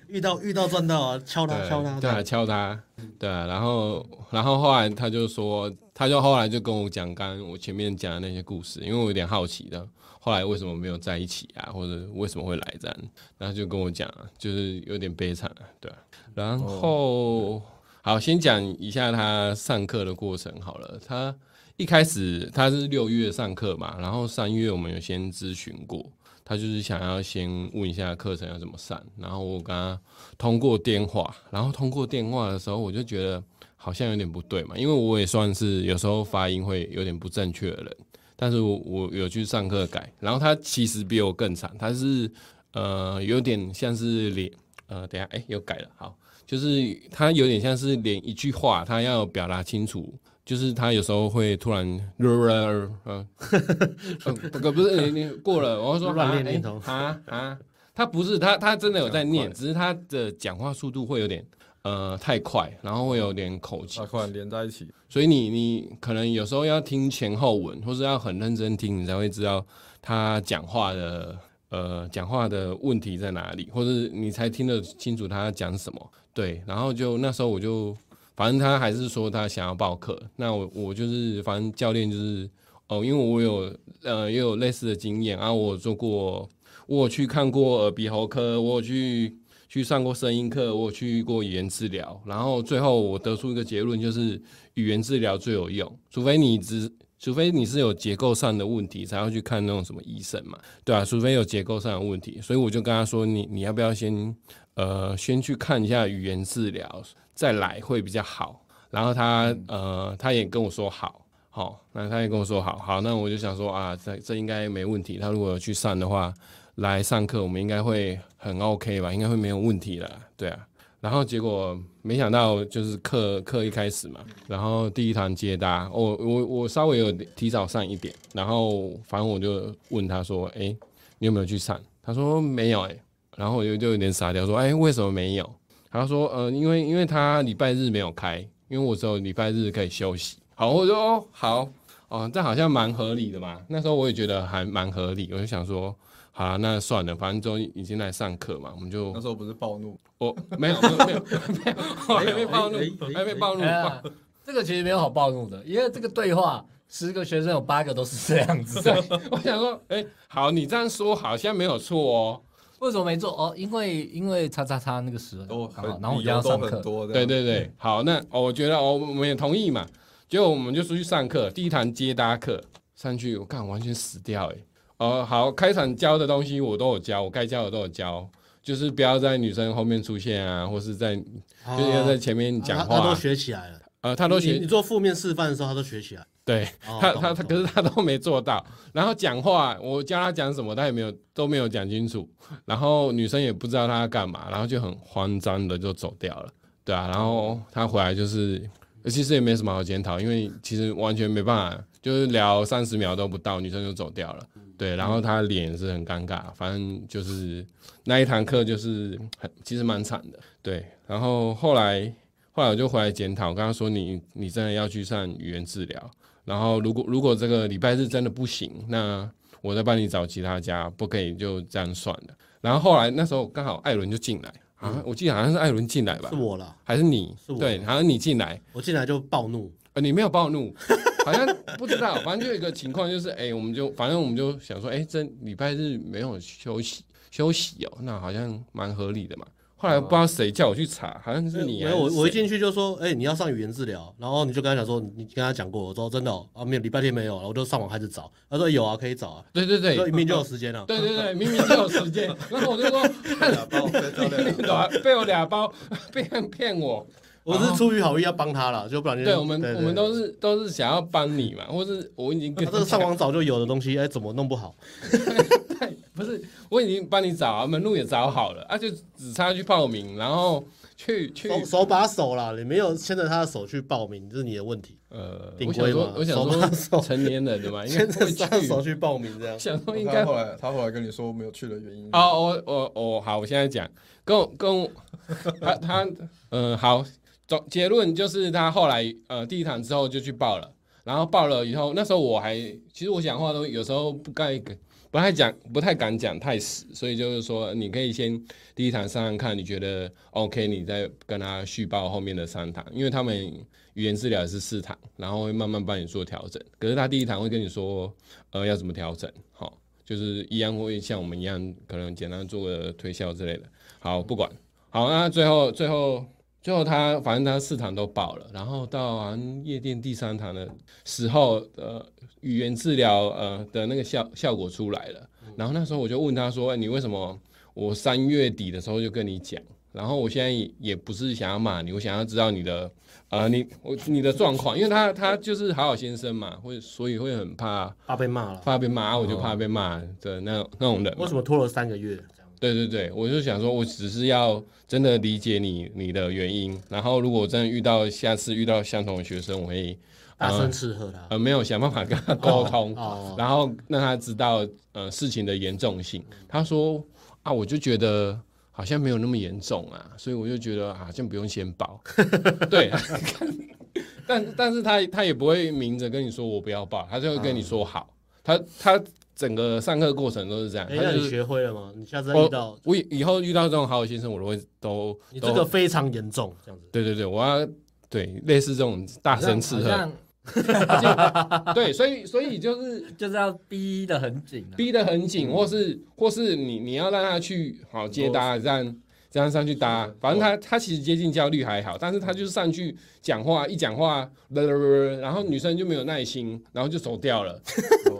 Speaker 2: 遇到遇到赚到啊，敲他
Speaker 3: 对
Speaker 2: 敲他，
Speaker 3: 对啊，敲他，对啊，然后然后后来他就说，他就后来就跟我讲刚刚我前面讲的那些故事，因为我有点好奇的，后来为什么没有在一起啊，或者为什么会来这样，然后就跟我讲啊，就是有点悲惨啊，对啊，然后、好，先讲一下他上课的过程好了，他。一开始他是六月上课嘛，然后三月我们有先咨询过，他就是想要先问一下课程要怎么上，然后我跟他通过电话，然后通过电话的时候，我就觉得好像有点不对嘛，因为我也算是有时候发音会有点不正确的人，但是我我有去上课改，然后他其实比我更惨，他是呃有点像是连呃等一下哎又改了，好，就是他有点像是连一句话他要表达清楚。就是他有时候会突然，呃， 呃不不是你你过了，我就说
Speaker 2: 乱
Speaker 3: 啊
Speaker 2: 念念
Speaker 3: 哎
Speaker 2: 头
Speaker 3: 啊啊，他不是他，他真的有在 念，只是他的讲话速度会有点呃太快，然后会有点口气
Speaker 7: 把，快连在一起，
Speaker 3: 所以你你可能有时候要听前后文，或是要很认真听，你才会知道他讲话的呃讲话的问题在哪里，或者你才听得清楚他讲什么。对，然后就那时候我就反正他还是说他想要报课，那我我就是反正教练就是哦，因为我有呃也有类似的经验啊，我有做过，我有去看过耳鼻喉科，我有去去上过声音课，我有去过语言治疗，然后最后我得出一个结论，就是语言治疗最有用，除非你只。除非你是有结构上的问题，才要去看那种什么医生嘛，对啊，除非有结构上的问题，所以我就跟他说，你你要不要先呃先去看一下语言治疗，再来会比较好。然后他呃，他也跟我说好，好、那他也跟我说好，好，那我就想说啊，这这应该没问题。他如果有去上的话，来上课我们应该会很 OK 吧，应该会没有问题的，对啊。然后结果没想到就是课课一开始嘛，然后第一堂接搭，我我我稍微有提早上一点，然后反正我就问他说，哎，你有没有去上？他说没有、欸，哎，然后我就就有点傻掉，说，哎，为什么没有？他说，呃，因为因为他礼拜日没有开，因为我只有礼拜日可以休息。好，我就哦好哦，这好像蛮合理的嘛。那时候我也觉得还蛮合理，我就想说，好啦那算了，反正都已经来上课嘛，我们就
Speaker 7: 那时候不是暴怒，
Speaker 3: 我没有没有没有没有， 我还没暴怒
Speaker 2: 哎哎哎，
Speaker 3: 还没暴怒。
Speaker 5: 哎
Speaker 6: 啊
Speaker 5: 呀这个其实没有好暴怒的，因为这个对话，十个学生有八个都是这样子。
Speaker 3: 我想说，哎，好，你这样说好像没有错哦。
Speaker 5: 为什么没做？哦，因为因为叉叉叉那个时
Speaker 7: 都
Speaker 5: 候
Speaker 7: 很
Speaker 5: 刚好，然后我
Speaker 7: 理
Speaker 5: 就要
Speaker 7: 由都
Speaker 5: 上
Speaker 7: 很
Speaker 5: 课，
Speaker 7: 多，
Speaker 3: 对，对
Speaker 2: 嗯
Speaker 3: 对，好，那哦，我觉得哦，我们也同意嘛。结果我们就出去上课，第一堂接搭课上去，我看完全死掉哎。哦，好，开场教的东西我都有教，我该教的都有教，就是不要在女生后面出现啊，或是在就是要在前面
Speaker 2: 他
Speaker 3: 讲
Speaker 2: 他
Speaker 3: 话
Speaker 2: 哦都。学起来了，
Speaker 3: 呃，他都
Speaker 2: 你
Speaker 3: 学
Speaker 2: 你做负面示范的时候，他都学起来。
Speaker 3: 对
Speaker 2: 哦
Speaker 3: 他
Speaker 2: 懂
Speaker 3: 他他，可
Speaker 2: 懂
Speaker 3: 是他都没做到。然后讲话，我教他讲什么，他也没有都没有讲清楚。然后女生也不知道他要干嘛，然后就很慌张的就走掉了，对啊。然后他回来就是，其实也没什么好检讨，因为其实完全没办法，就是聊三十秒都不到，女生就走掉了。对，然后他脸是很尴尬，反正就是那一堂课就是很其实蛮惨的，对。然后后来后来我就回来检讨，我跟他说你你真的要去上语言治疗，然后如果如果这个礼拜日真的不行，那我再帮你找其他家，不可以就这样算了。然后后来那时候刚好艾伦就进来啊，我记得好像是艾伦进来吧
Speaker 2: 是，我啦，
Speaker 3: 还是你
Speaker 2: 是？我
Speaker 3: 对，好像你进来，
Speaker 2: 我进来就暴怒，
Speaker 3: 呃，你没有暴怒， 好像不知道，反正就有一个情况就是，哎、我们就反正我们就想说，哎、这礼拜日没有休息休息哦，那好像蛮合理的嘛。后来不知道谁叫我去查，好像是
Speaker 2: 哦没
Speaker 3: 你还
Speaker 2: 有
Speaker 3: 是
Speaker 2: 我我一
Speaker 3: 谁
Speaker 2: 进去就说，哎，你要上语言治疗，然后你就跟他讲说，你你跟他讲过，我说真的哦啊，没有礼拜天没有，然后我就上网开始找，他说有啊，可以找啊，
Speaker 3: 对对对
Speaker 2: 说，明天就有时间啊了。
Speaker 3: 对对对，明明就有 时间，然后我就说，
Speaker 7: 打包再找两
Speaker 3: 你俩 被我俩包骗骗我，
Speaker 2: 我是出于好意要帮他了，就不然就
Speaker 3: 对我们
Speaker 2: 对
Speaker 3: 我们都是都是想要帮你嘛，或是我已经
Speaker 2: 他
Speaker 3: 跟
Speaker 2: 这个上网找就有的东西，哎，怎么弄不好？
Speaker 3: 对， 不是，我已经帮你找啊，门路也找好了，啊，就只差去报名，然后去去
Speaker 2: 手手把手啦，你没有牵着他的手去报名，这是你的问题。
Speaker 3: 呃，
Speaker 2: 顶
Speaker 3: 我想
Speaker 2: 规
Speaker 3: 说
Speaker 2: 嘛，
Speaker 3: 我
Speaker 2: 手把
Speaker 3: 想
Speaker 2: 手
Speaker 3: 说成年人的嘛，应该
Speaker 2: 牵着
Speaker 3: 不会去
Speaker 2: 他的手去报名这样。
Speaker 3: 想说应该
Speaker 7: 他后来他后来跟你说没有去的原因，
Speaker 3: 哦，我我我好，我现在讲，跟我跟我他他嗯、好，总结论就是他后来呃第一堂之后就去报了，然后报了以后，那时候我还其实我讲话都有时候不该不太讲不太敢讲太死，所以就是说你可以先第一堂上上看，你觉得 OK，你再跟他续报后面的三堂，因为他们语言治疗也是四堂，然后会慢慢帮你做调整。可是他第一堂会跟你说，呃，要怎么调整，好、就是一样会像我们一样，可能简单做个推销之类的。好，不管，好，那最后最后最后他反正他四堂都报了，然后到好像夜店第三堂的时候，呃，语言治疗呃的那个效效果出来了，然后那时候我就问他说，哎你为什么我三月底的时候就跟你讲？然后我现在也也不是想要骂你，我想要知道你的，呃，你我你的状况，因为他他就是好好先生嘛，会所以会很怕
Speaker 2: 怕被骂了，
Speaker 3: 怕被骂，我就
Speaker 2: 嗯
Speaker 3: 怕被骂的那那种人嘛
Speaker 2: 为。什么拖了三个月？这样
Speaker 3: 对对对，我就想说，我只是要真的理解你你的原因，然后如果真的遇到下次遇到相同的学生，我会
Speaker 2: 大声斥喝他。
Speaker 3: 呃没有想办法跟他沟通，
Speaker 2: 哦
Speaker 3: 然后让他知道呃事情的严重性。他说啊，我就觉得好像没有那么严重啊，所以我就觉得啊好像不用先 报。对，但但是他他也不会明着跟你说我不要报，他就会跟你说好。他他整个上课过程都是这样，
Speaker 2: 哎，
Speaker 3: 他
Speaker 2: 那
Speaker 3: 就
Speaker 2: 你
Speaker 3: 是。
Speaker 2: 学会了吗？你下次再遇到
Speaker 3: 我我以以后遇到这种好友先生，我都会都
Speaker 2: 你
Speaker 3: 都
Speaker 2: 这个非常严重，这样子。
Speaker 3: 对对对，我要对类似这种大声斥
Speaker 5: 好像
Speaker 3: 喝， 对，所以所以就是
Speaker 5: 就是要逼得很紧、啊。
Speaker 3: 逼得很紧，或是或是你你要让他去好接搭，这样这样上去搭，反正他他其实接近焦虑还好，但是他就是上去讲话，一讲话，然后女生就没有耐心，然后就走掉了。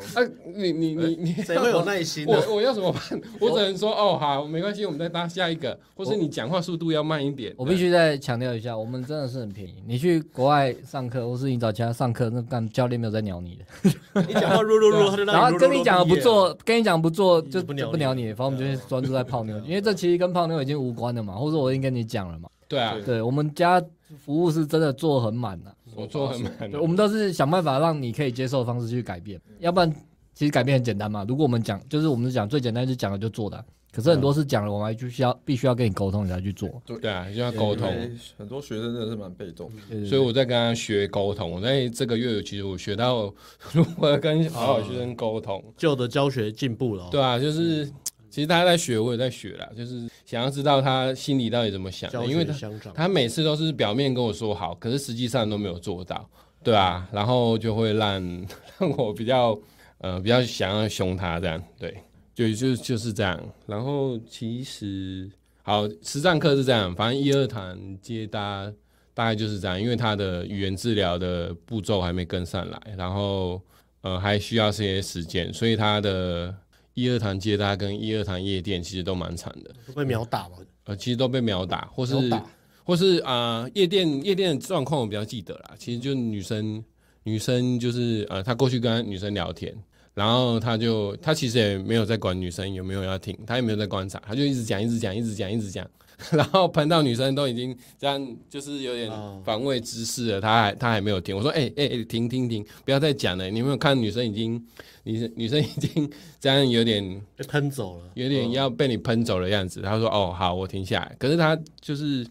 Speaker 3: 啊，你你你你
Speaker 2: 谁会有耐心呢？
Speaker 3: 我我要怎么办？我只能说哦，好，没关系，我们再搭下一个，或是你讲话速度要慢一点。
Speaker 5: 我必须再强调一下，我们真的是很便宜。你去国外上课，或是你找其他上课，那干教练没有在鸟你的，
Speaker 2: 你讲话噜噜 噜，他啊就让
Speaker 5: 然后跟你
Speaker 2: 你
Speaker 5: 讲了
Speaker 2: 了
Speaker 5: 不做，，跟你讲不做
Speaker 2: 嗯
Speaker 5: 就
Speaker 2: 不
Speaker 5: 不
Speaker 2: 鸟你
Speaker 5: 鸟你，反正我们就是专注在泡妞，因为这其实跟泡妞已经无关了嘛，或者我已经跟你讲了嘛。
Speaker 3: 对啊，
Speaker 5: 对我们家服务是真的做很满的、
Speaker 3: 我做很慢
Speaker 5: 对，我们都是想办法让你可以接受的方式去改变，要不然其实改变很简单嘛。如果我们讲，就是我们讲最简单，就是讲了就做的啊、可是很多是讲了，我们还就需要必须要跟你沟通，你才去做。
Speaker 3: 对啊，就要沟通。
Speaker 7: 因为很多学生真的是蛮被动的，
Speaker 5: 对对
Speaker 3: 所以我在跟他学沟通，我在这个月其实我学到如何跟好好学生沟通。
Speaker 2: 旧的教学进步了哦，
Speaker 3: 对啊，就是其实他在学，我也在学啦，就是想要知道他心里到底怎么想的，
Speaker 2: 教
Speaker 3: 因为
Speaker 2: 学
Speaker 3: 他
Speaker 2: 相长。
Speaker 3: 他每次都是表面跟我说好，可是实际上都没有做到，对啊，然后就会让 让我比较呃比较想要凶他这样，对，就就就是这样。然后其实好实战课是这样，反正一二堂接搭大概就是这样，因为他的语言治疗的步骤还没跟上来，然后呃还需要些时间，所以他的一二堂接搭跟一二堂夜店其实都蛮长的。
Speaker 2: 会被秒打嘛？
Speaker 3: 呃，其实都被秒打，或是
Speaker 2: 打
Speaker 3: 或是啊、呃夜店夜店的状况我比较记得啦，其实就是女生女生就是呃，他过去跟女生聊天，然后他就他其实也没有在管女生有没有要听，他也没有在观察，他就一直讲一直讲一直讲一直讲， 然后喷到女生都已经这样，就是有点防卫姿势了，他还他还没有听，我说哎哎哎停停停，不要再讲了，你有没有看女生已经女生女生已经这样有点
Speaker 2: 被喷走了，
Speaker 3: 有点要被你喷走的样子。他说：“哦，好，我停下来。”可是他就是，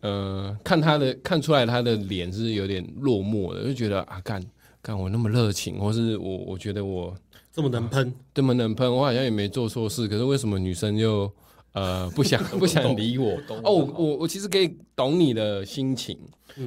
Speaker 3: 呃，看他的看出来他的脸是有点落寞的，就觉得啊，干干我那么热情，或是我我觉得我
Speaker 2: 这么
Speaker 3: 啊
Speaker 2: 能喷，
Speaker 3: 这么能喷，我好像也没做错事，可是为什么女生又 呃不想不想理我？哦，我我我其实可以懂你的心情，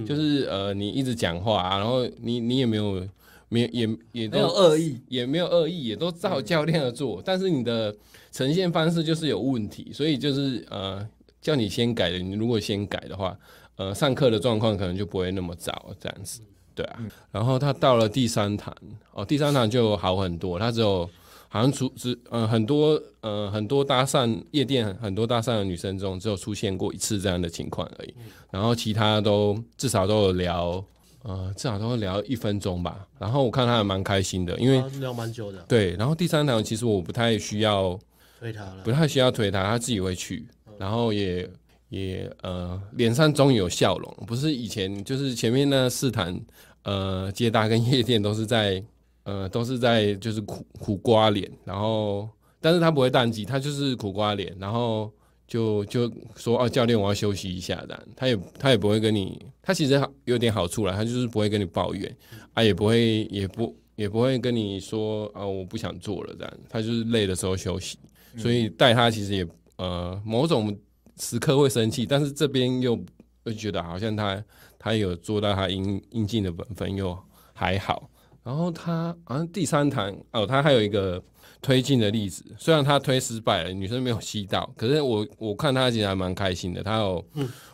Speaker 3: 就是呃，你一直讲话、啊，然后你你也没有没也也都
Speaker 1: 没有恶意，
Speaker 3: 也没有恶意，也都照教练的做，但是你的呈现方式就是有问题，所以就是呃，叫你先改的，你如果先改的话，呃，上课的状况可能就不会那么糟这样子，对啊。然后他到了第三堂，哦，第三堂就好很多，他只有好像出只呃很多呃很多搭讪夜店很多搭讪的女生中，只有出现过一次这样的情况而已，然后其他都至少都有聊。呃，至少都会聊一分钟吧。然后我看他还蛮开心的，因为
Speaker 2: 他聊啊蛮久的，
Speaker 3: 对，然后第三堂其实我不太需要，
Speaker 2: 推他了
Speaker 3: 不，太需要推他，他自己会去，然后也也呃，脸上终于有笑容，不是以前就是前面那四堂呃，接搭跟夜店都是在呃，都是在就是苦苦瓜脸，然后但是他不会淡季，他就是苦瓜脸，然后就就说哦，教练我要休息一下这样，他也他也不会跟你，他其实好有点好处啦，他就是不会跟你抱怨啊，也不会也不也不会跟你说啊、我不想做了这样，他就是累的时候休息，所以带他其实也呃某种时刻会生气，但是这边又又觉得好像他他有做到他应应尽的本分又还好，然后他好像第三堂哦，他还有一个推进的例子，虽然他推失败了，女生没有吸到，可是我我看他其实还蛮开心的，他有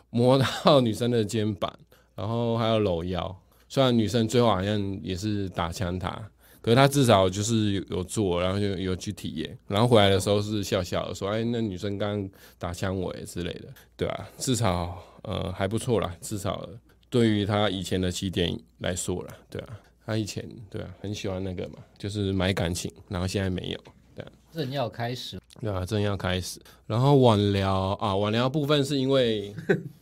Speaker 3: 摸到 女生的肩膀，然后还有搂腰，虽然女生最后好像也是打枪他。可是他至少就是有有做，然后就有去体验，然后回来的时候是笑笑的说：“哎，那女生刚刚打枪我耶之类的，对啊，至少呃还不错啦，至少对于他以前的起点来说啦，对啊，他以前对啊很喜欢那个嘛，就是买感情，然后现在没有，
Speaker 1: 正要开始，
Speaker 3: 对啊，正要开始，然后晚聊啊，晚聊部分是因为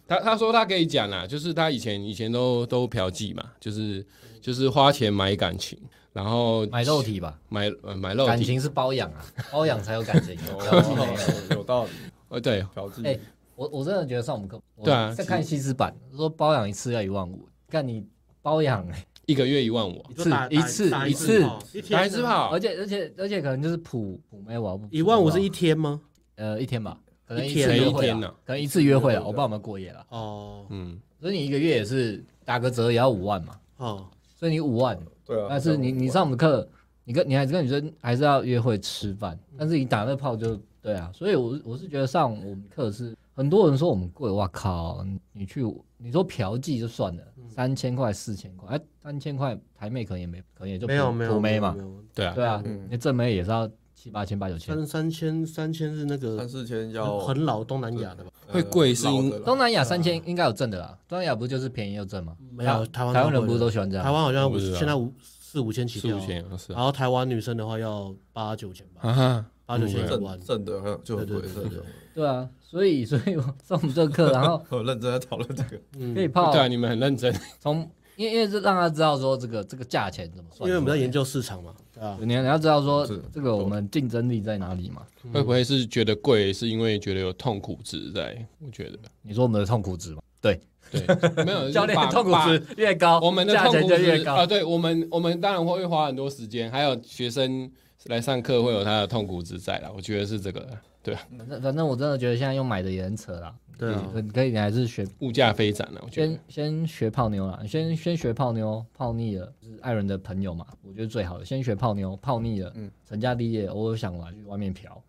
Speaker 3: 他他说他可以讲啦，就是他以前以前都都嫖妓嘛，就是就是花钱买感情，然后
Speaker 1: 买肉体吧，
Speaker 3: 买呃买肉
Speaker 1: 感
Speaker 3: 体，哦
Speaker 1: 情是包养 啊，包养才有感情。啊
Speaker 7: 有有道理，
Speaker 3: 呃对，
Speaker 7: 嫖
Speaker 1: 哎、
Speaker 7: 妓
Speaker 1: 我我真的觉得上我们课，我
Speaker 3: 对啊
Speaker 1: 在看西施版，说包养一次要一万五，看你包养、
Speaker 3: 一个月一万五，
Speaker 2: 你就打
Speaker 1: 一次
Speaker 2: 打打
Speaker 1: 一次
Speaker 2: 次炮，一
Speaker 3: 打
Speaker 2: 天啊
Speaker 3: 一次炮
Speaker 1: 而，且而且而且可能就是普普妹娃，
Speaker 2: 一万五是一天吗？
Speaker 1: 呃一天吧，可能
Speaker 2: 一
Speaker 1: 次
Speaker 2: 天
Speaker 1: 约
Speaker 3: 一
Speaker 1: 会
Speaker 3: 天
Speaker 1: 了
Speaker 3: 啊，
Speaker 1: 可能一次约会
Speaker 7: 一次约会
Speaker 1: 了，
Speaker 7: 啊
Speaker 1: 我帮我们过夜了，
Speaker 2: 哦
Speaker 3: 嗯，
Speaker 1: 所以你一个月也是打个折也要五万嘛，
Speaker 2: 哦，
Speaker 1: 所以你五万，
Speaker 7: 对啊，
Speaker 1: 但是你你上我们课，你跟你还是跟女生还是要约会吃饭，
Speaker 2: 嗯
Speaker 1: 但是你打那炮就对啊，所以我我是觉得上我们课是很多人说我们贵，哇靠，你去你说嫖妓就算了，
Speaker 2: 嗯
Speaker 1: 三千块四千块，哎、三千块台妹可能也没可能也就
Speaker 2: 没
Speaker 1: 普
Speaker 2: 有没有
Speaker 1: 普
Speaker 2: 没
Speaker 1: 妹
Speaker 2: 有
Speaker 1: 嘛
Speaker 2: 没，有
Speaker 3: 对啊，
Speaker 1: 对啊，
Speaker 7: 嗯
Speaker 1: 那正妹也是要七八千八九千。
Speaker 2: 三三千三千是那
Speaker 7: 三
Speaker 2: 个
Speaker 7: 四千要
Speaker 2: 很很老东南亚的吧？
Speaker 7: 呃
Speaker 3: 会贵是因
Speaker 7: 老的啦
Speaker 1: 东南
Speaker 2: 啊
Speaker 1: 亚三千应该有挣的啦，东南亚不就是便宜又挣吗？啊
Speaker 2: 没有台湾
Speaker 1: 台湾人
Speaker 2: 都会的
Speaker 1: 不是都喜欢这样？
Speaker 2: 台湾好像
Speaker 3: 我
Speaker 2: 五
Speaker 3: 不知道
Speaker 2: 现在五四五千起
Speaker 3: 四
Speaker 2: 跳
Speaker 3: 五，千啊是
Speaker 2: 然
Speaker 3: 啊，
Speaker 2: 后台湾女生的话要八九千吧，
Speaker 3: 啊哈，
Speaker 2: 八九千
Speaker 3: 对
Speaker 2: 一万
Speaker 7: 正。正的很就很
Speaker 2: 对
Speaker 7: 贵，
Speaker 2: 对
Speaker 7: 正的。
Speaker 1: 对啊，所以所以我上我们这个课，然后
Speaker 7: 我认真在讨论这个，
Speaker 1: 可以
Speaker 2: 嗯，
Speaker 1: 泡
Speaker 3: 对啊，你们很认真，
Speaker 1: 从，因为因为是让他知道说这个这个价钱怎么算出来，
Speaker 2: 因为我们在研究市场嘛，对啊，
Speaker 1: 你要你要知道说
Speaker 7: 是
Speaker 1: 这个我们竞争力在哪里嘛？
Speaker 3: 会不会是觉得贵是因为觉得有痛苦值在？我觉得
Speaker 1: 你说我们的痛苦值嘛？对，
Speaker 3: 对，没有
Speaker 1: 教练的痛苦值
Speaker 3: 值。
Speaker 1: 越高，
Speaker 3: 我们的
Speaker 1: 价
Speaker 3: 痛
Speaker 1: 钱
Speaker 3: 苦
Speaker 1: 就
Speaker 3: 值
Speaker 1: 越
Speaker 3: 啊、
Speaker 1: 高。
Speaker 3: 对我们，我们当然会花很多时间，还有学生来上课会有他的痛苦值在啦。我觉得是这个，对啊，
Speaker 1: 反正反正我真的觉得现在用买的也很扯啦。
Speaker 2: 对啊，
Speaker 1: 你可以，你还是学
Speaker 3: 物价飞涨了。我嗯觉得
Speaker 1: 先先学泡妞啦，先先学泡妞，泡腻了就是爱人的朋友嘛，我觉得最好的。先学泡妞，泡腻了，
Speaker 3: 嗯
Speaker 1: 成家立业，偶尔想玩去外面 嫖，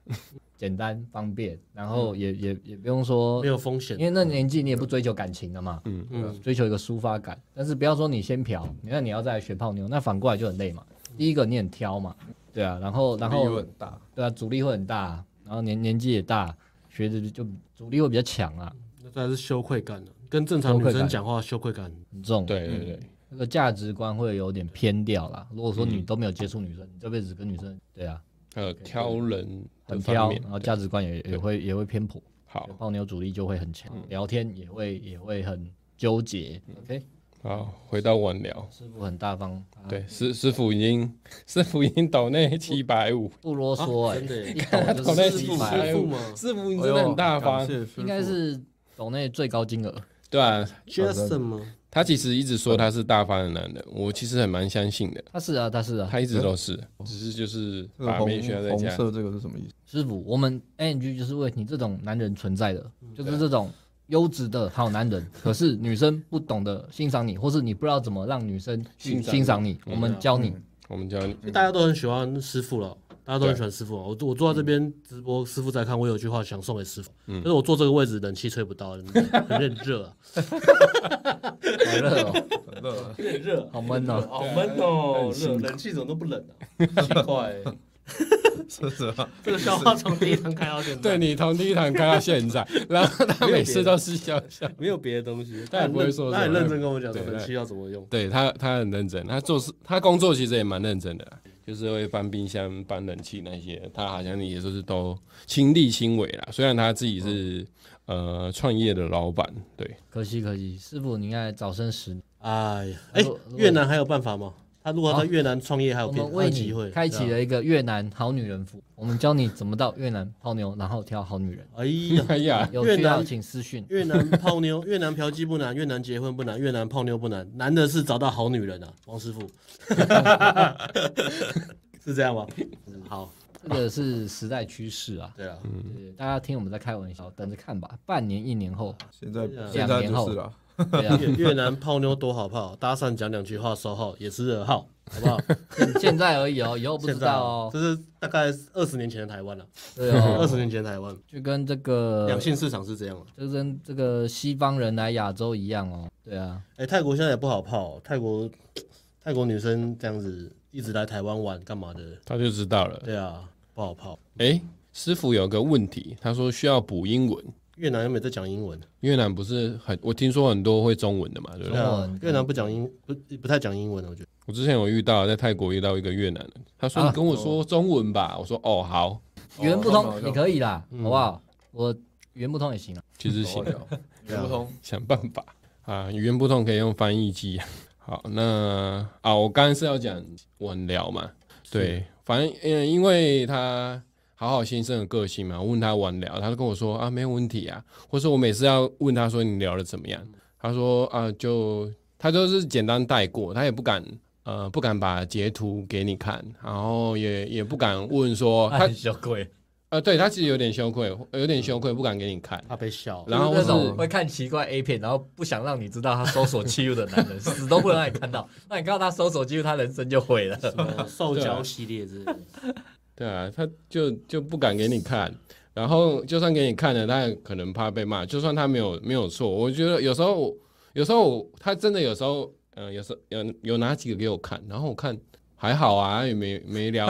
Speaker 1: 简单方便，然
Speaker 3: 嗯
Speaker 1: 后也也也不用说
Speaker 2: 没，有风险
Speaker 1: 因，为那年纪你也不追求感情了嘛，
Speaker 2: 嗯，
Speaker 1: 追求一个抒发感。但是不要说你先嫖，那你要再学泡妞，那反过来就很累嘛。第一个你很挑嘛，对啊，然后然
Speaker 7: 利
Speaker 1: 后
Speaker 7: 润大，
Speaker 1: 对啊，阻力会很大，然后年年纪也大，学的就阻力会比较强啊。
Speaker 2: 那还是羞愧感了，啊跟正常
Speaker 1: 羞
Speaker 2: 女
Speaker 1: 愧
Speaker 2: 生
Speaker 1: 感
Speaker 2: 讲话羞愧感
Speaker 1: 很重，
Speaker 3: 对对对，
Speaker 1: 那个价值观会有点偏掉啦。如果说
Speaker 3: 嗯
Speaker 1: 你都没有接触女生，你这辈子跟女生，对啊，
Speaker 3: 还有挑人的
Speaker 1: 很
Speaker 3: 方
Speaker 1: 挑，嗯
Speaker 3: 面
Speaker 1: 然，后价值观也也会也会偏颇，
Speaker 3: 好嗯
Speaker 1: 泡妞主力就会很强，聊天也会也会很纠结。OK，
Speaker 3: 好回到晚聊，
Speaker 1: 师傅很大方，他
Speaker 3: 对师师傅已经 师傅已经抖内七百五，
Speaker 1: 不啰嗦哎，
Speaker 2: 啊耶
Speaker 1: 一抖
Speaker 3: 抖
Speaker 1: 就
Speaker 3: 内
Speaker 1: 是
Speaker 3: 七
Speaker 1: 几
Speaker 3: 百
Speaker 1: 百，
Speaker 2: 师傅
Speaker 3: 五
Speaker 2: 吗，
Speaker 3: 师傅你
Speaker 7: 哎
Speaker 3: 真
Speaker 7: 呦
Speaker 3: 的很大
Speaker 7: 感
Speaker 3: 方，
Speaker 7: 谢师傅
Speaker 1: 应该是抖内最高金额。
Speaker 3: 对啊，
Speaker 2: ，Jason 吗？
Speaker 3: 他其实一直说他是大方的男人，我其实很蛮相信的，
Speaker 1: 他是啊，他是啊，
Speaker 3: 他一直都是，只是就是
Speaker 7: 嗯这个
Speaker 3: 把妹学
Speaker 7: 红
Speaker 3: 在
Speaker 7: 红
Speaker 3: 家，
Speaker 7: 色这个是什么意思？
Speaker 1: 师傅，我们 NG 就是为你这种男人存在的，
Speaker 2: 嗯啊
Speaker 1: 就是这种优质的好男 人。可是女生不懂得欣赏你，或是你不知道怎么让女生去
Speaker 3: 欣赏
Speaker 1: 欣赏你，
Speaker 2: 嗯
Speaker 1: 我们教你。
Speaker 3: 我们教你
Speaker 2: 因为大家都很喜欢师傅了，大家都很喜欢师傅嘛。我我坐在这边直播，师傅在看，我有句话想送给师傅，就是我坐这个位置，冷气吹不到，很很热啊，
Speaker 1: 好热 哦，
Speaker 7: 很热，
Speaker 2: 有点热，
Speaker 1: 好闷哦。
Speaker 2: 好闷哦，热，冷气怎么都不冷啊？奇怪，
Speaker 7: 是是吧？
Speaker 2: 这个笑话从第一堂开到现在，
Speaker 3: 对你从第一堂看到现在，然后他每次都是笑笑，
Speaker 2: 没有别的东西，
Speaker 3: 他也不会说
Speaker 2: 他
Speaker 3: 什
Speaker 2: 很
Speaker 3: 么
Speaker 2: 认真跟我讲说
Speaker 3: 对
Speaker 2: 冷气要怎么用。
Speaker 3: 对他他很认真，他做事他工作其实也蛮认真的啦，就是会搬冰箱、搬冷气那些，他好像也就是都亲力亲为啦。虽然他自己是、
Speaker 7: 嗯
Speaker 3: 呃创业的老板，对，
Speaker 1: 可惜可惜，师傅你应该早生十年。
Speaker 2: 哎呀，哎
Speaker 1: 如果如，果
Speaker 2: 越南还有办法吗？他如果在越南创业还有
Speaker 1: 我
Speaker 2: 变
Speaker 1: 们
Speaker 2: 还有
Speaker 1: 为
Speaker 2: 机
Speaker 1: 你
Speaker 2: 会，啊
Speaker 1: 开启了一个越南好女人服，我们教你怎么到越南泡妞，然后挑好女人。
Speaker 2: 哎呀，
Speaker 3: 哎呀，
Speaker 1: 有
Speaker 2: 越
Speaker 1: 需要
Speaker 2: 南
Speaker 1: 请私讯。
Speaker 2: 越南泡妞， 越南嫖妓不难，越南结婚不难，越南泡妞不难，难的是找到好女人啊，王师傅， 是这样吗？好，
Speaker 1: 这个是时代趋势啊，
Speaker 2: 对啊，
Speaker 1: 对大家听我们在开玩笑，等着看吧。半年一年后，
Speaker 7: 现在
Speaker 2: 两
Speaker 7: 现在
Speaker 1: 年
Speaker 7: 就
Speaker 1: 后
Speaker 7: 是了，
Speaker 1: 对啊，
Speaker 2: 越越南泡妞多好泡，搭讪讲两句话收号也是热号，好不好？
Speaker 1: 现在而已哦，以后 不知
Speaker 2: 现在啊
Speaker 1: 道哦。
Speaker 2: 这是大概二十年前的台湾了、
Speaker 1: 对
Speaker 2: 啊， 二
Speaker 1: 哦，
Speaker 2: 十年前的台湾，
Speaker 1: 就跟这个
Speaker 2: 两，性市场是这样啊。
Speaker 1: 就跟这个西方人来亚洲一样哦。对啊，
Speaker 2: 哎、泰国现在也不好泡，哦泰国泰国女生这样子一直来台湾玩干嘛的？
Speaker 3: 他就知道了。
Speaker 2: 对啊，不好泡。
Speaker 3: 哎，师傅有个问题，他说需要补英文。
Speaker 2: 越南有没有在讲英文？
Speaker 3: 越南不是很，我听说很多会中文的嘛，对不
Speaker 2: 对
Speaker 3: 对？
Speaker 2: 啊
Speaker 1: 中文
Speaker 2: 越南不讲英不不太讲英文的，我觉得。
Speaker 3: 我之前有遇到，在泰国遇到一个越南人，他说
Speaker 1: 啊
Speaker 3: 你跟我说中文吧，我说哦好，
Speaker 1: 语言不
Speaker 7: 哦好
Speaker 1: 通
Speaker 7: 的
Speaker 1: 你可以啦，好不好？我语言不通也行啊。
Speaker 3: 其实
Speaker 2: 哦
Speaker 3: 行，
Speaker 7: 行不通，
Speaker 3: 想办法啊，语言不通可以用翻译机。好，那啊，我刚刚是要讲晚聊嘛，对，反正嗯，因为他好好先生的个性嘛，我问他晚聊，他就跟我说啊，没有问题啊，或是我每次要问他说你聊的怎么样，他说啊，就他就是简单带过，他也不敢。呃，不敢把截图给你看，然后也也不敢问说哦他，
Speaker 1: 羞愧，
Speaker 3: 呃，对他其实有点羞愧，有点羞愧，不敢给你看。
Speaker 2: 怕被笑。
Speaker 3: 然后或
Speaker 1: 那
Speaker 3: 是
Speaker 1: 种会看奇怪 A 片，然后不想让你知道他搜索记录的男人，死都不能让你看到。那你看到他搜索记录，他人生就毁了。
Speaker 2: 受
Speaker 1: 啊
Speaker 2: 教系列之类的，
Speaker 3: 对啊，他就就不敢给你看，然后就算给你看了，他也可能怕被骂。就算他没有没有错，我觉得有时候我有时候我他真的有时候，呃，有时候有有拿几个给我看，然后我看还好啊，也没 没聊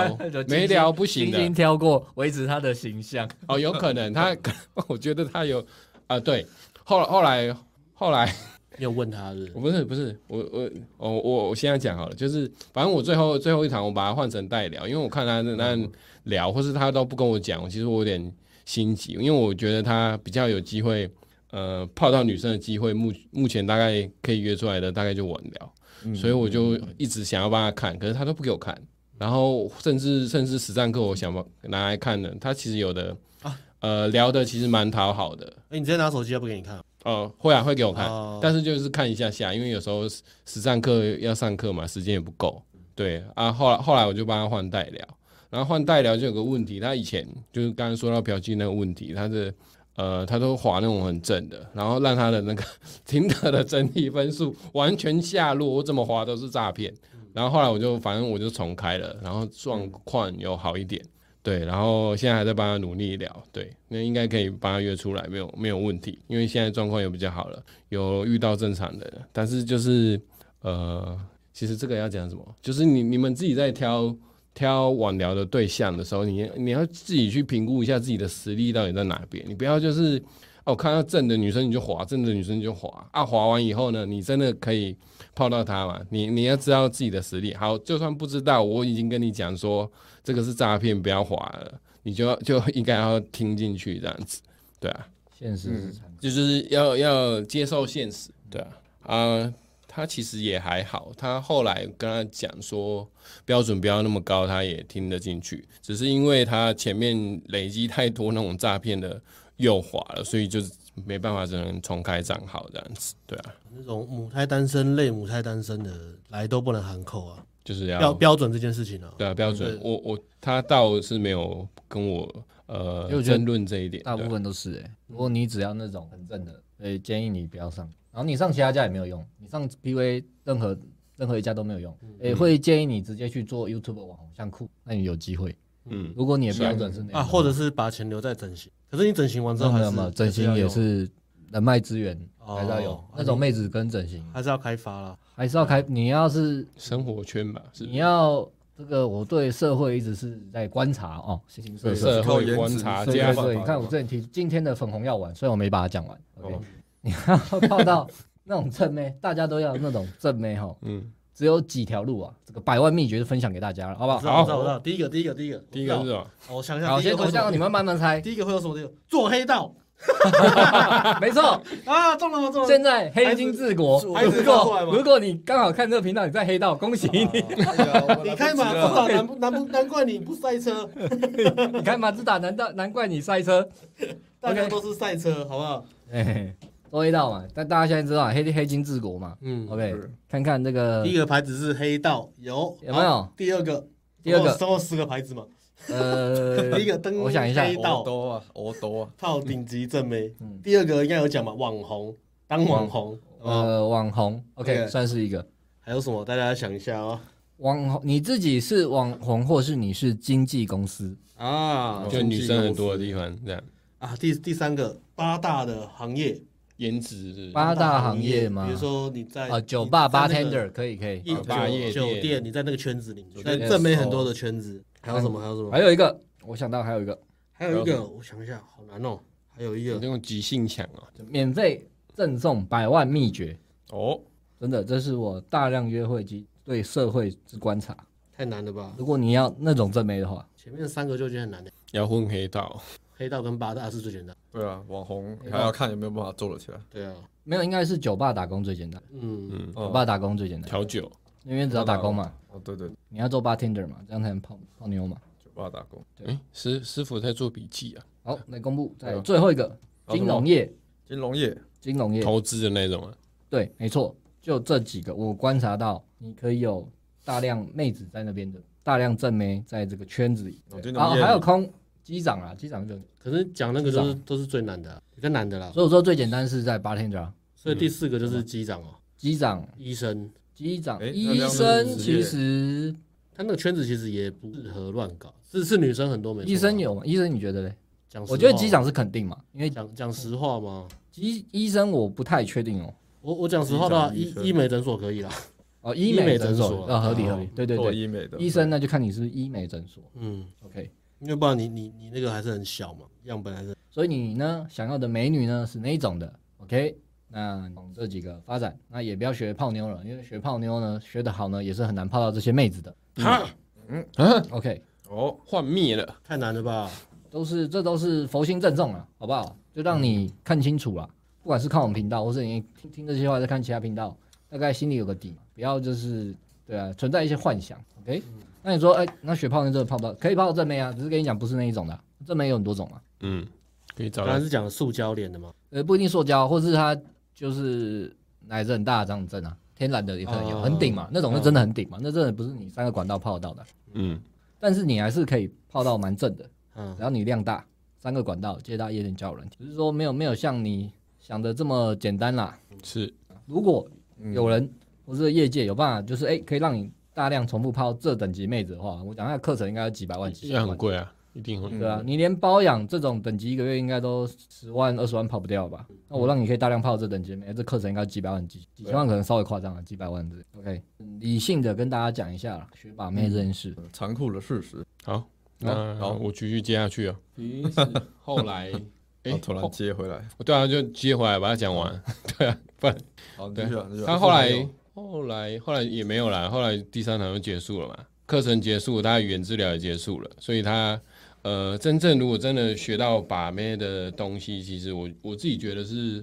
Speaker 3: 没聊不行
Speaker 1: 精心
Speaker 3: 的
Speaker 1: 挑过，维持他的形象。
Speaker 3: 哦，有可能他 我觉得他有啊、对，后来后来后来
Speaker 2: 你有问他是不
Speaker 3: 我
Speaker 2: 是？
Speaker 3: 不是不是我我哦我我现在讲好了，就是反正我最后最后一堂我把它换成代聊，因为我看他那那聊，或是他都不跟我讲，其实我有点心急，因为我觉得他比较有机会，呃，泡到女生的机会，目目前大概可以约出来的大概就晚聊，所以我就一直想要帮他看，可是他都不给我看，然后甚至甚至实战课我想拿来看的，他其实有的呃聊的其实蛮讨好的，
Speaker 2: 哎，你直接拿手机，要不给你看啊。
Speaker 3: 哦，会啊，会给我看，
Speaker 2: 哦
Speaker 3: 但是就是看一下下，因为有时候实实战课要上课嘛，时间也不够。对啊，后来后来我就帮他换代聊，然后换代聊就有个问题，他以前就是刚刚说到嫖妓那个问题，他的呃，他都滑那种很正的，然后让他的那个 停德的整体分数完全下落，我怎么滑都是诈骗。然后后来我就反正我就重开了，然后状况有好一点。对，然后现在还在帮他努力聊，对，那应该可以帮他约出来，没有没有问题，因为现在状况也比较好了，有遇到正常的了，但是就是呃，其实这个要讲什么，就是你你们自己在挑挑网聊的对象的时候，你你要自己去评估一下自己的实力到底在哪边，你不要就是哦，看到正的女生你就滑，正的女生你就滑啊，滑完以后呢，你真的可以泡到她嘛？你你要知道自己的实力。好，就算不知道，我已经跟你讲说这个是诈骗，不要滑了，你就要就应该要听进去这样子，对啊。
Speaker 1: 现实是残酷。
Speaker 3: 就就是要要接受现实，对啊，啊、他其实也还好，他后来跟他讲说标准不要那么高，他也听得进去，只是因为他前面累积太多那种诈骗的诱惑了，所以就是没办法，只能重开账号这样子，对啊，
Speaker 2: 那种母胎单身、类母胎单身的来都不能喊扣啊，
Speaker 3: 就是
Speaker 2: 标标准这件事情啊。
Speaker 3: 对啊标准，
Speaker 2: 对
Speaker 3: 我我他倒是没有跟我
Speaker 1: 因为
Speaker 3: 呃
Speaker 1: 我觉得
Speaker 3: 争论这一点，
Speaker 1: 大
Speaker 3: 对
Speaker 1: 部
Speaker 3: 啊
Speaker 1: 分都是哎、如果你只要那种很正的，所以建议你不要上。然后你上其他家也没有用，你上 PV 任何任何一家都没有用。也、
Speaker 2: 嗯
Speaker 1: 会建议你直接去做 YouTube 网红像酷，那你有机会。
Speaker 3: 嗯，
Speaker 1: 如果你的
Speaker 3: 是啊
Speaker 1: 标准是那样的
Speaker 2: 啊，或者是把钱留在整形，可是你整形完之后
Speaker 1: 那
Speaker 2: 还
Speaker 1: 没
Speaker 2: 是
Speaker 1: 有嘛，整形
Speaker 2: 还
Speaker 1: 也
Speaker 2: 要用
Speaker 1: 是人脉资源
Speaker 2: 哦
Speaker 1: 还是要有、
Speaker 2: 啊
Speaker 1: 那种妹子跟整形
Speaker 2: 还是要开发啦。
Speaker 1: 还是要开。你要是
Speaker 3: 生活圈吧，是
Speaker 1: 你要这个，我对社会一直是在观察哦，形形色色。
Speaker 3: 社
Speaker 7: 靠
Speaker 3: 会
Speaker 7: 颜值
Speaker 3: 观
Speaker 2: 啊
Speaker 3: 察
Speaker 7: 社
Speaker 1: 对对
Speaker 3: 家
Speaker 7: 会观
Speaker 1: 对，你看我这里提今天的粉红药丸，虽然我没把它讲完，OK，、
Speaker 3: 哦
Speaker 1: 你要泡到那种正妹，大家都要那种正妹哈，
Speaker 3: 嗯，
Speaker 1: 只有几条路啊，这个百万秘诀就分享给大家了，好不
Speaker 2: 我
Speaker 1: 好
Speaker 2: 知？道，我知道，我知道。第一个，第一个，第一个，
Speaker 3: 第一个是什么？
Speaker 2: 好，我想想，
Speaker 1: 好，
Speaker 2: 第一
Speaker 1: 先
Speaker 2: 个会
Speaker 1: 投
Speaker 2: 什么
Speaker 1: 向你们慢慢 猜，
Speaker 2: 第一个会有什么？第一个做黑道
Speaker 1: 没错，
Speaker 2: 啊，中了吗？中了吗。
Speaker 1: 现在黑金治国，
Speaker 2: 还是
Speaker 1: 如
Speaker 2: 跳过
Speaker 1: 果
Speaker 2: 来吗哦
Speaker 1: 如果你刚好看这个频道，你在黑道，恭喜你，
Speaker 2: 你开马自达，难不难不难怪你不塞车，
Speaker 1: 你看马自达，难道难怪你塞车？
Speaker 2: 大家都是赛车，好不好？
Speaker 1: 哎，都黑道嘛，但大家现在知道黑黑金治国嘛
Speaker 2: 嗯，
Speaker 1: ，OK，
Speaker 7: 是
Speaker 1: 看看这个
Speaker 2: 第一个牌子是黑道，有
Speaker 1: 呃有没有
Speaker 2: 好第二个，
Speaker 1: 第二个
Speaker 2: 总共有十个牌子嘛？
Speaker 1: 呃
Speaker 2: 第一，个灯，
Speaker 1: 我想一下
Speaker 2: 黑
Speaker 7: 欧
Speaker 2: 道
Speaker 7: 多啊，欧多啊，
Speaker 2: 套顶级正妹
Speaker 1: 嗯。
Speaker 2: 第二个应该有讲吧？网红，当网红。哦，
Speaker 1: 呃，网红
Speaker 2: OK
Speaker 1: ，OK，算是一个。
Speaker 2: 还有什么？大家想一下哦。
Speaker 1: 网红，你自己是网红，或是你是经纪公司？
Speaker 2: 啊
Speaker 3: 就女生很多的地方，这样
Speaker 2: 啊，第第三个八大的行业，
Speaker 3: 颜值是
Speaker 1: 八大行业吗
Speaker 2: 比如说你在
Speaker 1: 啊，酒吧
Speaker 2: 你在那个
Speaker 1: bartender 可以可以。
Speaker 2: 夜
Speaker 3: 酒吧夜
Speaker 2: 酒
Speaker 3: 店
Speaker 2: 店，你在那个圈子里，
Speaker 7: 酒
Speaker 2: 在
Speaker 7: 店
Speaker 2: 正妹很多的圈子，还有什么？还有什么？
Speaker 1: 还有一个，我想到哦还有一个，
Speaker 2: 还有一个，我想一下，好难哦。还有一
Speaker 3: 你
Speaker 2: 个
Speaker 3: 这种即兴强啊，
Speaker 1: 免费赠送百万秘诀，
Speaker 7: 哦，
Speaker 1: 真的，这是我大量约会及对社会之观察。
Speaker 2: 太难了吧？
Speaker 1: 如果你要那种正妹的话，
Speaker 2: 前面三个就已经很难了，
Speaker 3: 要混黑道，
Speaker 2: 黑道跟八大是最简单。
Speaker 7: 对啊，网红还要看有没有办法做得起来。
Speaker 2: 对啊，
Speaker 1: 没有，应该是酒吧打工最简单，
Speaker 2: 嗯，
Speaker 3: 嗯，
Speaker 1: 酒吧打工最简单，
Speaker 3: 调酒，
Speaker 1: 因为只要打工嘛，
Speaker 7: 哦，对对，
Speaker 1: 你要做 bartender 嘛，这样才能泡泡妞嘛。
Speaker 7: 酒吧打工，
Speaker 1: 对
Speaker 3: 诶，师师傅在做笔记啊，
Speaker 1: 好，来公布，再
Speaker 7: 对
Speaker 1: 来
Speaker 7: 啊
Speaker 1: 最后一个，
Speaker 7: 好
Speaker 1: 金
Speaker 7: 什
Speaker 1: 融
Speaker 7: 么
Speaker 1: 业，
Speaker 7: 金融业
Speaker 1: 金融业，
Speaker 3: 投资的那种啊，
Speaker 1: 对，没错，就这几个，我观察到你可以有大量妹子在那边的，大量正妹在这个圈子里，
Speaker 7: 哦金
Speaker 1: 然后
Speaker 7: 融业
Speaker 1: 还有空机长啊，机长就，
Speaker 2: 可是讲那个都是都是最难的啊，比较难的啦。
Speaker 1: 所以我说最简单是在 bartender，啊
Speaker 2: 所以第四个就是机长哦，
Speaker 1: 机长，
Speaker 2: 医生，
Speaker 1: 机长，
Speaker 7: 诶那
Speaker 1: 医
Speaker 7: 这样是
Speaker 1: 生
Speaker 7: 职业
Speaker 1: 其实
Speaker 2: 他那个圈子其实也不适合乱搞，是是女生很多没错啊。
Speaker 1: 医生有吗？医生你觉得嘞？
Speaker 2: 讲实话，
Speaker 1: 我觉得机长是肯定嘛，因为
Speaker 2: 讲讲实话嘛，
Speaker 1: 机医生我不太确定哦。
Speaker 2: 我我讲实话的话，
Speaker 7: 机长
Speaker 2: 医
Speaker 7: 医生
Speaker 2: 医美诊所可以啦。
Speaker 1: 哦，医
Speaker 2: 医美
Speaker 1: 美
Speaker 2: 诊
Speaker 1: 诊
Speaker 2: 所
Speaker 1: 所，
Speaker 2: 啊
Speaker 1: 呃，合理
Speaker 2: 哦
Speaker 1: 合理，对对
Speaker 7: 做
Speaker 1: 对，
Speaker 7: 医美的
Speaker 1: 医生那就看你是不是医美诊所
Speaker 2: 嗯，
Speaker 1: ，OK。
Speaker 2: 因为不然你你你那个还是很小嘛，样本还是
Speaker 1: 所以你呢想要的美女呢是哪一种的？OK，那往这几个发展，那也不要学泡妞了，因为学泡妞呢学得好呢也是很难泡到这些妹子的。嗯
Speaker 3: 哈，
Speaker 1: OK，
Speaker 7: 哦，
Speaker 3: 幻灭了，
Speaker 2: 太难了吧？
Speaker 1: 都是这都是佛心正重啊，好不好？就让你看清楚啦，不管是看我们频道，或是你听听这些话，再看其他频道，大概心里有个底嘛，不要就是对啊，存在一些幻想。OK，那你说，哎、那学泡妞真的泡不到，可以泡到正妹啊，只是跟你讲不是那一种的啊、正妹有很多种啊。
Speaker 3: 嗯，可以找
Speaker 2: 刚才
Speaker 3: 到
Speaker 2: 是讲塑胶脸的嘛，
Speaker 1: 呃，不一定塑胶，或是它就是奶子很大的这样子针啊，天然的也可能有，
Speaker 2: 哦
Speaker 1: 很顶嘛，那种是真的很顶嘛，那真的不是你三个管道泡得到的，
Speaker 3: 嗯，
Speaker 1: 但是你还是可以泡到蛮正的，
Speaker 2: 嗯
Speaker 1: 只，要你量大，三个管道接搭夜店交友软体，只是说没有没有像你想的这么简单啦。
Speaker 3: 是
Speaker 1: 如果有人或是业界有办法，就是哎、可以让你大量重复泡这等级妹子的话，我讲他的课程应该要几百万、几
Speaker 3: 也
Speaker 1: 千
Speaker 3: 很
Speaker 1: 万。
Speaker 3: 贵啊，一定
Speaker 2: 嗯
Speaker 3: 很
Speaker 1: 对啊，你连包养这种等级一个月应该都十万二十万跑不掉
Speaker 2: 嗯
Speaker 1: 吧？那我让你可以大量泡这等级，每这课程应该几百万几
Speaker 2: 啊
Speaker 1: 几千万，可能稍微夸张了，啊几百万之 OK，理性的跟大家讲一下啦，学把妹这件事。
Speaker 2: 嗯
Speaker 7: 呃残酷的事实，
Speaker 3: 好。那
Speaker 7: 好
Speaker 3: 我继续接下去啊。后来哎、
Speaker 7: 哦然后突然接回来，
Speaker 3: 对啊，就接回来把它讲完。 对啊，不然
Speaker 7: 好，你继
Speaker 3: 对
Speaker 7: 续啊，你继续啊
Speaker 3: 他后来后来后来也没有啦，后来第三堂就结束了嘛，课程结束，他语言治疗也结束了，所以他呃，真正如果真的学到把妹的东西，其实我我自己觉得是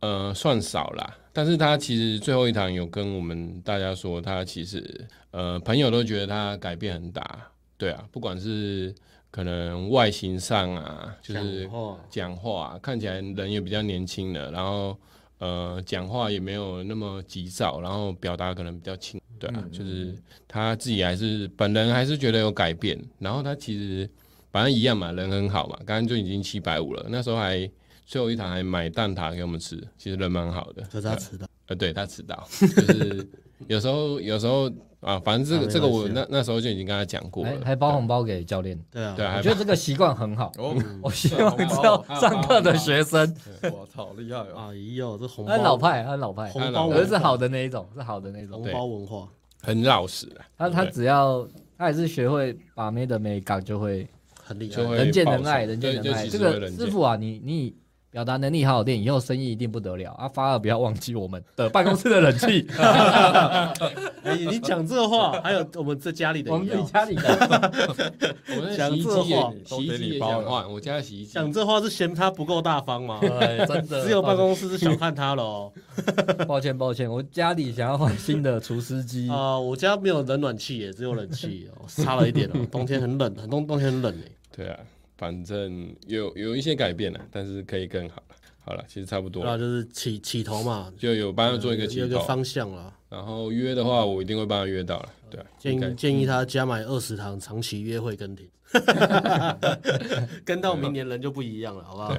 Speaker 3: 呃算少啦。但是他其实最后一堂有跟我们大家说，他其实呃朋友都觉得他改变很大，对啊，不管是可能外形上啊，就是
Speaker 2: 讲话
Speaker 3: 讲话、看起来人也比较年轻了，然后呃讲话也没有那么急躁，然后表达可能比较轻，对
Speaker 2: 嗯
Speaker 3: 啊，就是他自己还是本人还是觉得有改变，然后他其实反正一样嘛，人很好嘛，刚刚就已经七百五了，那时候还最后一堂还买蛋挞给我们吃，其实人蛮好的，
Speaker 2: 可是他迟到，
Speaker 3: 呃，对他迟到，就是有时候有时候啊，反正这个、
Speaker 2: 啊
Speaker 3: 这个
Speaker 2: 没关系
Speaker 3: 我
Speaker 2: 啊
Speaker 3: 那那时候就已经跟他讲过
Speaker 5: 还
Speaker 3: 了，
Speaker 5: 还包红包给教练，
Speaker 2: 对啊，
Speaker 3: 对啊，
Speaker 5: 我
Speaker 3: 还
Speaker 5: 觉得这个习惯很好。
Speaker 7: 哦，
Speaker 5: 我希望之后上课的学生，
Speaker 7: 我操，厉害啊！
Speaker 2: 哎呦，这红包
Speaker 5: 他很老派，他很老派，
Speaker 2: 红包
Speaker 5: 可
Speaker 2: 文
Speaker 5: 是是
Speaker 1: 啊
Speaker 2: 化，
Speaker 5: 好的那一种，是好的那一种。
Speaker 2: 红包文化，
Speaker 3: 很老实啊了，
Speaker 5: 他他
Speaker 3: 对
Speaker 5: 只要他还是学会把妹的美感，就会
Speaker 2: 很厉害
Speaker 3: 就，会
Speaker 5: 人见人
Speaker 3: 爆
Speaker 5: 爱，
Speaker 3: 手
Speaker 5: 人见
Speaker 3: 对
Speaker 5: 人
Speaker 3: 就
Speaker 5: 爱。
Speaker 3: 其
Speaker 5: 这
Speaker 3: 实会
Speaker 5: 个
Speaker 3: 人
Speaker 5: 师
Speaker 3: 见
Speaker 5: 傅啊，你你表达能力好一点，以后生意一定不得了啊！发二不要忘记我们的办公室的冷气，
Speaker 2: 哎，你讲这话，还有我们这家里 的
Speaker 5: 我
Speaker 2: 一
Speaker 5: 们自己
Speaker 2: 样，
Speaker 5: 家里的。
Speaker 3: 我那
Speaker 2: 讲
Speaker 3: 洗衣
Speaker 2: 这
Speaker 3: 机
Speaker 2: 话
Speaker 3: 也
Speaker 7: 都
Speaker 3: 洗衣
Speaker 7: 给
Speaker 3: 机
Speaker 7: 你
Speaker 3: 也
Speaker 7: 包
Speaker 3: 想
Speaker 7: 了
Speaker 3: 换，我家的洗衣机
Speaker 2: 讲这话是嫌他不够大方 吗？
Speaker 5: 对，真的。
Speaker 2: 只有办公室是小看他 喽。
Speaker 5: 抱歉抱歉，我家里想要换新的除湿机。
Speaker 2: 啊、我家没有冷暖气耶，只有冷气哦，差了一点哦。冬天很冷，很冬冬天很冷欸诶。
Speaker 3: 对啊，反正有有一些改变了，但是可以更好了。好了，其实差不多
Speaker 2: 对啊，
Speaker 3: 了，
Speaker 2: 就是起起头嘛，
Speaker 3: 就有帮他做一个
Speaker 2: 有
Speaker 3: 起
Speaker 2: 一个
Speaker 3: 头，
Speaker 2: 方向啦。
Speaker 3: 然后约的话，我一定会帮他约到了。对啊，
Speaker 2: 建
Speaker 3: 应该
Speaker 2: 议建议他加买二十堂长期约会跟 帖， 跟到明年人就不一样了，好不好
Speaker 3: 对？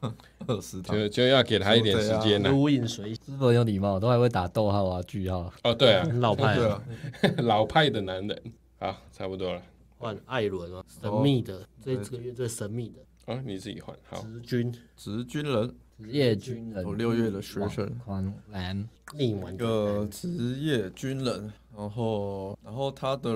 Speaker 3: 啊，
Speaker 7: 二十堂，
Speaker 3: 就就要给他一点时间了。
Speaker 2: 如影随形，
Speaker 5: 师傅很有礼貌，都还会打逗号啊、句号。
Speaker 3: 哦，对啊，
Speaker 2: 很老派
Speaker 7: 对
Speaker 2: 啊。
Speaker 7: 啊，
Speaker 3: 老派的男人，好，差不多了。
Speaker 2: 换艾伦啊，神秘的，这这个月最神秘的
Speaker 3: 哦，你自己换好。
Speaker 2: 直军
Speaker 7: 职军人，
Speaker 5: 职业军人，
Speaker 7: 我六月的学生，
Speaker 5: 狂澜，
Speaker 2: 另一
Speaker 7: 一
Speaker 2: 完
Speaker 7: 个职业军人，然后然后他的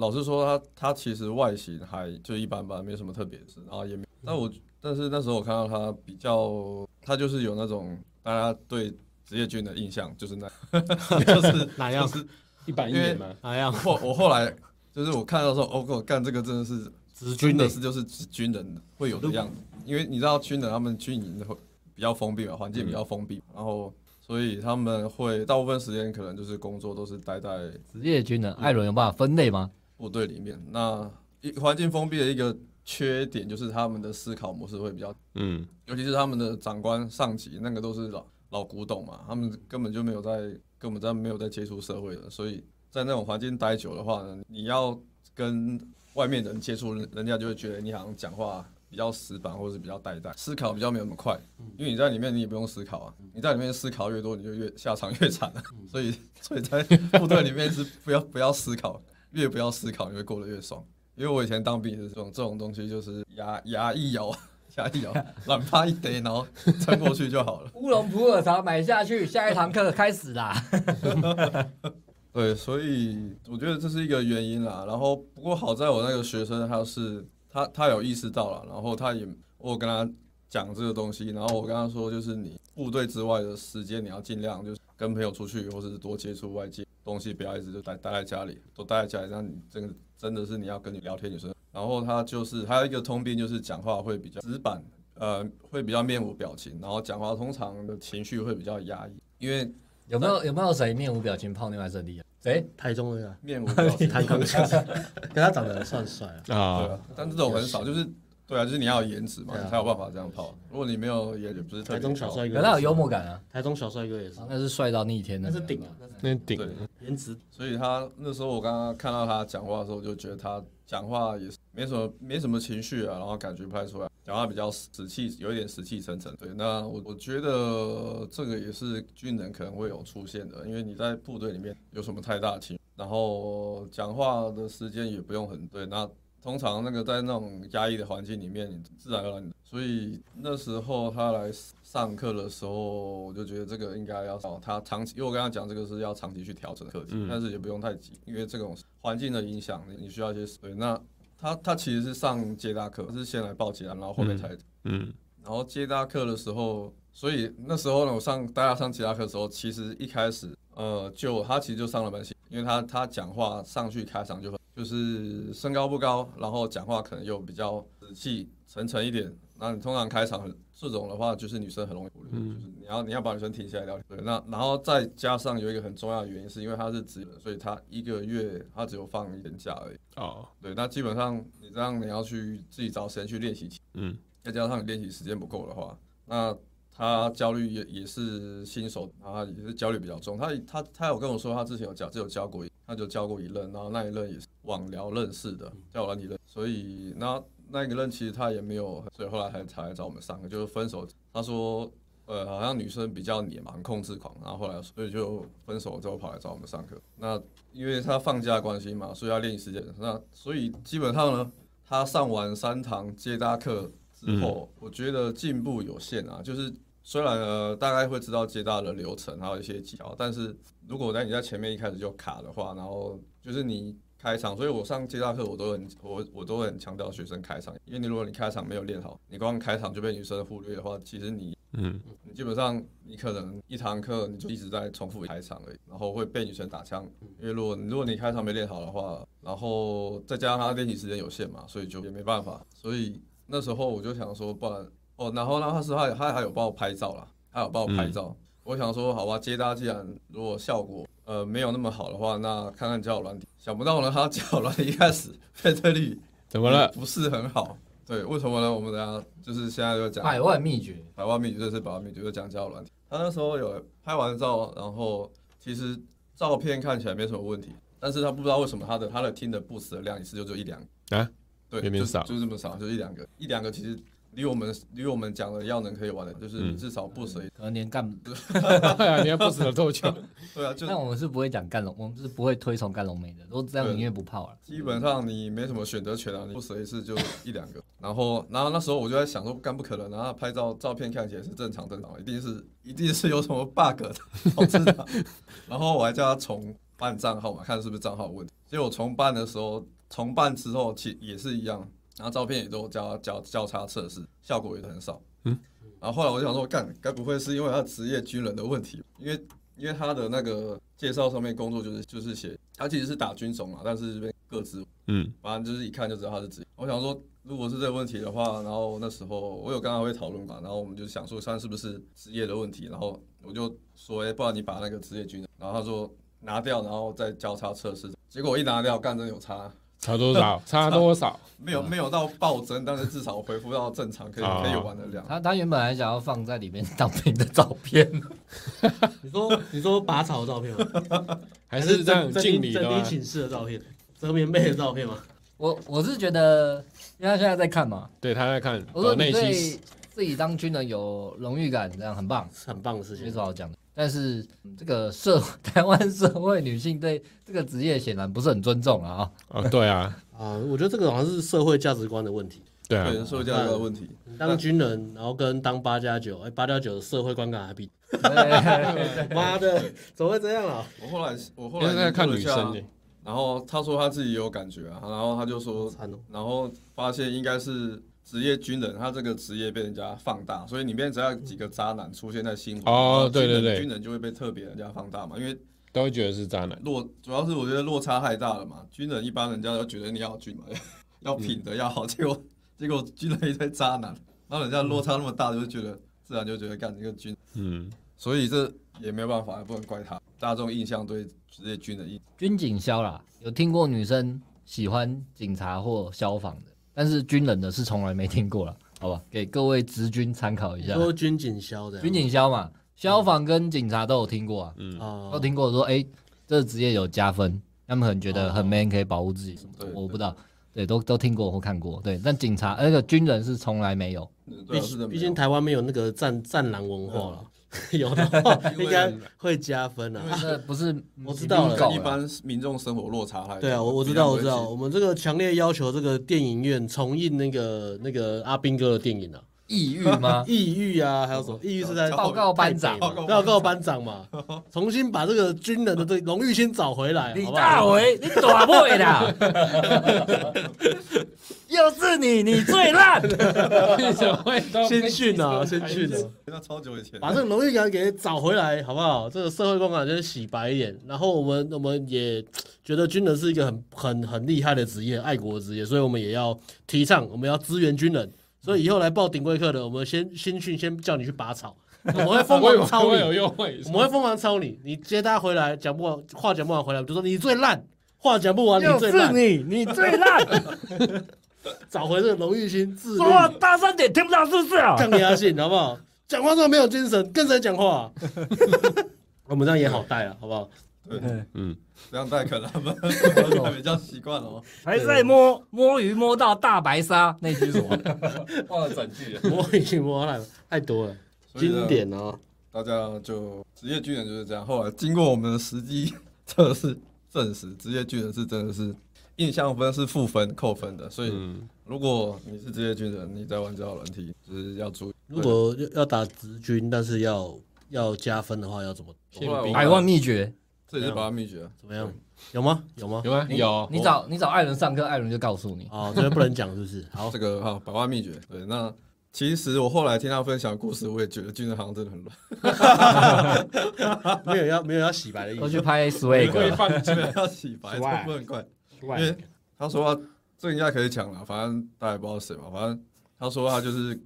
Speaker 7: 老实说他他其实外形还就一般般，没什么特别的，然后也没，但
Speaker 2: 嗯
Speaker 7: 我但是那时候我看到他比较，他就是有那种大家对职业军的印象就 是那， 就是
Speaker 2: 哪样
Speaker 7: 就是
Speaker 3: 一板一眼吗？
Speaker 2: 哪样？
Speaker 7: 后我后来就是我看到说，哦，我干这个真的是
Speaker 2: 直
Speaker 7: 真
Speaker 2: 军
Speaker 7: 的
Speaker 2: 的
Speaker 7: 是就是指军人会有的样子，因为你知道军人他们军营会比较封闭嘛，环境比较封闭，然后所以他们会大部分时间可能就是工作都是待在
Speaker 5: 职业军人，艾伦有办法分类吗？
Speaker 7: 部队里面。那一环境封闭的一个缺点就是他们的思考模式会比较，
Speaker 3: 嗯，
Speaker 7: 尤其是他们的长官上级那个都是老老古董嘛，他们根本就没有在根本在没有在接触社会的，所以在那种环境待久的话呢，你要跟外面人接触，人家就会觉得你好像讲话比较死板，或者是比较呆呆，思考比较没有那么快。因为你在里面你也不用思考啊，你在里面思考越多，你就越下场越惨啊。所以，所以在部队里面是不要不要思考，越不要思考，你会过得越爽。因为我以前当兵也是这种这种东西，就是牙牙一咬，牙一咬，懒趴一逮，然后撑过去就好了。
Speaker 5: 乌龙普洱茶买下去，下一堂课开始啦。
Speaker 7: 对，所以我觉得这是一个原因啦。然后不过好在我那个学生他是他他有意识到了，然后他也我有跟他讲这个东西，然后我跟他说就是你部队之外的时间你要尽量就是跟朋友出去，或者是多接触外界东西，不要一直就待待在家里，都待在家里，这样你真的真的是你要跟你聊天女生。然后他就是还有一个通病就是讲话会比较死板，呃，会比较面无表情，然后讲话通常的情绪会比较压抑，因为
Speaker 5: 有没有有没有谁面无表情泡妞还是很厉害？ 谁？
Speaker 2: 台中的啊，
Speaker 7: 面无表 情
Speaker 2: 弹钢琴，可他长得算帅啊。
Speaker 7: 对
Speaker 3: 啊
Speaker 7: 啊，，但这种很少，就是对啊，就是你要有颜值嘛，
Speaker 2: 对啊
Speaker 7: 你才有办法这样泡。如果你没有颜值，不是特
Speaker 2: 台
Speaker 7: 别
Speaker 2: 中小帅哥
Speaker 5: 可
Speaker 2: 也是，
Speaker 5: 他有幽默感啊，
Speaker 2: 台中小帅哥也是
Speaker 5: 啊，那是帅到逆天的，
Speaker 2: 那是顶啊，
Speaker 3: 那顶
Speaker 7: 对，
Speaker 2: 颜值
Speaker 7: 所以他那时候我刚刚看到他讲话的时候，我就觉得他讲话也是没什么没什么情绪啊，然后感觉不太出来，讲话比较死气，有一点死气沉沉。对，那我我觉得这个也是军人可能会有出现的，因为你在部队里面有什么太大的情绪，然后讲话的时间也不用很对，那通常那个在那种压抑的环境里面，你自然而然，所以那时候他来上课的时候，我就觉得这个应该要找他长期，因为我跟他讲这个是要长期去调整的课题，但是也不用太急，因为这种环境的影响，你你需要一些对。那他他其实是上接搭课，是先来报接搭，然后后面才
Speaker 3: 嗯，
Speaker 7: 然然后接大课的时候，所以那时候呢，我上大家上其他课的时候，其实一开始呃，就他其实就上了蛮辛苦，因为他他讲话上去开场就很就是身高不高，然后讲话可能又比较呃仔细沉沉一点。那你通常开场这种的话，就是女生很容易忽略，就是你要你要把女生提起来聊天。对，那然后再加上有一个很重要的原因，是因为他是职人，所以他一个月他只有放一天假而已。
Speaker 3: 哦，
Speaker 7: 对，那基本上你这样你要去自己找时间去练习，
Speaker 3: 嗯，
Speaker 7: 再加上你练习时间不够的话，那他焦虑也也是新手，他也是焦虑比较重。他他他有跟我说，他之前有教，只有教过一，他就教过一任，然后那一任也是网聊认识的，叫我让你认，所以那那一个任其实他也没有，所以后来还才来找我们上课，就是分手。他说。呃，好像女生比较黏嘛，很控制狂，然后后来所以就分手之后跑来找我们上课。那因为他放假的关系嘛，所以要练习时间。那所以基本上呢，他上完三堂接搭课之后，我觉得进步有限啊。就是虽然呃大概会知道接搭的流程，还有一些技巧，但是如果在你在前面一开始就卡的话，然后就是你开场，所以我上接搭课我都很我我都很强调学生开场，因为你如果你开场没有练好，你光开场就被女生忽略的话，其实你
Speaker 3: 嗯，
Speaker 7: 你基本上你可能一堂课你就一直在重复开场而已，然后会被女生打枪，因为如果如果你开场没练好的话，然后再加上他练习时间有限嘛，所以就也没办法。所以那时候我就想说，不然哦，然后呢，他是他他还有帮我拍照啦，他有帮我拍照。我想说，好吧，接搭既然如果效果呃没有那么好的话，那看看交友软体。想不到呢，他交友软体一开始配对率
Speaker 3: 怎么了？
Speaker 7: 不是很好。对，为什么呢？我们等一下就是现在就讲
Speaker 5: 百万秘诀，
Speaker 7: 百万秘诀就是百万秘诀，就讲交友软体。他那时候有拍完照，然后其实照片看起来没什么问题，但是他不知道为什么他的他的听的 boost 的量一次就就一两个
Speaker 3: 啊，
Speaker 7: 对，
Speaker 3: 明明
Speaker 7: 就
Speaker 3: 少
Speaker 7: 就这么少，就一两个，一两个其实离我们离我们讲的要能可以玩的，就是你至少 boost 一
Speaker 5: 可能连干，
Speaker 3: 哎呀，你还不死的多久？
Speaker 7: 对啊，就
Speaker 5: 但我们是不会讲干龙，我们是不会推崇干龙梅的，都这样宁愿不泡了。
Speaker 7: 基本上你没什么选择权啊，你不舍一次就一两个。然后，然后那时候我就在想说，干不可能，然后拍照照片看起来是正常正常，一定是一定是有什么 bug 的，导致的。然后我还叫他重办账号嘛，看是不是账号有问题。结果重办的时候，重办之后其也是一样，然后照片也都交交交叉测试，效果也很少。嗯。然后后来我就想说，干该不会是因为他职业军人的问题吧？因为因为他的那个介绍上面工作就是就是写他其实是打军种嘛，但是被各自
Speaker 3: 嗯，
Speaker 7: 反正就是一看就知道他是职业。我想说，如果是这个问题的话，然后那时候我有跟他会讨论嘛，然后我们就想说，看是不是职业的问题，然后我就说，哎、不然你把那个职业军人，然后他说拿掉，然后再交叉测试。结果我一拿掉，干真的有差，
Speaker 3: 差多 少？差多少？
Speaker 7: 没有没有到暴增，但是至少恢复到正常，可以
Speaker 3: 嗯啊
Speaker 7: 可以玩的量。
Speaker 5: 他他原本还想要放在里面 当兵的照片，
Speaker 2: 你说你说拔草的照片吗？
Speaker 3: 还是这样
Speaker 2: 整
Speaker 3: 敬礼
Speaker 2: 整
Speaker 3: 的
Speaker 2: 理
Speaker 5: 啊
Speaker 3: 吗？
Speaker 2: 寝室的照片，折棉被的照片吗？
Speaker 5: 我我是觉得，因为他现在在看嘛，
Speaker 3: 对，他在看
Speaker 5: 我说
Speaker 3: 岛
Speaker 5: 你
Speaker 3: 内
Speaker 5: 对
Speaker 3: 西，
Speaker 5: 自己当军人有荣誉感，这样很棒，
Speaker 2: 是很棒的事
Speaker 5: 没
Speaker 2: 情
Speaker 5: 什。么好讲的。但是嗯这个社 台湾社会女性对这个职业显然不是很尊重了啊、
Speaker 3: 哦，对啊，
Speaker 2: 啊，我觉得这个好像是社会价值观的问题。
Speaker 3: 对啊，
Speaker 7: 对，所以这样一个问题。
Speaker 2: 当军人，然后跟当八加九，哎，八加九的社会观感还比， 妈的，怎么会这样啊？
Speaker 7: 我后来我后
Speaker 3: 因
Speaker 7: 来
Speaker 3: 为在看
Speaker 7: 研
Speaker 3: 女
Speaker 7: 究了一下
Speaker 3: 生欸的，
Speaker 7: 然后他说他自己也有感觉啊，然后他就说
Speaker 2: 惨哦，
Speaker 7: 然后发现应该是职业军人，他这个职业被人家放大，所以里面只要有几个渣男出现在新闻，
Speaker 3: 哦对
Speaker 7: 然后军人
Speaker 3: 对对
Speaker 7: 军人就会被特别人家放大嘛，因为
Speaker 3: 都会觉得是渣男。
Speaker 7: 落主要是我觉得落差太大了嘛，军人一般人家都觉得你要军嘛， 要品德要好，结果 结果军人一堆渣男，然后人家落差那么大，就觉得自然就觉得干这个军，
Speaker 3: 嗯，
Speaker 7: 所以这也没有办法，不能怪他，大众印象对职业军人印。
Speaker 5: 军警消啦，有听过女生喜欢警察或消防的，但是军人的是从来没听过了， 好吧？给各位职军参考 一下，
Speaker 2: 都军警消的，
Speaker 5: 军警消嘛，消防跟警察都有听过啊，
Speaker 2: 啊
Speaker 5: 都，听过说，哎、这个职业有加分，他们可能觉得很 man，可以保护自己什么的
Speaker 7: 对，
Speaker 5: 我不知道。对，都都听过或看过，对，但警察呃那个军人是从来没有，
Speaker 2: 毕
Speaker 7: 对啊，是的，
Speaker 2: 毕竟台湾没有那个战战狼文化了，
Speaker 5: 嗯
Speaker 2: 有的话应该会加分啊。
Speaker 5: 那不是
Speaker 2: 我知道了
Speaker 5: 搞
Speaker 7: 跟一般民众生活落差太大
Speaker 2: 对啊，我我知道，我知道，我们这个强烈要求这个电影院重映那个那个阿兵哥的电影啊，？
Speaker 5: 抑郁吗
Speaker 2: 抑郁啊，还有什么？抑郁是在
Speaker 5: 哦报告班长
Speaker 2: 啊报告班长嘛，重新把这个军人的这荣誉先找回来，
Speaker 5: 李
Speaker 2: 好不
Speaker 5: 大
Speaker 2: 好？
Speaker 5: 为，你短会 啦！又是你，你最 烂。
Speaker 3: 为什么会都
Speaker 2: 先训啊，先训啊，
Speaker 7: 那超久以前，
Speaker 2: 把这个荣誉感给找回来，好不好？这个社会观感就是洗白一点。然后我们我们也觉得军人是一个很很很厉害的职业，爱国职业，所以我们也要提倡，我们要支援军人。所以以后来报顶规课的，我们先新训，先叫你去拔草，我们会疯
Speaker 3: 我有
Speaker 2: 狂操
Speaker 3: 我
Speaker 2: 你，
Speaker 3: 有优惠，
Speaker 2: 我们会疯狂操你。你接他回来，讲不完话讲不完回来，我们就说你最烂，话讲不完你
Speaker 5: 又
Speaker 2: 最
Speaker 5: 是
Speaker 2: 烂，
Speaker 5: 你，你最烂！
Speaker 2: 找回这个荣誉心，自律
Speaker 5: 说，话大声点，听不到是不是啊？
Speaker 2: 抗压性，好不好？讲话这么没有精神，跟谁讲话、 我们这样也好带啊，好不好？
Speaker 3: 嗯，
Speaker 7: 这样带可能 他们还比较习惯哦。
Speaker 5: 还在摸摸鱼，摸到大白鲨，那句什么？
Speaker 7: 忘了整句了，
Speaker 2: 我已经摸烂了，太多了，
Speaker 7: 所以呢
Speaker 2: 经。典啊！
Speaker 7: 大家就职业军人就是这样。后来经过我们的实际测试证实，职业军人是真的是印象分是负分扣分的，所以
Speaker 3: 嗯，
Speaker 7: 如果你是职业军人，你在玩这套软体就是要注意。
Speaker 2: 如果要打直军，但是要要加分的话，要怎么
Speaker 3: 宪
Speaker 7: 后来
Speaker 3: 兵啊
Speaker 7: 我
Speaker 5: 百万秘诀，
Speaker 7: 这也是把它秘诀啊，
Speaker 2: 怎么样？有吗？有吗？
Speaker 3: 有吗？有，
Speaker 5: 你找你找艾伦上课，艾伦就告诉你。
Speaker 2: 哦，这边不能讲是不是？好
Speaker 7: 啊这，个哈百万秘诀。对，那其实我后来听他分享的故事，我也觉得军人好像真的很乱，
Speaker 2: 没有要没有要洗白的意
Speaker 5: 都
Speaker 2: 思。
Speaker 5: 去拍
Speaker 3: 会
Speaker 5: swag，
Speaker 3: 放
Speaker 7: 真的要洗白，这不能怪。因为他说他这应该可以讲了，反正大家也不知道谁嘛，反正他说他就是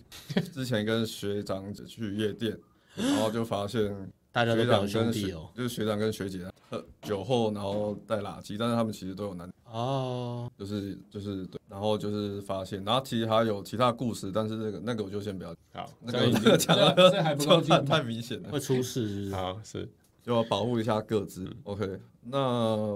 Speaker 7: 之前跟学长子去夜店，然后就发现
Speaker 2: 大家都
Speaker 7: 学
Speaker 2: 表
Speaker 7: 长
Speaker 2: 兄
Speaker 7: 跟
Speaker 2: 弟
Speaker 7: 学
Speaker 2: 哦。
Speaker 7: 就是学长跟学姐喝酒后，然后带垃圾，但是他们其实都有男，
Speaker 2: 哦，
Speaker 7: 就是就是对，然后就是发现，然后其实还有其他故事，但是那个那个我就先不要，
Speaker 3: 好，
Speaker 7: 那
Speaker 3: 这样已
Speaker 7: 个
Speaker 3: 经
Speaker 7: 这个讲了
Speaker 3: 这这还不够
Speaker 7: 太
Speaker 3: 劲，
Speaker 7: 太明显了，
Speaker 2: 会出事是不 是？
Speaker 3: 好是
Speaker 7: 就要保护一下各自。OK，那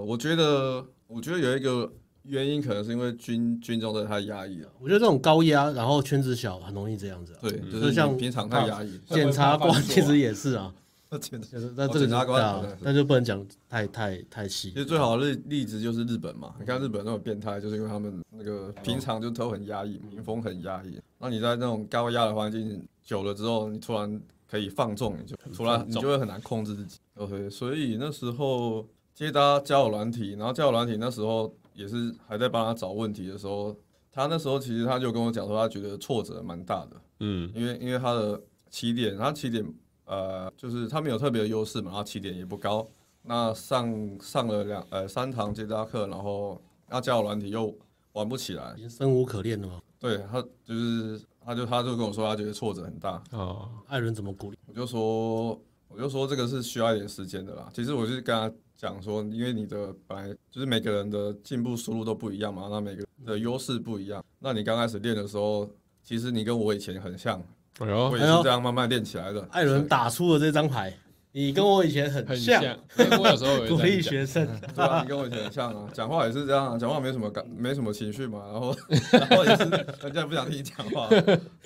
Speaker 7: 我觉得我觉得有一个原因，可能是因为军军中的太压抑了。
Speaker 2: 我觉得这种高压，然后圈子小，很容易这样子、啊。
Speaker 7: 对，
Speaker 3: 嗯
Speaker 7: 就
Speaker 2: 就是像
Speaker 7: 像平常太压抑，
Speaker 2: 检察官其实也是啊，
Speaker 7: 其实
Speaker 2: 就是那这个
Speaker 7: 哦检
Speaker 2: 就
Speaker 7: 察
Speaker 2: 对
Speaker 7: 官
Speaker 2: 啊
Speaker 7: 对对对
Speaker 2: 那就不能讲太太太细。
Speaker 7: 最好的例例子就是日本嘛。你看日本那种变态，就是因为他们那个平常就都很压抑，民风很压抑。那你在那种高压的环境久了之后，你突然可以放纵，你就突然你就会很难控制自己。OK，所以那时候接搭交友软体，然后交友软体那时候也是还在帮他找问题的时候，他那时候其实他就跟我讲说，他觉得挫折蛮大的。
Speaker 3: 嗯
Speaker 7: 因为因为他的起点，他起点呃，就是他没有特别的优势嘛，然后起点也不高。那上上了两呃三堂接搭课，然后那交友软体又玩不起来
Speaker 2: 已，经生无可恋了嘛？
Speaker 7: 对他就是他就他就跟我说他觉得挫折很大，
Speaker 3: 哦，
Speaker 2: 艾伦怎么鼓励？
Speaker 7: 我就说我就说这个是需要一点时间的啦。其实我就是跟他讲说，因为你的本来就是每个人的进步输入都不一样嘛，那每个人的优势不一样。那你刚开始练的时候，其实你跟我以前很像，
Speaker 3: 哎
Speaker 7: 我
Speaker 3: 呦，
Speaker 7: 也是这样慢慢练起来的。
Speaker 2: 艾伦打出了这张牌，你跟我以前很
Speaker 3: 很
Speaker 2: 像，
Speaker 3: 像，因为我有时候 也
Speaker 2: 鼓
Speaker 3: 这
Speaker 2: 励
Speaker 3: 样讲
Speaker 2: 学生。
Speaker 7: 对啊，你跟我以前很像啊，讲话也是这样啊，讲话没什么感，没什么情绪嘛，然后 然后也是人家不想听你讲话，啊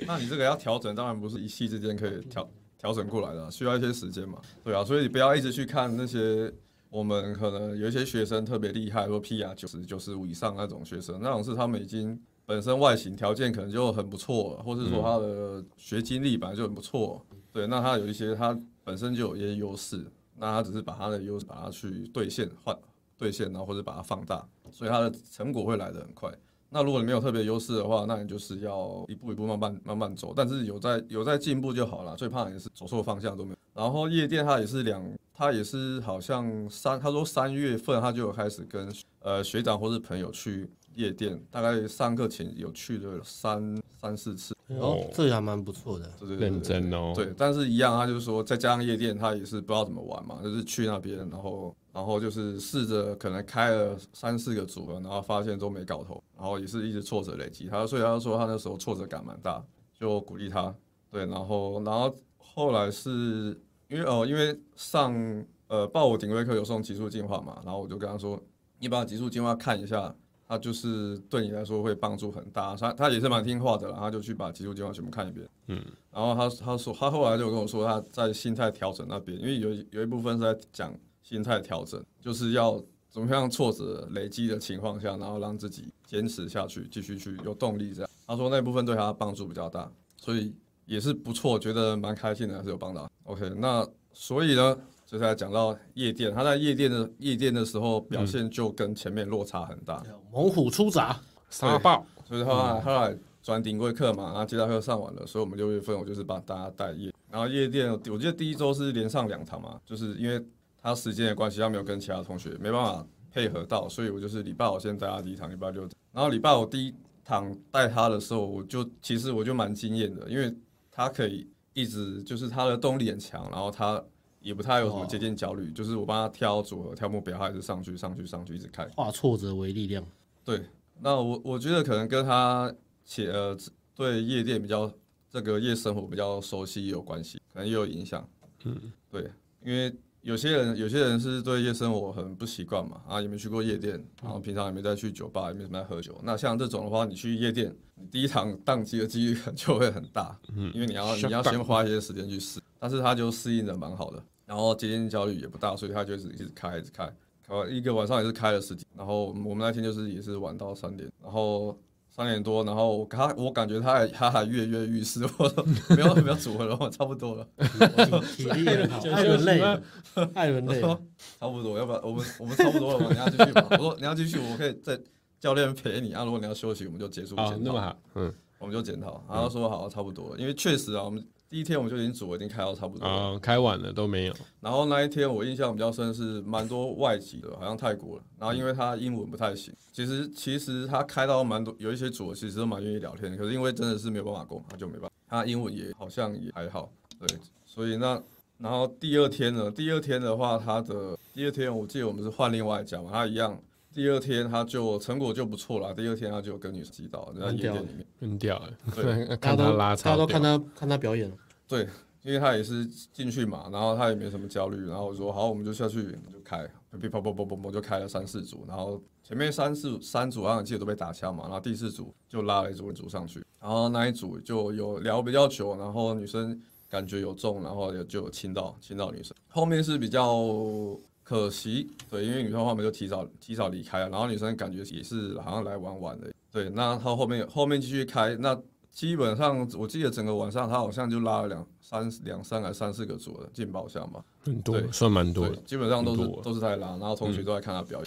Speaker 7: 那你这个要调整，当然不是一夕之间可以调调整过来的啊、需要一些时间嘛，对啊，所以你不要一直去看那些我们可能有一些学生特别厉害，或 P R 九十九十五以上那种学生，那种是他们已经。本身外形条件可能就很不错了，或是说他的学经历本来就很不错，对，那他有一些他本身就有一些优势，那他只是把他的优势把它去兑现换兑现，然后或者把它放大，所以它的成果会来得很快。那如果你没有特别优势的话，那你就是要一步一步慢慢慢慢走，但是有在有在进步就好了。最怕也是走错方向都没有。然后夜店它也是两，它也是好像三，他说三月份他就有开始跟呃学长或是朋友去夜店，大概上课前有去了三三四次，
Speaker 2: 哦，这个还蛮不错的。
Speaker 7: 对对对
Speaker 3: 认真哦，
Speaker 7: 对，但是一样，他就是说，再加上夜店，他也是不知道怎么玩嘛，就是去那边，然后然后就是试着可能开了三四个组合，然后发现都没搞头，然后也是一直挫折累积。他所以他说他那时候挫折感蛮大，就鼓励他。对，然后然后后来是因为哦，因为上呃报我顶规课有送极速进化嘛，然后我就跟他说，你把极速进化看一下。他就是对你来说会帮助很大，他他也是蛮听话的啦，他就去把极速进化全部看一遍，然后他他说他后来就跟我说他在心态调整那边，因为有一有一部分是在讲心态调整，就是要怎么样挫折累积的情况下，然后让自己坚持下去，继续去有动力这样。他说那部分对他帮助比较大，所以也是不错，觉得蛮开心的，还是有帮到。OK，那所以呢，就是来讲到夜店，他在夜店的夜店的时候表现就跟前面落差很大，
Speaker 2: 猛虎出闸，
Speaker 3: 沙暴，
Speaker 7: 所以他后来转顶规课嘛，然后接到课上完了，所以我们六月份我就是把大家带夜，然后夜店我记得第一周是连上两堂嘛，就是因为他时间的关系，他没有跟其他同学没办法配合到，所以我就是礼拜我先带他第一堂，礼拜六，然后礼拜我第一堂带他的时候，我就其实我就蛮惊艳的，因为他可以一直就是他的动力很强，然后他。也不太有什么接近焦虑，就是我帮他挑组合、挑目标，他也是上去、上去、上去，一直开。
Speaker 2: 化挫折为力 量。
Speaker 7: 对，那我我觉得可能跟他且呃对夜店比较这个夜生活比较熟悉也有关系，可能也有影响。嗯，对，因为有些人有些人是对夜生活很不习惯嘛，啊也没去过夜店，然后平常也没再去酒吧，也没怎么在喝酒。那像这种的话，你去夜店，你第一堂宕机的几率可能就会很大，因为你要你要先花一些时间去适，但是他就适应的蛮好的，然后接近焦虑也不大，所以他就一直一直开一直开。呃，一个晚上也是开了十几，然后我们那天就是也是玩到三点，然后三点多，然后我他我感觉他还他还跃跃欲试，我说没有没有组合了，我差不多了，
Speaker 2: 体力 很好，艾伦累了，艾伦
Speaker 7: 我
Speaker 2: 累
Speaker 7: 说
Speaker 2: 了，
Speaker 7: 差不多，要不然我们我们差不多了嘛，你要继续吧，我说你要继续，我可以再教练陪你啊，如果你要休息，我们就结束
Speaker 3: 好，
Speaker 7: 检
Speaker 3: 那么
Speaker 7: 讨，
Speaker 3: 好，嗯，
Speaker 7: 我们就检讨，然后说好差不多了，因为确实啊，我们第一天我们就已经组合已经开到差不多了，
Speaker 3: 啊，开晚了都没有，
Speaker 7: 然后那一天我印象比较深是蛮多外籍的，好像泰国了。然后因为他英文不太行，其实其实他开到蛮多有一些组合其实都蛮愿意聊天的，可是因为真的是没有办法沟通，他就没办法。他英文也好像也还好，对，所以那然后第二天呢，第二天的话，他的第二天我记得我们是换另外一家嘛，他一样。第二天他就成果就不错啦，第二天他就跟女生击倒，在夜店里面，
Speaker 3: 很屌了
Speaker 7: 对，
Speaker 2: 大家
Speaker 3: 看
Speaker 2: 都
Speaker 3: 他拉
Speaker 2: 大家
Speaker 3: 差，
Speaker 2: 都看他看他表演了，
Speaker 7: 对，因为他也是进去嘛，然后他也没什么焦虑，然后我说好，我们就下去，我们就开，呃噼啪啪啪啪啪就开了三四组，然后前面三四三组好像记得都被打枪嘛，然后第四组就拉了一组一组上去，然后那一组就有聊比较久，然后女生感觉有中，然后也就有亲到亲到女生，后面是比较。可惜，对，因为女生后面就提早提早离开了，然后女生感觉也是好像来玩玩的，对，那他后面后面继续开，那基本上我记得整个晚上他好像就拉了两三两三还三四个组的进包厢吧，
Speaker 3: 很多
Speaker 7: 对
Speaker 3: 算蛮多
Speaker 7: 对
Speaker 3: 的，，
Speaker 7: 基本上都是
Speaker 3: 很多嗯
Speaker 7: 都是在拉，然后同学都在看他表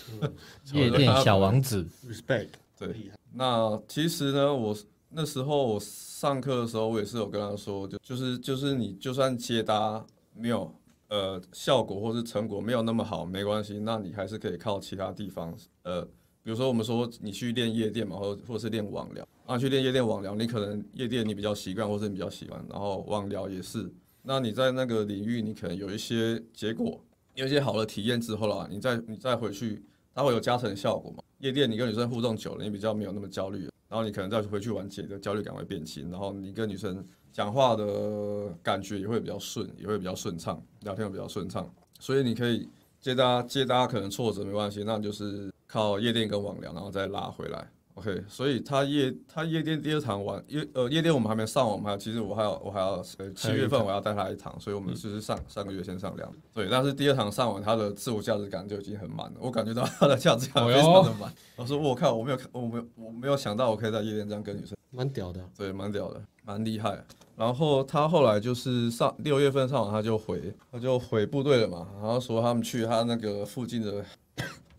Speaker 7: 演。
Speaker 5: 夜店小王子，
Speaker 2: ，respect，
Speaker 7: 对，那其实呢，我那时候我上课的时候，我也是有跟他说，就就是就是你就算接搭没有呃效果或是成果没有那么好，没关系，那你还是可以靠其他地方呃。比如说，我们说你去练夜店嘛，或或是练网聊，啊，去练夜店网聊，你可能夜店你比较习惯，或是你比较喜欢，然后网聊也是。那你在那个领域，你可能有一些结果，有一些好的体验之后啦，你再你再回去，它会有加成效果嘛。夜店你跟女生互动久了，你比较没有那么焦虑了，然后你可能再回去玩起，的焦虑感会变轻，然后你跟女生讲话的感觉也会比较顺，也会比较顺畅，聊天会比较顺畅，所以你可以接搭接搭可能挫折没关系，那你就是靠夜店跟网聊，然后再拉回来。OK，所以他夜他夜店第二堂玩夜呃夜店我们还没上完，我们还有其实我还有我还要呃七月份我要带他一堂，所以我们就是上、上个月先上两堂对，但是第二堂上完他的自我价值感就已经很满了，我感觉到他的价值感
Speaker 3: 哦哟
Speaker 7: 非常的满。我说我靠，我没有看我没有我没有想到我可以在夜店这样跟女生。
Speaker 2: 蛮屌的，
Speaker 7: 对，蛮屌的，蛮厉害的。然后他后来就是上六月份上完，他就回，他就回部队了嘛。然后说他们去他那个附近的，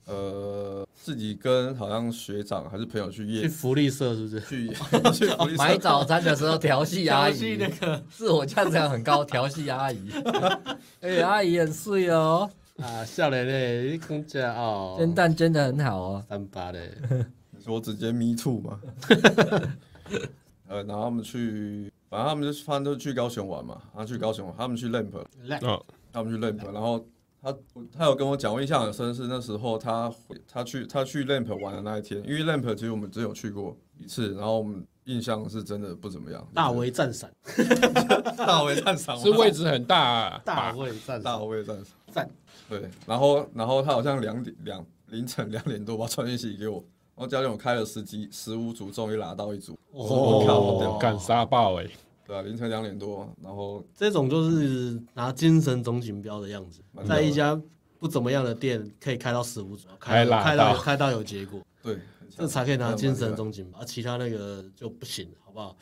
Speaker 7: 呃，自己跟好像学长还是朋友去
Speaker 2: 去
Speaker 7: 夜
Speaker 2: 福利社是不是？
Speaker 7: 去去福 利社
Speaker 5: 买早餐的时候调戏阿
Speaker 8: 调戏
Speaker 5: 姨，
Speaker 8: 那
Speaker 5: 自我价值感很高，调戏阿姨。哎、阿姨很碎哦，
Speaker 2: 啊，笑脸嘞，你讲这哦，
Speaker 5: 煎蛋煎的很好哦。
Speaker 2: 三八嘞，
Speaker 7: 你说直接 me too 吗？呃，然后他们去，反正他们就反正就去高雄玩嘛，然后去高雄玩，他们去 lamp，
Speaker 3: 哦，
Speaker 7: 他们去 lamp，然后他他有跟我讲，我印象很深是那时候他回他去他去 lamp 玩的那一天，因为 lamp 其实我们只有去过一次，然后我们印象是真的不怎么样。
Speaker 2: 大为赞赏，
Speaker 7: 大卫赞赏
Speaker 3: 是位置很大啊，
Speaker 2: 大哦为赞
Speaker 7: 大
Speaker 2: 赏，
Speaker 7: 卫赞赏
Speaker 2: 赞。
Speaker 7: 对，然后然后他好像两点两凌晨两点多吧传讯息给我，然后教练我开了十几十五组，终于拿到一组。我靠好
Speaker 3: 哦
Speaker 7: 屌，
Speaker 3: 干沙暴哎，
Speaker 7: 对啊，凌晨两点多，然后
Speaker 2: 这种就是拿精神总锦标的样子
Speaker 7: 蛮，屌的
Speaker 2: 在一家不怎么样的店可以开到十五组，开
Speaker 3: 开拉
Speaker 2: 开到
Speaker 3: 到
Speaker 2: 开到有结果，
Speaker 7: 对，
Speaker 2: 这才可以拿精神中景吧，啊，其他那个就不行，好不 好？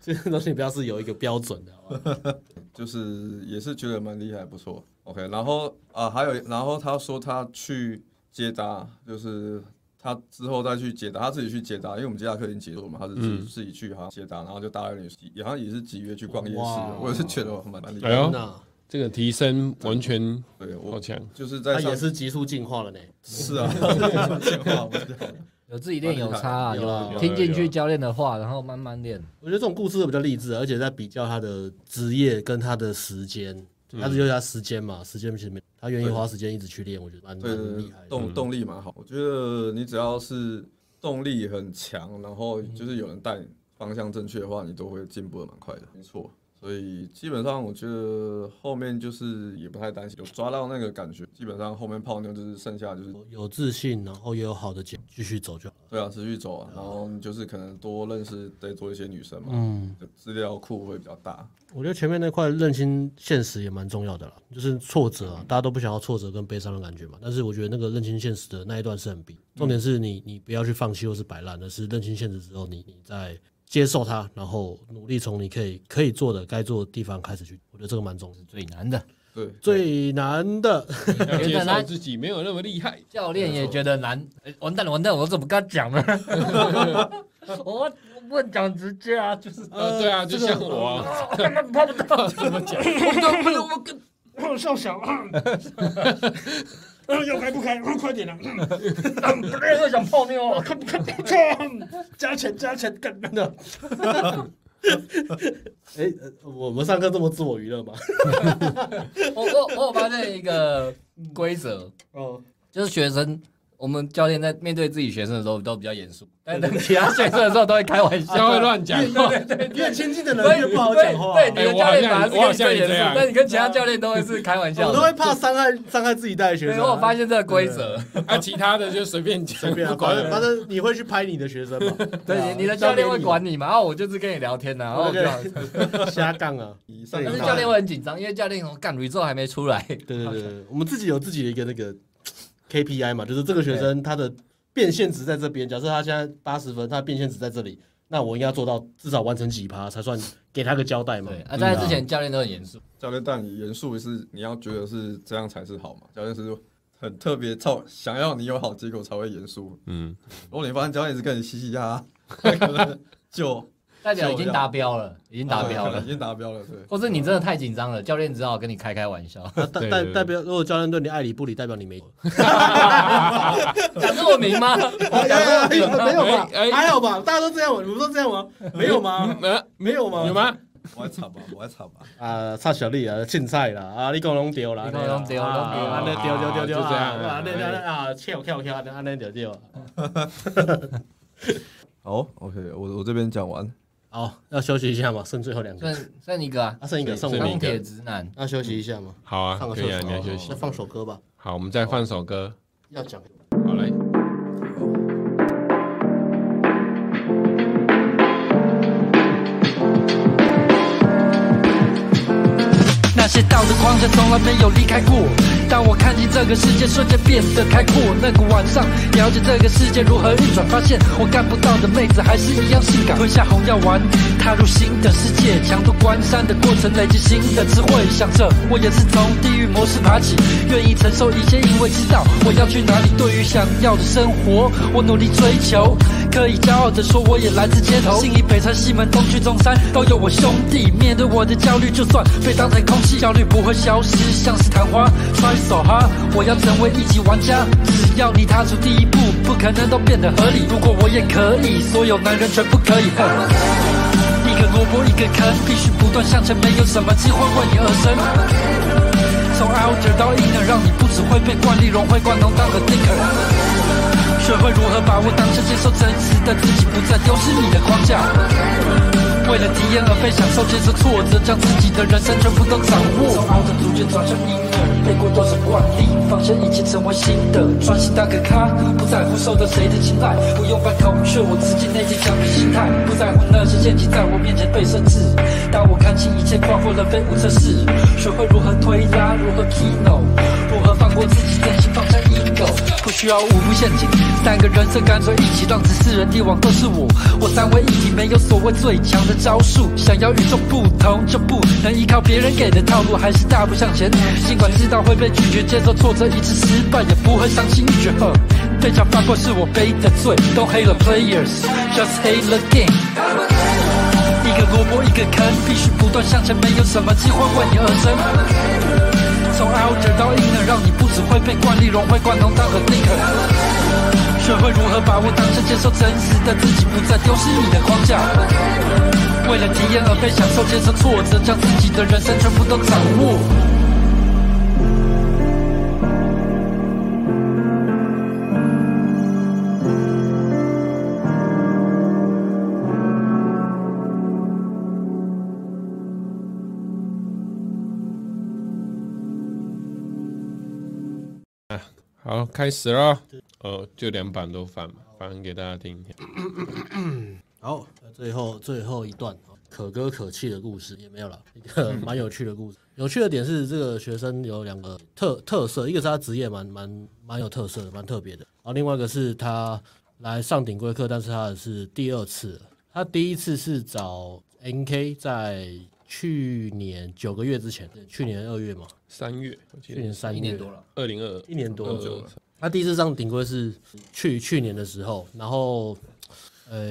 Speaker 2: 精神中景不要是有一个标准的，好不好？
Speaker 7: 就是也是觉得蛮厉害，不错。OK，然后啊，还有，然后他说他去接搭，就是他之后再去接搭，他自己去接搭，因为我们接搭课已经结束嘛，他是自
Speaker 2: 嗯
Speaker 7: 己、自己去哈接搭，然后就搭了女，然后也是集约去逛夜市啊
Speaker 2: 哇，
Speaker 7: 我也是觉得蛮蛮厉害
Speaker 3: 哎
Speaker 7: 的。
Speaker 3: 呦，
Speaker 2: 那
Speaker 3: 这个提升完全
Speaker 7: 对
Speaker 3: 好
Speaker 7: 我
Speaker 3: 强，
Speaker 7: 就是在
Speaker 2: 他
Speaker 7: 上
Speaker 2: 也是急速进化了呢。
Speaker 7: 是啊， 进化不知道
Speaker 5: 有自己练有差啊，
Speaker 2: 有啊有啊
Speaker 5: 有听进
Speaker 3: 有啊
Speaker 5: 去教练的话，然后慢慢练。
Speaker 2: 我觉得这种故事比较励志，而且在比较他的职业跟他的时间，
Speaker 7: 嗯
Speaker 2: 他就是他时间嘛，时间其实没他愿意花时间一直去练，我觉得蛮
Speaker 7: 对
Speaker 2: 蛮
Speaker 7: 对
Speaker 2: 厉害，的。
Speaker 7: 动动力蛮好。我觉得你只要是动力很强，然后
Speaker 2: 嗯
Speaker 7: 就是有人带你方向正确的话，你都会进步的蛮快的。没错，所以基本上我觉得后面就是也不太担心，有抓到那个感觉，基本上后面泡妞就是剩下就是
Speaker 2: 有自信，然后也有好的结，继续走就好了。
Speaker 7: 对啊，持续走啊，然后你就是可能多认识再多一些女生嘛，
Speaker 2: 嗯，
Speaker 7: 资料库会比较大。
Speaker 2: 我觉得前面那块认清现实也蛮重要的啦，就是挫折啊，大家都不想要挫折跟悲伤的感觉嘛。但是我觉得那个认清现实的那一段是很必，重点是你你不要去放弃或是摆烂，而是认清现实之后，你你再接受它，然后努力从你可以可以做的该做的地方开始去。我觉得这个蛮重要的。
Speaker 5: 最难的，
Speaker 7: 对，
Speaker 2: 最难 的，
Speaker 3: 要接
Speaker 5: 原来
Speaker 3: 受自己没有那么厉害。
Speaker 5: 教练也觉得难。哎完蛋了，完蛋了，我怎么跟他讲呢？ 我我不能讲直接啊，就是
Speaker 3: 呃，对啊，就像我啊，
Speaker 2: 哦
Speaker 5: 根本碰不到。怎么讲？我刚不能，我跟
Speaker 8: 笑笑， 要啊开不开？ 快点啊！
Speaker 5: 不是我想泡妞。啊
Speaker 2: 加钱加钱更难的。哎、呃我们上课这么自我娱乐吗？
Speaker 5: 我我我有发现一个规则，
Speaker 2: 哦，
Speaker 5: 就是学生，我们教练在面对自己学生的时候都比较严肃，但是其他学生的时候都会开玩 笑。
Speaker 3: 他会乱讲
Speaker 2: 啊
Speaker 3: 话。
Speaker 2: 越亲近的
Speaker 5: 所以
Speaker 2: 人越不好讲话、
Speaker 5: 对，对你的
Speaker 3: 哎我
Speaker 5: 教
Speaker 3: 好
Speaker 5: 练
Speaker 3: 像
Speaker 5: 反而是
Speaker 3: 我好
Speaker 5: 跟你
Speaker 3: 像
Speaker 5: 最
Speaker 3: 也
Speaker 5: 严
Speaker 3: 这
Speaker 5: 肃
Speaker 3: 样，
Speaker 5: 但你跟其他教练都会是开玩笑
Speaker 2: 我
Speaker 5: 的
Speaker 2: 都。会怕伤害伤害自己带的学
Speaker 5: 对，
Speaker 2: 生、
Speaker 5: 我有发
Speaker 2: 啊。
Speaker 5: 现这个规则，
Speaker 3: 啊，其他的就随便讲，
Speaker 2: 随便啊，
Speaker 3: 不
Speaker 2: 反
Speaker 3: 管
Speaker 2: 正反
Speaker 3: 了。
Speaker 2: 正你会去拍你的学生嘛？
Speaker 5: 对，你你的教练会管你嘛？然啊后我就是跟你聊天呐，啊然后我就好
Speaker 2: 瞎杠啊！
Speaker 7: 以上
Speaker 2: 对
Speaker 5: 但是教练会很紧张，因为教练我干 result 还没出来，
Speaker 2: 对对对对，我们自己有自己的一个那个 KPI 嘛，就是这个学生他的变现值在这边。假设他现在八十分，他的变现值在这里，那我应该要做到至少完成几趴才算给他个交代嘛
Speaker 5: 对？啊，在之前教练都很严肃，
Speaker 7: 教练带你严肃一次，你要觉得是这样才是好嘛？教练是很特别，操，想要你有好结果才会严肃。
Speaker 3: 嗯，
Speaker 7: 如果你发现教练是跟你嘻嘻哈哈，就
Speaker 5: 代表已经达标了，已经达标了
Speaker 1: 哦
Speaker 7: 已。经达标了，对。
Speaker 5: 或是你真的太紧张了，教练只好跟你开开玩 笑。
Speaker 2: 那代
Speaker 3: 啊对
Speaker 2: 代
Speaker 3: 对
Speaker 2: 代表，如果教练对你爱理不理，代表你没有。
Speaker 5: 讲这么明 吗？
Speaker 1: 哦
Speaker 5: 哦
Speaker 2: 没有吧？
Speaker 3: 哎哎
Speaker 2: 还有吧？大家都这样吗？你们都这样 吗？没有吗？
Speaker 3: 呃，
Speaker 2: 没有吗？
Speaker 3: 有？吗？
Speaker 7: 我还惨吧，我还惨吧。
Speaker 2: 啊，差小丽啊，凊彩啦，啊，你讲拢丢啦，
Speaker 5: 你讲拢对
Speaker 2: 啊
Speaker 5: 拢对
Speaker 2: 啊，那丢丢丢丢，
Speaker 3: 就这样哎
Speaker 2: 啊，那那啊，跳跳跳，啊，那丢丢。
Speaker 7: 好，OK，我我这边讲完。
Speaker 2: 好，要休息一下嘛，剩最后两个，
Speaker 5: 剩剩一个啊
Speaker 2: 啊，，剩一个，剩
Speaker 3: 剩
Speaker 2: 我
Speaker 5: 钢
Speaker 3: 一个
Speaker 5: 铁直男。
Speaker 2: 那休息一下嘛，
Speaker 3: 好啊
Speaker 2: 上，个
Speaker 3: 可
Speaker 2: 厕
Speaker 3: 以
Speaker 2: 所
Speaker 3: 啊，你要休息
Speaker 2: 那。放首歌吧，
Speaker 3: 好，我们再放首歌。
Speaker 2: 要讲。
Speaker 3: 好嘞。
Speaker 6: 那些道德框架从来没有离开过。当我看清这个世界，瞬间变得开阔。那个晚上，了解这个世界如何运转，发现我干不到的妹子还是一样性感。吞下红药丸，踏入新的世界，强度关山的过程，累积新的智慧。想着我也是从地狱模式爬起，愿意承受一切，因为知道我要去哪里。对于想要的生活，我努力追求，可以骄傲地说我也来自街头。信义、北川、西门、东区、中山，都有我兄弟。面对我的焦虑，就算被当成空气，焦虑不会消失，像是昙花。穿梭哈，我要成为一级玩家。只要你踏出第一步，不可能都变得合理。如果我也可以，所有男人全部可以。哼一个萝卜一个坑，必须不断向前，没有什么机会为你而生。从 outer 到 inner，让你不只会被惯例融会贯通，当个 thinker。学会如何把握当下，接受真实的自己，不再丢失你的框架。为了体验而非享受，接受挫折，将自己的人生全部都掌握。从 outer 逐渐转向 inner，背过多少惯例，放下一切，成为新的，专心当个咖，不在乎受到谁的青睐，不用犯孔雀，我自己内心强的心态，不在乎那些陷阱在我面前被设置。当我看清一切，跨过了飞舞测试，学会如何推拉，如何 kino，如何放过自己，真心放下 ego，不需需要五步陷阱。三个人设干脆一起让十四人帝王都是我，我三位一体，没有所谓最强的招数。想要与众不同，就不能依靠别人给的套路，还是大步向前。尽管知道会被拒绝，接受挫折一次失败，也不会伤心欲绝。呵对墙发过是我背的罪，Don't hate the players，just hate the game。一个萝卜一个坑，必须不断向前，没有什么机会为你而生。从 outer 到 inner，让你不只会被惯例融会贯通，当和 thinker。学会如何把握当下，接受真实的自己，不再丢失你的框架。为了体验而被享受，接受挫折，将自己的人生全部都掌握。
Speaker 3: 好，开始了。呃，就两版都翻翻给大家听一下。
Speaker 2: 好，那最后最后一段哦可歌可泣的故事也没有了，一个
Speaker 3: 嗯
Speaker 2: 蛮有趣的故事。有趣的点是，这个学生有两个特特色，一个是他职业蛮蛮蛮有特色的，蛮特别的。然后另外一个是他来上顶规课，但是他的是第二次了。他第一次是找 NK 在去年九个月之前，去年二月嘛，
Speaker 3: 三月，我记
Speaker 2: 去
Speaker 3: 得
Speaker 2: 年三月，
Speaker 1: 了，
Speaker 3: 二零二
Speaker 2: 一年多
Speaker 3: 二二
Speaker 2: 他第一次上顶规是去去年的时候，然后，呃，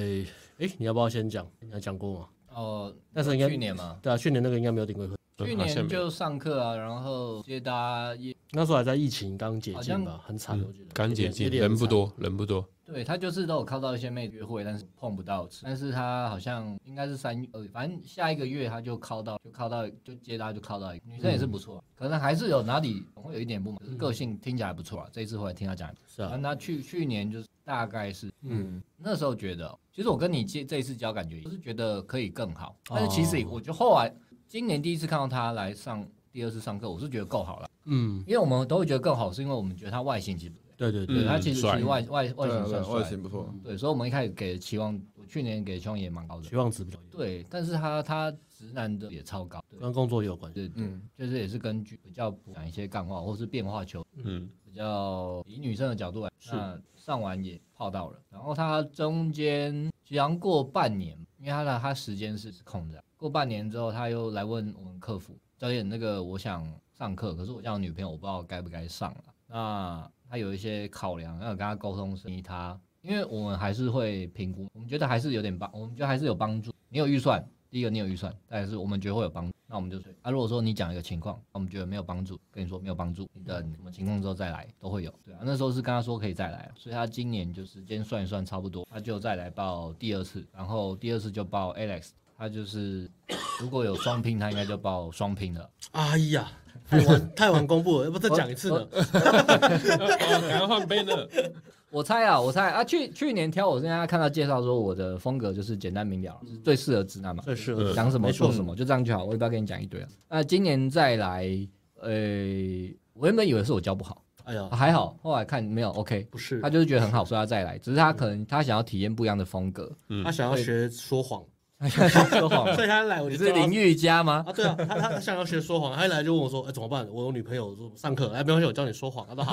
Speaker 2: 诶，你要不要先讲？你还讲过吗？
Speaker 1: 哦，
Speaker 2: 但是应该
Speaker 1: 去年嘛，
Speaker 2: 对啊，去年那个应该没有顶规课，
Speaker 1: 去
Speaker 3: 呃好像
Speaker 1: 年
Speaker 3: 没
Speaker 1: 就上课啊，然后接搭业，
Speaker 2: 那时候还在疫情刚解
Speaker 1: 好
Speaker 2: 禁
Speaker 1: 像
Speaker 2: 吧，很惨，我觉得
Speaker 3: 刚解
Speaker 2: 有
Speaker 3: 禁，
Speaker 2: 点
Speaker 3: 人不，多，人不多。
Speaker 1: 对他就是都有靠到一些妹子约会，但是碰不到吃，但是他好像应该是三月，呃，反正下一个月他就靠到，就靠到，就接搭就靠到一个女生也是
Speaker 5: 嗯
Speaker 1: 不错，可能还是有哪里会有一点不满，可是个性听起来不错啊。这一次回来听他讲，
Speaker 2: 是
Speaker 1: 反
Speaker 2: 啊
Speaker 1: 正，他去去年就是大概是
Speaker 3: 嗯，
Speaker 1: 那时候觉得，其实我跟你这这一次交感觉，就是觉得可以更好。
Speaker 2: 哦
Speaker 1: 但是其实我就后来今年第一次看到他来上第二次上课，我是觉得够好了。嗯，因为我们都会觉得更好，是因为我们觉得他外形其实不对，
Speaker 2: 对对
Speaker 3: 嗯
Speaker 2: 对，
Speaker 1: 他其实
Speaker 3: 帅
Speaker 1: 其实外外外
Speaker 7: 对啊
Speaker 1: 形
Speaker 7: 对
Speaker 1: 算
Speaker 7: 啊外
Speaker 1: 帅的，
Speaker 7: 形不错，
Speaker 1: 对，所以我们一开始给的期望，我去年给的期望也蛮高的
Speaker 2: 期。望值比较低，
Speaker 1: 对，但是他他直男的也超高，对
Speaker 2: 跟工作也有关系，
Speaker 1: 对对，
Speaker 7: 嗯，
Speaker 1: 就是也是根据比较讲一些干话或是变化球
Speaker 3: 嗯，
Speaker 1: 比较以女生的角度来，那上完也泡到了，然后他中间好像过半年，因为他的他时间是空着，过半年之后他又来问我们客服教练，那个我想上课，可是我这样的女朋友我不知道该不该上了，那他有一些考量，要跟他沟通，是他。因为我们还是会评估，我们觉得还是有点帮，我们觉得还是有帮助。你有预算，第一个你有预算，再来是我们觉得会有帮助，那我们就推。啊，如果说你讲一个情况，那我们觉得没有帮助，跟你说没有帮助，你等什么情况之后再来都会有。对啊，那时候是跟他说可以再来，所以他今年就时间算一算差不多，他就再来报第二次，然后第二次就报 Alex，他就是如果有双拼，他应该就报双拼了。
Speaker 2: 哎呀，太晚太晚公布了，要不再讲一次呢？
Speaker 3: 然后哦换杯呢？
Speaker 1: 我猜啊，我猜啊，去去年挑我，现在看到介绍说我的风格就是简单明了，就是最适合直男嘛。
Speaker 2: 嗯最适合
Speaker 1: 想什么
Speaker 2: 没错
Speaker 1: 做什么，就这样就好。我也不要跟你讲一堆啊。那今年再来，呃，我原本以为是我教不好，
Speaker 2: 哎呀，
Speaker 1: 还好，后来看没有 OK，
Speaker 2: 不是
Speaker 1: 他，就是觉得很好，所以他再来。只是他可能他想要体验不一样的风格，
Speaker 2: 他想要学说谎，
Speaker 1: 说谎
Speaker 2: 所以他来我
Speaker 1: 你
Speaker 2: 就是叫他
Speaker 1: 林玉佳吗？
Speaker 2: 啊，对啊，他他他想要学说谎，他一来就问我说，哎，怎么办？我有女朋友，我说上课，哎，没关系，我教你说谎，他说好。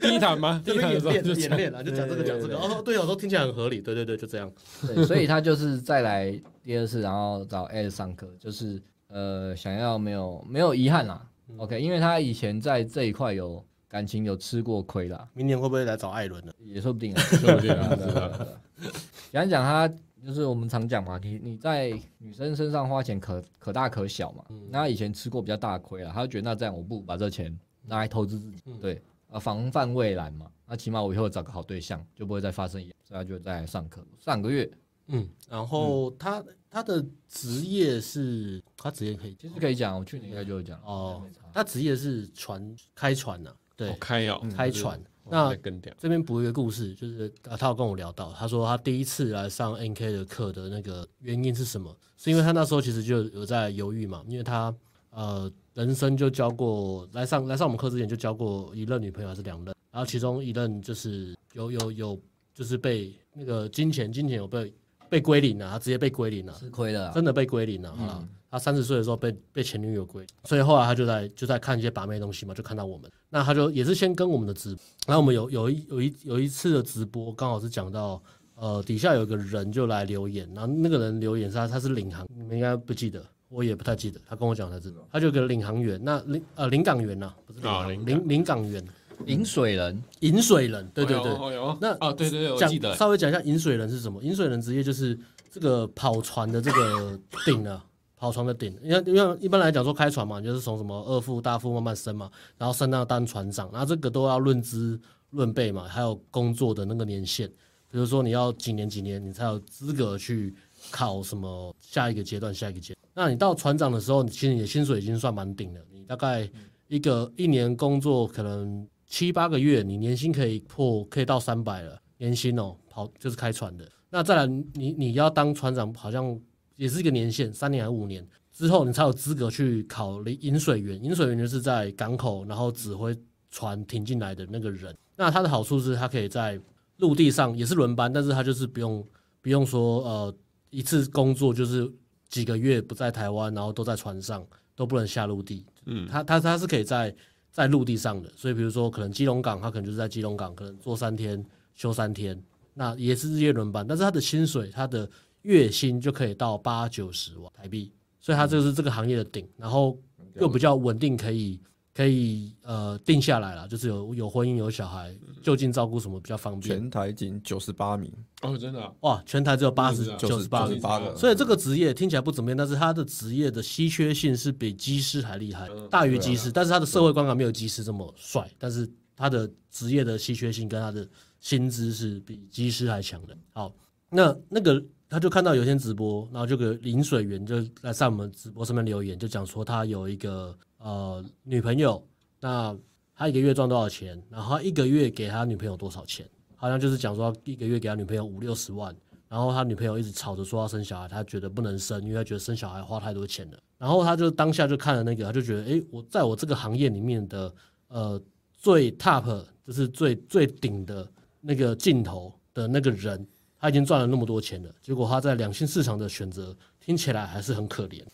Speaker 3: 第一堂吗？第
Speaker 2: 这
Speaker 3: 一
Speaker 2: 边演
Speaker 3: 堂的时候
Speaker 2: 练
Speaker 3: 就
Speaker 2: 演练啊了，就讲这个讲这个。哦，对哦，都听起来很合理。对对对，就这样。
Speaker 1: 对，所以他就是再来第二次，然后找 Ed 上课，就是呃想要没有没有遗憾啦。OK，因为
Speaker 3: 嗯
Speaker 1: 他以前在这一块有感情有吃过亏啦，
Speaker 2: 明年会不会来找艾伦呢？
Speaker 1: 也说不定啊，说
Speaker 3: 不定啊
Speaker 1: 对
Speaker 3: 是
Speaker 1: 啊
Speaker 3: 啊
Speaker 1: 对啊讲讲他，就是我们常讲嘛，你你在女生身上花钱可可大可小嘛。
Speaker 3: 嗯
Speaker 1: 那他以前吃过比较大的亏了，他就觉得那这样我不如把这钱拿来投资自己，
Speaker 3: 嗯
Speaker 1: 对，啊防范未来嘛。那起码我以后找个好对象，就不会再发生一样。所以他就在上课，上个月
Speaker 2: 嗯，然后他他的职业是，他职业可以
Speaker 1: 其实可以讲，我去年应该就有讲
Speaker 2: 哦，他职业是船开船呐，对
Speaker 3: 好，开哦，
Speaker 2: 开船。
Speaker 3: 哇
Speaker 2: 嗯那
Speaker 3: 再更屌。
Speaker 2: 这边补一个故事，就是啊，他有跟我聊到，他说他第一次来上 NK 的课的那个原因是什么？是因为他那时候其实就有在犹豫嘛，因为他呃人生就交过来上来上我们课之前就交过一任女朋友还是两任，然后其中一任就是有有有就是被那个金钱金钱有被被归零了、他直接被归零了、
Speaker 1: 吃亏了啊，
Speaker 2: 真的被归零了、好了。他三十岁的时候被被前女友归，所以后来他就在就在看一些把妹的东西嘛，就看到我们，那他就也是先跟我们的直播，然后我们有有一有一有一次的直播，刚好是讲到呃底下有个人就来留言，然后那个人留言是他他是领航，你们应该不记得。我也不太记得，他跟我讲才知道，他就有个领航员，那领呃领港员呐、不是领
Speaker 3: 啊
Speaker 2: 航
Speaker 3: 领港
Speaker 2: 领领港员，
Speaker 5: 饮水人，
Speaker 2: 饮水人，对对对，
Speaker 3: 哦有
Speaker 2: 那
Speaker 3: 哦对对对，我
Speaker 2: 讲
Speaker 3: 记得
Speaker 2: 稍微讲一下引水人是什么？引水人职业就是这个跑船的这 个顶啊，跑船的顶。因为因为一般来讲说开船嘛，你就是从什么二副、大副慢慢升嘛，然后升到当船长，然后这个都要论资论辈嘛，还有工作的那个年限。比如说你要几年几年，你才有资格去考什么下一个阶段、下一个阶段。那你到船长的时候，你其实你的薪水已经算蛮顶了，你大概一个一年工作可能七八个月，你年薪可以破可以到三百了，年薪哦，跑就是开船的。那再来你，你你要当船长，好像也是一个年限，三年还是五年之后，你才有资格去考领引水员。引水员就是在港口，然后指挥船停进来的那个人。那他的好处是，他可以在陆地上也是轮班，但是他就是不用不用说呃一次工作就是几个月不在台湾，然后都在船上，都不能下陆地。嗯，他他他是可以在在陆地上的，所以比如说可能基隆港，他可能就是在基隆港，可能做三天休三天，那也是日夜轮班，但是他的薪水他的月薪就可以到八九十万台币，所以他就是这个行业的顶，然后又比较稳定，可以。可以呃定下来了，就是有有婚姻有小孩，就近照顾什么比较方便。
Speaker 4: 全台仅九十八名，
Speaker 3: 哦真的啊
Speaker 2: 哇，全台只有八十
Speaker 3: 是啊
Speaker 2: 九十八
Speaker 4: 八
Speaker 2: 名，
Speaker 4: 八个，
Speaker 2: 所以这个职业听起来不怎么样，但是他的职业的稀缺性是比技师还厉害，大于技师，但是他的社会观感没有技师这么帅，但是他的职业的稀缺性跟他的薪资是比技师还强的。好，那那个他就看到有一天直播，然后这个饮水员就来上我们直播上面留言，就讲说他有一个呃女朋友，那他一个月赚多少钱，然后他一个月给他女朋友多少钱，好像就是讲说他一个月给他女朋友五六十万。然后他女朋友一直吵着说要生小孩，他觉得不能生，因为他觉得生小孩花太多钱了。然后他就当下就看了那个，他就觉得，诶，我在我这个行业里面的呃最 top，就是最最顶的那个镜头的那个人，他已经赚了那么多钱了，结果他在两性市场的选择听起来还是很可怜。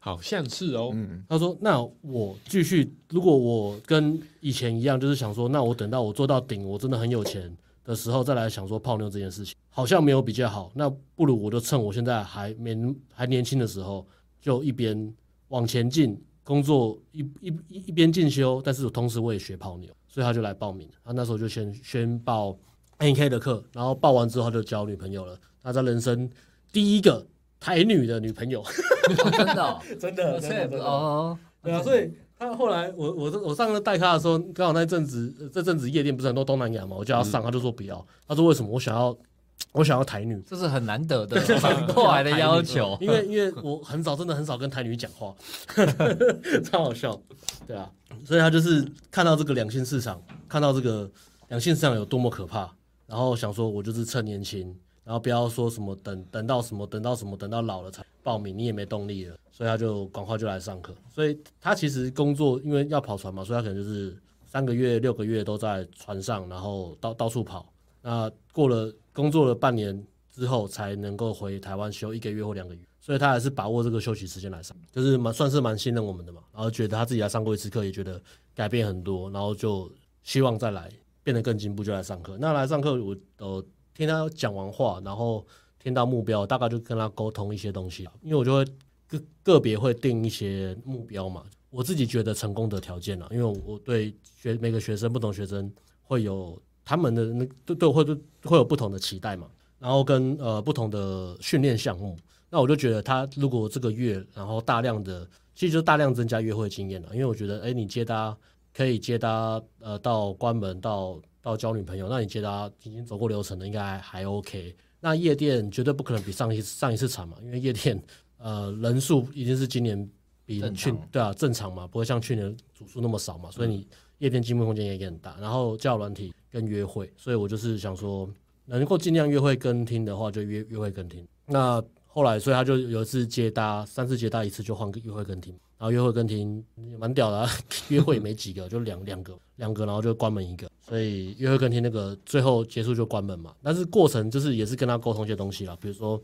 Speaker 3: 好像是哦，
Speaker 2: 他说：“那我继续，如果我跟以前一样，就是想说，那我等到我做到顶，我真的很有钱的时候，再来想说泡妞这件事情，好像没有比较好。那不如我就趁我现在还年还年轻的时候，就一边往前进，工作一一一一边进修，但是同时我也学泡妞，所以他就来报名了。他那时候就先先报 N K 的课，然后报完之后他就交女朋友了。他在人生第一个台女的女朋友。”
Speaker 5: 真的 哦，
Speaker 2: 真的，
Speaker 5: 这也不哦，
Speaker 2: 对啊，所以他后来我我我上次带他的时候，刚好那阵子呃这阵子夜店不是很多东南亚嘛，我叫他上，他就说不要，他说为什么？我想要我想要台女，
Speaker 5: 这是很难得的反过来的要求。
Speaker 2: 因为因为我很少真的很少跟台女讲话，超好笑，对啊，所以他就是看到这个两性市场，看到这个两性市场有多么可怕，然后想说我就是趁年轻，然后不要说什么等等到什么等到什么等到老了才报名，你也没动力了，所以他就赶快就来上课，所以他其实工作因为要跑船嘛，所以他可能就是三个月六个月都在船上，然后到到处跑，那过了工作了半年之后，才能够回台湾休一个月或两个月，所以他还是把握这个休息时间来上，就是蛮算是蛮信任我们的嘛。然后觉得他自己来上过一次课，也觉得改变很多，然后就希望再来变得更进步，就来上课。那来上课，我呃听他讲完话，然后听到目标，大概就跟他沟通一些东西，因为我就会个个别会定一些目标嘛。我自己觉得成功的条件啊，因为我我对学每个学生不同学生会有他们的那对对会对会有不同的期待嘛，然后跟呃不同的训练项目。那我就觉得他如果这个月然后大量的，其实就大量增加约会经验了，因为我觉得哎你接搭可以接搭呃到关门到到交女朋友，那你接搭已经走过流程的应该还还 OK。那夜店绝对不可能比上一上一次惨嘛，因为夜店呃人数一定是今年比
Speaker 5: 正
Speaker 2: 去
Speaker 5: 常
Speaker 2: 对啊正常嘛，不会像去年组数那么少嘛，所以你夜店进步空间也也很大。然后交友软体跟约会，所以我就是想说能够尽量约会跟听的话，就约约会跟听。那后来，所以他就有一次接搭，三次接搭一次就换个约会跟听，然后约会跟听也蛮屌的、啊， 约会也没几个，就两两个两个，然后就关门一个，所以约会跟听那个最后结束就关门嘛。但是过程就是也是跟他沟通一些东西啦，比如说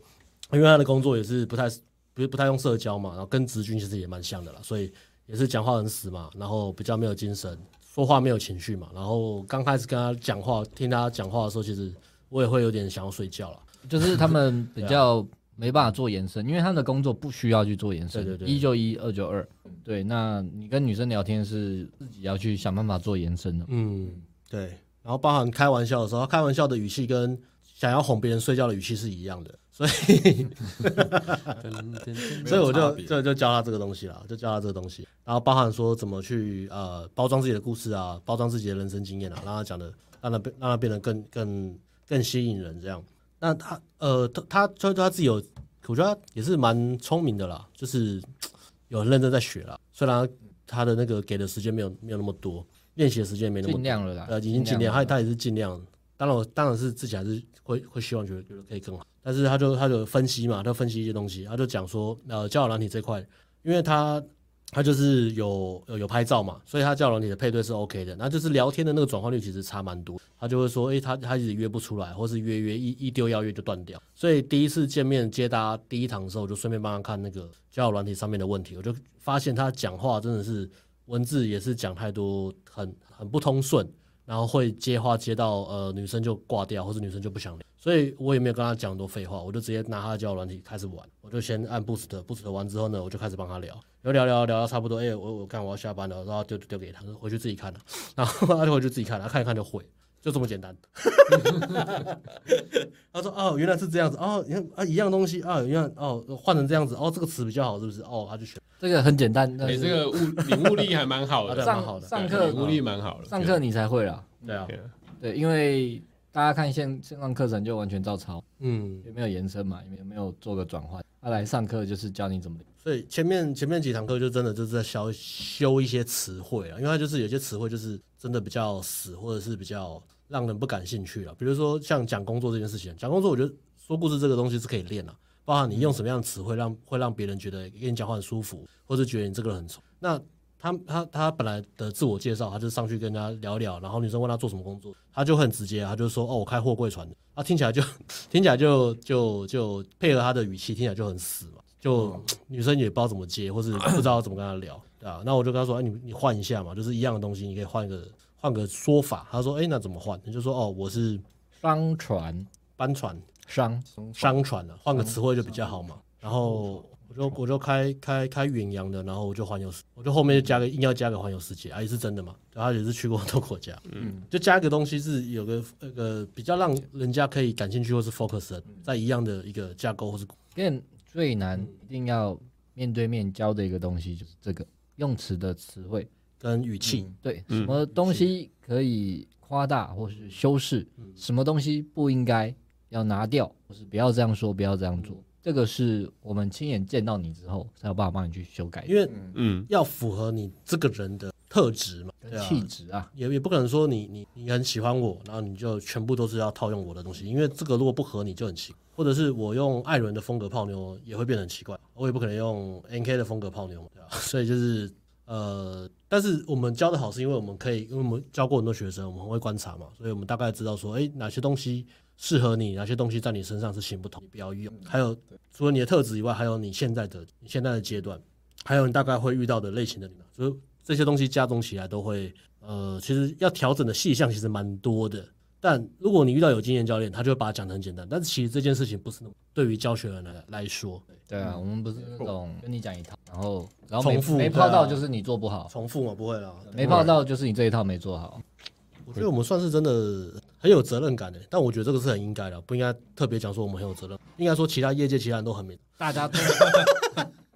Speaker 2: 因为他的工作也是不太不是不太用社交嘛，然后跟直军其实也蛮像的啦，所以也是讲话很死嘛，然后比较没有精神，说话没有情绪嘛，然后刚开始跟他讲话，听他讲话的时候，其实我也会有点想要睡觉了。
Speaker 5: 就是他们比较没办法做延伸，因为他们的工作不需要去做延伸，
Speaker 2: 对对对
Speaker 5: 一就一，二就二。对，那你跟女生聊天是自己要去想办法做延伸的。
Speaker 2: 嗯，对。然后包含开玩笑的时候，他开玩笑的语气跟想要哄别人睡觉的语气是一样的，所以
Speaker 7: 没有
Speaker 2: 所以我就
Speaker 7: 差
Speaker 3: 哎
Speaker 7: 别
Speaker 2: 就就教他这个东西啦，就教他这个东西，然后包含说怎么去呃包装自己的故事啊，包装自己的人生经验啊，让他讲的让他变让他变得更更更吸引人这样。那他呃他他他他自己有，我觉得他也是蛮聪明的啦，就是嘖有很认真在学啦，虽然他的那个给的时间没有没有那么多，练习的时间也没那么多
Speaker 5: 尽量了啦
Speaker 2: 呃，已经尽
Speaker 5: 尽量
Speaker 2: 量，
Speaker 5: 了
Speaker 2: 他他也是尽量。当然我，当然是自己还是会会希望觉得觉得可以更好，但是他就他就分析嘛，他分析一些东西，他就讲说，呃，交友软体这块，因为他他就是有有有拍照嘛，所以他交友软体的配对是 OK 的，那就是聊天的那个转换率其实差蛮多，他就会说，诶、他他一直约不出来，或是约约一一丢邀约就断掉，所以第一次见面接他第一堂的时候，我就顺便帮他看那个交友软体上面的问题，我就发现他讲话真的是文字也是讲太多，很很不通顺。然后会接话接到呃女生就挂掉，或者女生就不想聊，所以我也没有跟他讲很多废话，我就直接拿他的交友软体开始玩，我就先按 boost，boost 完之后呢，我就开始帮他聊，然后聊聊聊到差不多，哎、我我看我要下班了，然后丢丢给他，回去自己看了、然后他就回去自己看了、看一看就会，就这么 简单。他说哦，原来是这样子，哦，你看啊一样东西啊，一样哦换成这样子，哦这个词比较好是不是？哦，他就选，
Speaker 5: 哎这个很简单，但
Speaker 3: 你
Speaker 5: 是
Speaker 3: 这个悟领悟力还蛮好 的，
Speaker 2: 啊对蛮好的
Speaker 5: 上上
Speaker 3: 对领悟
Speaker 5: 课
Speaker 3: 力蛮好的。
Speaker 5: 上课你才会啦。
Speaker 2: 对啊，
Speaker 3: 对啊，
Speaker 5: 对，因为大家看线线上课程就完全照抄，
Speaker 2: 嗯。
Speaker 5: 有没有延伸嘛？有没有有没有做个转换？他、来上课就是教你怎么
Speaker 2: 所以前面前面几堂课就真的就是在修修一些词汇啊，因为它就是有些词汇就是真的比较死，或者是比较让人不感兴趣啊了。比如说像讲工作这件事情，啊讲工作我觉得说故事这个东西是可以练啊，包含你用什么样的词汇让会让别人觉得跟你讲话很舒服，或是觉得你这个人很丑。那他他他本来的自我介绍，他就上去跟人家聊聊，然后女生问他做什么工作，他就很直接啊，他就说哦我开货柜船的，啊听起来就听起来就就就配合他的语气，听起来就很死嘛，就、女生也不知道怎么接，或是不知道怎么跟他聊，对吧、那我就跟他说，哎你你换一下嘛，就是一样的东西，你可以换一个换个说法。他说哎那怎么换？你就说哦我是
Speaker 5: 商传
Speaker 2: 班船
Speaker 5: 商
Speaker 2: 商船啊，换个词汇就比较好嘛。然后我就我就开开开远洋的，然后我就环游世，我就后面就加个硬要加个环游世界，啊也是真的嘛，对他也是去过很多国家，嗯，就加一个东西是有个那个比较让人家可以感兴趣或是 focus 的，在一样的一个架构或是
Speaker 5: 跟最难一定要面对面教的一个东西就是这个用词的词汇，
Speaker 2: 跟语
Speaker 1: 嗯
Speaker 2: 气，
Speaker 5: 对，什么东西可以夸大或是修饰，什么东西不应该要拿掉，或是不要这样说，不要这样
Speaker 2: 嗯
Speaker 5: 做。这个是我们亲眼见到你之后，才有办法帮你去修改
Speaker 2: 因为
Speaker 3: 嗯，
Speaker 2: 要符合你这个人的特质嘛，对
Speaker 5: 跟
Speaker 2: 啊，
Speaker 5: 气质啊。
Speaker 2: 也也不可能说你你你很喜欢我，然后你就全部都是要套用我的东西，因为这个如果不合你就很奇怪，或者是我用艾伦的风格泡妞也会变得很奇怪，我也不可能用 N K 的风格泡妞嘛，对吧？ 所以就是呃，但是我们教的好是因为我们可以，因为我们教过很多学生，我们很会观察嘛，所以我们大概知道说，哎，哪些东西适合你，哪些东西在你身上是行不通，你不要用。还有除了你的特质以外，还有你现在的你现在的阶段，还有你大概会遇到的类型的女孩，所以这些东西加总起来都会，呃，其实要调整的细项其实蛮多的。但如果你遇到有经验教练，他就会把它讲得很简单。但是其实这件事情不是那么对于教学人来来说，
Speaker 5: 对啊，我们不是那种跟你讲一套，然后然后
Speaker 2: 嗯重复
Speaker 5: 没没
Speaker 2: 对啊
Speaker 5: 泡到就是你做不好，
Speaker 2: 重复嘛不会啦，
Speaker 5: 没泡到就是你这一套没做好。
Speaker 2: 我觉得我们算是真的很有责任感的，但我觉得这个是很应该的，不应该特别讲说我们很有责任，应该说其他业界其他人都很没。
Speaker 5: 大家都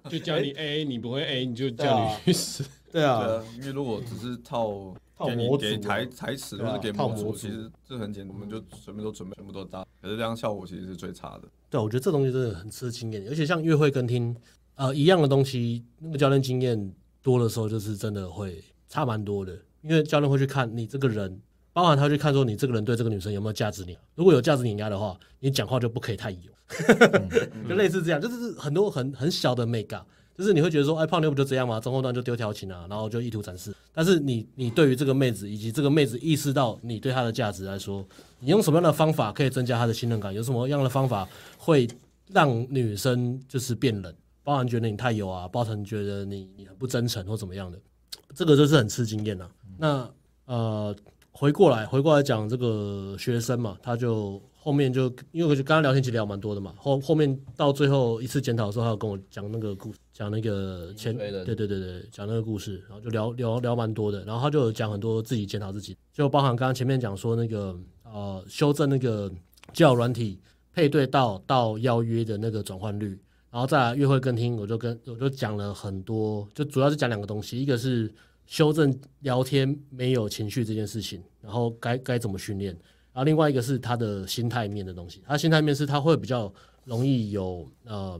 Speaker 3: 就叫你
Speaker 2: 哎
Speaker 3: A，你不会 A，你就叫
Speaker 2: 啊
Speaker 3: 你去 死。
Speaker 2: 对
Speaker 7: 对啊，因为如果只是套
Speaker 2: 套
Speaker 7: 给你
Speaker 2: 模组
Speaker 7: 给
Speaker 2: 啊
Speaker 7: 台台词
Speaker 2: 对
Speaker 7: 或
Speaker 2: 啊
Speaker 7: 者给
Speaker 2: 套
Speaker 7: 模
Speaker 2: 模
Speaker 7: 组，
Speaker 2: 组
Speaker 7: 其实这很简单，我们就随便都准备，全部都搭。可是这样效果其实是最差的。
Speaker 2: 对，啊我觉得这东西真的很吃经验，而且像约会跟听，呃，一样的东西，那个教练经验多的时候，就是真的会差蛮多的，因为教练会去看你这个人，包含他会去看说你这个人对这个女生有没有价值碾压，如果有价值碾压的话，你讲话就不可以太油， 就类似这样，就是很多很很小的 make up。就是你会觉得说，哎，泡妞不就这样吗？中后段就丢调情啊，然后就意图展示。但是你，你对于这个妹子以及这个妹子意识到你对她的价值来说，你用什么样的方法可以增加她的信任感？有什么样的方法会让女生就是变冷，包含觉得你太油啊，包含觉得你你很不真诚或怎么样的，这个就是很吃经验呐、啊那呃，回过来回过来讲这个学生嘛，他就后面就因为我就跟他聊天，其实聊蛮多的嘛。后后面到最后一次检讨的时候，他有跟我讲那个故讲那个前
Speaker 5: 追人
Speaker 2: 对对对对，讲那个故事，然后就聊聊聊蛮多的。然后他就有讲很多自己检讨自己，就包含刚刚前面讲说那个呃修正那个交友软体配对到到邀约的那个转换率。然后再来约会更听，我就跟我就讲了很多，就主要是讲两个东西，一个是修正聊天没有情绪这件事情，然后该该怎么训练，然后另外一个是他的心态面的东西，他心态面是他会比较容易有呃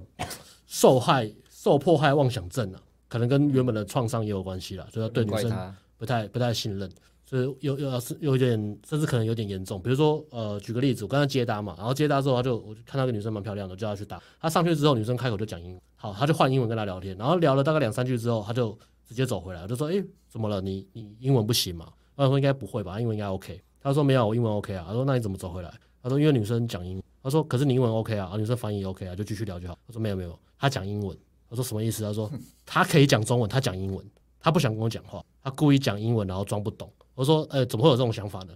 Speaker 2: 受害受迫害妄想症啊，可能跟原本的创伤也有关系啦，所以他对女
Speaker 5: 怪
Speaker 2: 生
Speaker 5: 他，
Speaker 2: 不太不太信任，所以又又要是有点，甚至可能有点严重。比如说，呃，举个例子，我跟他接搭嘛，然后接搭之后，他就我就看到一个女生蛮漂亮的，我叫他去搭。他上去之后，女生开口就讲英文，好，他就换英文跟他聊天，然后聊了大概两三句之后，他就直接走回来，我就说，诶，怎么了？你你英文不行嘛？他说应该不会吧，英文应该 OK。他说没有，我英文 OK 啊。他说那你怎么走回来？他说因为女生讲英文。他说可是你英文 OK 啊，啊女生翻译也 OK 啊，就继续聊就好。他说没有没有，他讲英文。他说什么意思？他说他可以讲中文，他讲英文。他不想跟我讲话，他故意讲英文，然后装不懂。我说，呃，怎么会有这种想法呢？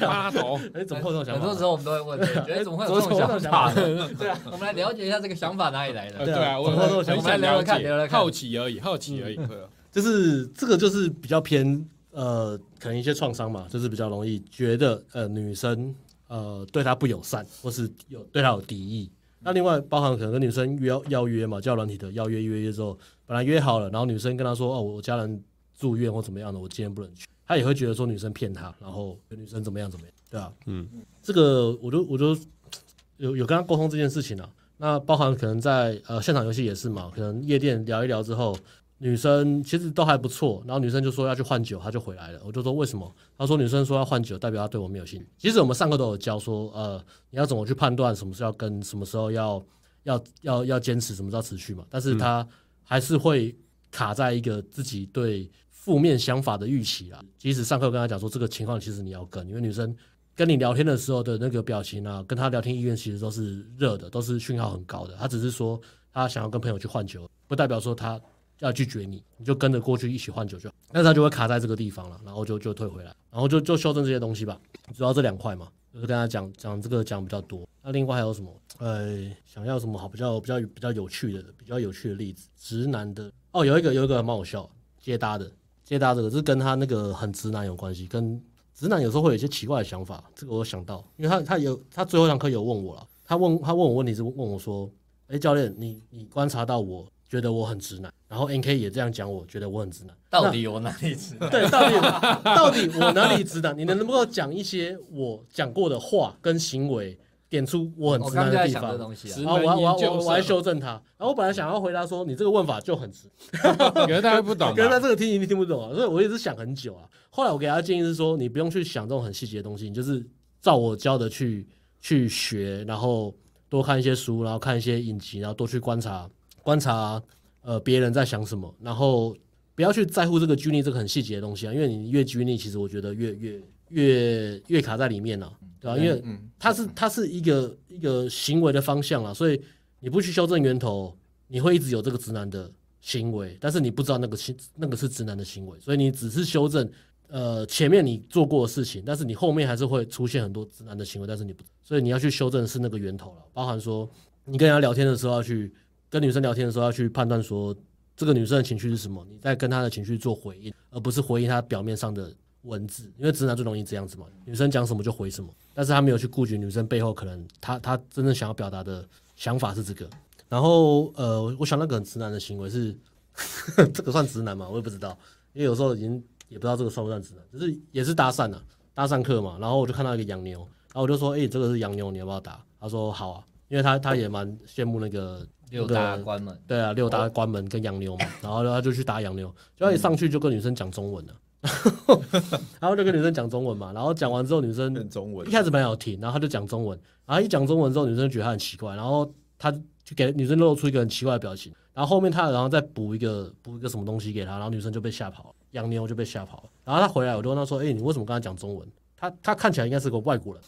Speaker 3: 八头，
Speaker 2: 哎，怎么会有这种
Speaker 5: 很多时
Speaker 2: 呢？
Speaker 5: 候我们都会问，觉得怎么会有这种想 法？对啊，我们来了解一下这个想法哪里来
Speaker 3: 呃
Speaker 5: 的。
Speaker 3: 对啊，我
Speaker 2: 怎么会有这种
Speaker 5: 想
Speaker 3: 很
Speaker 5: 法我
Speaker 3: 想了
Speaker 5: 们来聊聊看聊聊
Speaker 3: 解，
Speaker 5: 看
Speaker 3: 好奇而已，好奇
Speaker 2: 嗯
Speaker 3: 而已。
Speaker 7: 对啊，
Speaker 2: 就是这个就是比较偏呃，可能一些创伤嘛，就是比较容易觉得呃女生呃对他不友善，或是有对他有敌意。那另外包含可能跟女生约邀约嘛，叫软体的邀约约约之后，本来约好了，然后女生跟他说哦，我家人住院或怎么样的，我今天不能去，他也会觉得说女生骗他，然后女生怎么样怎么样，对啊，
Speaker 3: 嗯，
Speaker 2: 这个我就我就有有跟他沟通这件事情啊。那包含可能在呃现场游戏也是嘛，可能夜店聊一聊之后，女生其实都还不错，然后女生就说要去换酒，她就回来了。我就说为什么？她说女生说要换酒，代表她对我没有兴趣。其实我们上课都有教说，呃，你要怎么去判断什么时候要跟，什么时候要要要要坚持，什么时候要持续嘛。但是她还是会卡在一个自己对负面想法的预期啦。即使上课跟她讲说这个情况，其实你要跟，因为女生跟你聊天的时候的那个表情啊，跟她聊天意愿其实都是热的，都是讯号很高的。她只是说她想要跟朋友去换酒，不代表说她要拒绝你，你就跟着过去一起换酒就好。但是他就会卡在这个地方了，然后就就退回来，然后就就修正这些东西吧，主要这两块嘛，就是跟他讲讲这个讲比较多。那另外还有什么？呃，想要什么好比较比较比较有趣的比较有趣的例子？直男的哦，有一个有一个还蛮好笑，接搭的接搭这个是跟他那个很直男有关系，跟直男有时候会有一些奇怪的想法，这个我有想到，因为他他有他最后一堂课有问我了，他问他问我问题是问我说，哎、教练，你你观察到我觉得我很直男，然后 N K 也这样讲我，觉得我很直男，
Speaker 5: 到底有哪里 直？
Speaker 2: 对，到底到底我哪里直男？你能不能够讲一些我讲过的话跟行为，点出我很
Speaker 5: 我
Speaker 2: 直
Speaker 5: 刚刚
Speaker 2: 男
Speaker 5: 就在
Speaker 2: 的地
Speaker 5: 想
Speaker 2: 方
Speaker 5: 这？东西啊
Speaker 3: 直。
Speaker 2: 然后我还我
Speaker 3: 男研
Speaker 2: 还我
Speaker 3: 究
Speaker 2: 我还
Speaker 3: 社，
Speaker 2: 修正他，然后我本来想要回答说你这个问法就很直，
Speaker 3: 可是大家不懂 啊
Speaker 2: 可是他
Speaker 3: 吧，
Speaker 2: 这个听一定听不懂啊，所以我一直想很久啊。后来我给他建议是说，你不用去想这种很细节的东西，你就是照我教的去去学，然后多看一些书，然后看一些影集，然后多去观察观察呃别人在想什么，然后不要去在乎这个拘泥这个很细节的东西啊，因为你越拘泥，其实我觉得越越越越卡在里面了、啊，对吧、因为
Speaker 7: 嗯，
Speaker 2: 它是它是一个一个行为的方向啦，所以你不去修正源头，你会一直有这个直男的行为，但是你不知道那个行那个是直男的行为，所以你只是修正呃前面你做过的事情，但是你后面还是会出现很多直男的行为，但是你不，所以你要去修正的是那个源头了，包含说你跟人家聊天的时候要去跟女生聊天的时候要去判断说这个女生的情绪是什么，你再跟她的情绪做回应，而不是回应她表面上的文字，因为直男最容易这样子嘛，女生讲什么就回什么，但是他没有去顾及女生背后可能她她真正想要表达的想法是这个。然后呃，我想那个很直男的行为是， 这个算直男吗？我也不知道，因为有时候已经也不知道这个算不算直男，就是也是搭讪啊，搭讪课嘛。然后我就看到一个洋妞，然后我就说，哎、这个是洋妞，你要不要打？他说好啊，因为他他也蛮羡慕那个
Speaker 5: 六大关门，
Speaker 2: 对啊，六大关门跟洋妞嘛，然后他就去打洋妞，就他一上去就跟女生讲中文了， 然后就跟女生讲中文嘛，然后讲完之后女生
Speaker 7: 变中文
Speaker 2: 一，开始蛮有听，然后他就讲中文，然后一讲中文之后，女生就觉得他很奇怪，然后他就给女生露出一个很奇怪的表情，然后后面他然后再补一个补一个什么东西给他，然后女生就被吓跑了，洋妞就被吓跑了，然后他
Speaker 7: 嗯
Speaker 2: 回来我就问他说，哎、你为什么跟他讲中文？他他看起来应该是个外国人，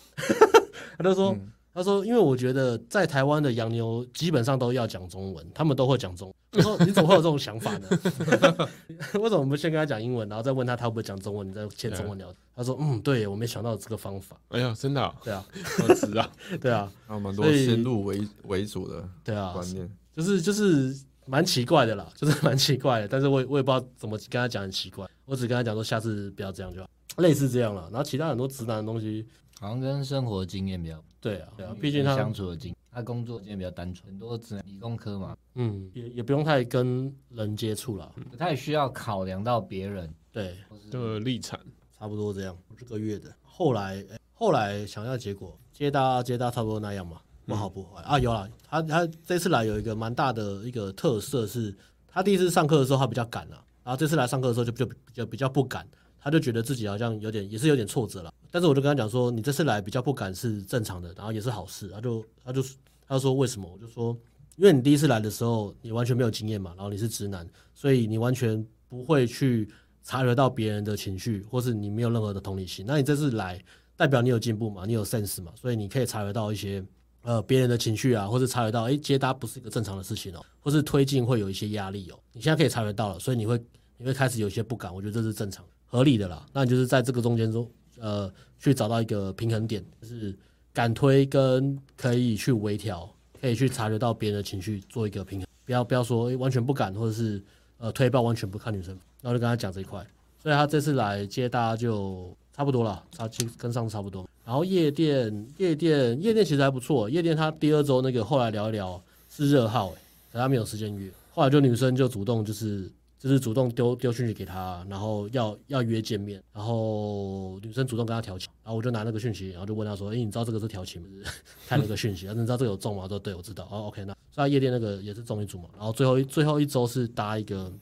Speaker 2: 他就说。他说：“因为我觉得在台湾的洋妞基本上都要讲中文，他们都会讲中文。”我说：“你怎么会有这种想法呢？ 为什么不先跟他讲英文，然后再问他他会不会讲中文，你再签中文聊？”他说：“嗯，对，我没想到这个方法。
Speaker 3: 哎呀，真的、啊，
Speaker 2: 对啊，
Speaker 3: 我知道，
Speaker 2: 对啊，
Speaker 9: 还有蛮多
Speaker 2: 所以
Speaker 9: 先入为为主的
Speaker 2: 对啊，
Speaker 9: 观念。
Speaker 2: 就是就是蛮奇怪的啦，就是蛮奇怪的。但是我也我也不知道怎么跟他讲，很奇怪。我只跟他讲说下次不要这样就好，类似这样了。然后其他很多直男的东西，
Speaker 1: 好像跟生活经验比较，
Speaker 2: 对啊，对啊，毕竟他
Speaker 1: 嗯相处的经验，他工作经验比较单纯，很多只能理工科嘛，
Speaker 2: 嗯，也也不用太跟人接触啦。
Speaker 1: 不太需要考量到别人。
Speaker 2: 对，
Speaker 3: 就 立场，
Speaker 2: 差不多这样，这个月的。后来、哎后来想要结果，接搭接搭差不多那样嘛，不好不坏、啊。有啦，他他这次来有一个蛮大的一个特色是，他第一次上课的时候他比较敢啊，然后这次来上课的时候就就就比较不敢，他就觉得自己好像有点也是有点挫折了。但是我就跟他讲说，你这次来比较不敢是正常的，然后也是好事。他就他就他就说为什么？我就说，因为你第一次来的时候你完全没有经验嘛，然后你是直男，所以你完全不会去察觉到别人的情绪，或是你没有任何的同理心。那你这次来，代表你有进步嘛，你有 sense 嘛，所以你可以察觉到一些呃别人的情绪啊，或是察觉到诶，接搭不是一个正常的事情哦，或是推进会有一些压力哦。你现在可以察觉到了，所以你会你会开始有一些不敢，我觉得这是正常合理的啦。那你就是在这个中间中呃去找到一个平衡点，就是敢推跟可以去微调，可以去察觉到别人的情绪，做一个平衡，不要不要说、诶完全不敢，或者是呃推爆完全不看女生，然后就跟他讲这一块。所以他这次来接大家就差不多了，差其实跟上次差不多。然后夜店，夜店，夜店其实还不错。夜店他第二周那个后来聊一聊是热号、欸，可他没有时间约。后来就女生就主动就是就是主动丢丢讯息给他，然后要要约见面，然后女生主动跟他调情，然后我就拿那个讯息，然后就问他说：“诶，你知道这个是调情吗？” 看那个讯息，然后啊你知道这个有中吗？他说：“对，我知道。”哦，OK，那所以他夜店那个也是中一组嘛。然后最后一最后一周是搭一个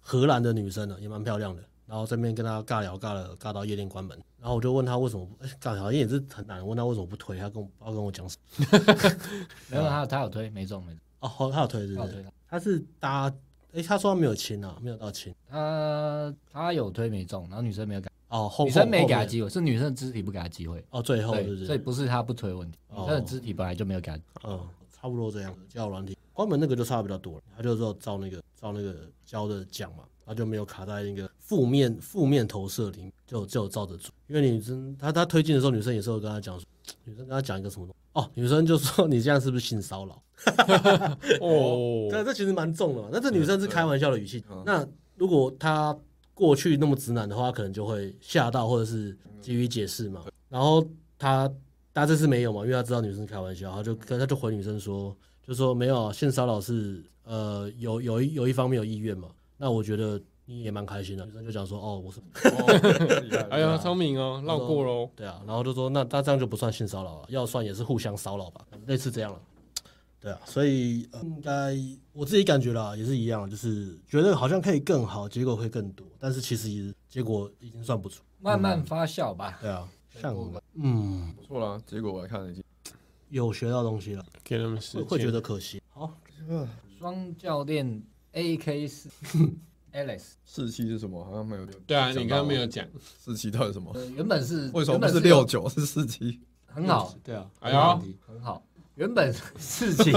Speaker 2: 荷兰的女生呢，也蛮漂亮的。然后这边跟她尬聊，尬了尬到夜店关门。然后我就问她为什么不，哎，尬好像也是很难问她为什么不推，她跟我不知道跟我讲什么。
Speaker 1: 没有他，他有推没中没中，
Speaker 2: 哦，好，她有推是
Speaker 1: 他
Speaker 2: 不
Speaker 1: 有推
Speaker 2: 是？她是搭，哎，她说她没有亲啊，没有到亲。
Speaker 1: 他他有推没中，然后女生没有给，
Speaker 2: 哦，后
Speaker 1: 女生没
Speaker 2: 后
Speaker 1: 给他
Speaker 2: 面
Speaker 1: 机会，是女生的肢体不给他机会。
Speaker 2: 哦，最后是不
Speaker 1: 对，
Speaker 2: 是？
Speaker 1: 所以不是他不推的问题，女
Speaker 2: 哦
Speaker 1: 生的肢体本来就没有给他。
Speaker 2: 嗯，差不多这样。交友软体关门那个就差的比较多了，他就说照那个照那个教的讲嘛，他就没有卡在那个负面负面投射里面，就就照着做。因为女生他他推进的时候，女生也是有跟他讲说，女生跟他讲一个什么东西哦，女生就说 你这样是不是性骚扰？
Speaker 3: 哦，
Speaker 2: 但这其实蛮重的嘛。那这女生是开玩笑的语气，那如果她过去那么直男的话，她可能就会吓到或者是急于解释嘛。然后她她这次没有嘛，因为她知道女生是开玩笑，她就跟她就回女生说，就说没有啊性骚扰是呃有有一有一方面有意愿嘛。那我觉得你也蛮开心的，女生就讲说哦我是
Speaker 7: 哦厉害
Speaker 2: 啊
Speaker 3: 哎呀，聪明哦，绕过喽，
Speaker 2: 对啊，然后就说那那这样就不算性骚扰了，要算也是互相骚扰吧，类似这样了。对啊，所以、呃应该我自己感觉啦，也是一样，就是觉得好像可以更好，结果会更多，但是其实结果已经算不错。
Speaker 1: 慢慢发酵吧，
Speaker 2: 对啊，像我们嗯
Speaker 7: 不错啦，结果我来看已经
Speaker 2: 有学到东西了，
Speaker 3: 给他们时
Speaker 2: 会
Speaker 3: 间，
Speaker 2: 会觉得可惜。
Speaker 1: 双教练 A K 四 Alex，
Speaker 7: 四七是什么？好像没有。哦
Speaker 3: 对啊，你刚刚没有讲，
Speaker 7: 四七到底什么？
Speaker 1: 呃原本是
Speaker 7: 为什么
Speaker 1: 原
Speaker 7: 不
Speaker 1: 本
Speaker 7: 是六九是四七？
Speaker 1: 很好，
Speaker 2: 对啊，
Speaker 3: 哎呀，
Speaker 1: 很好。原本 四期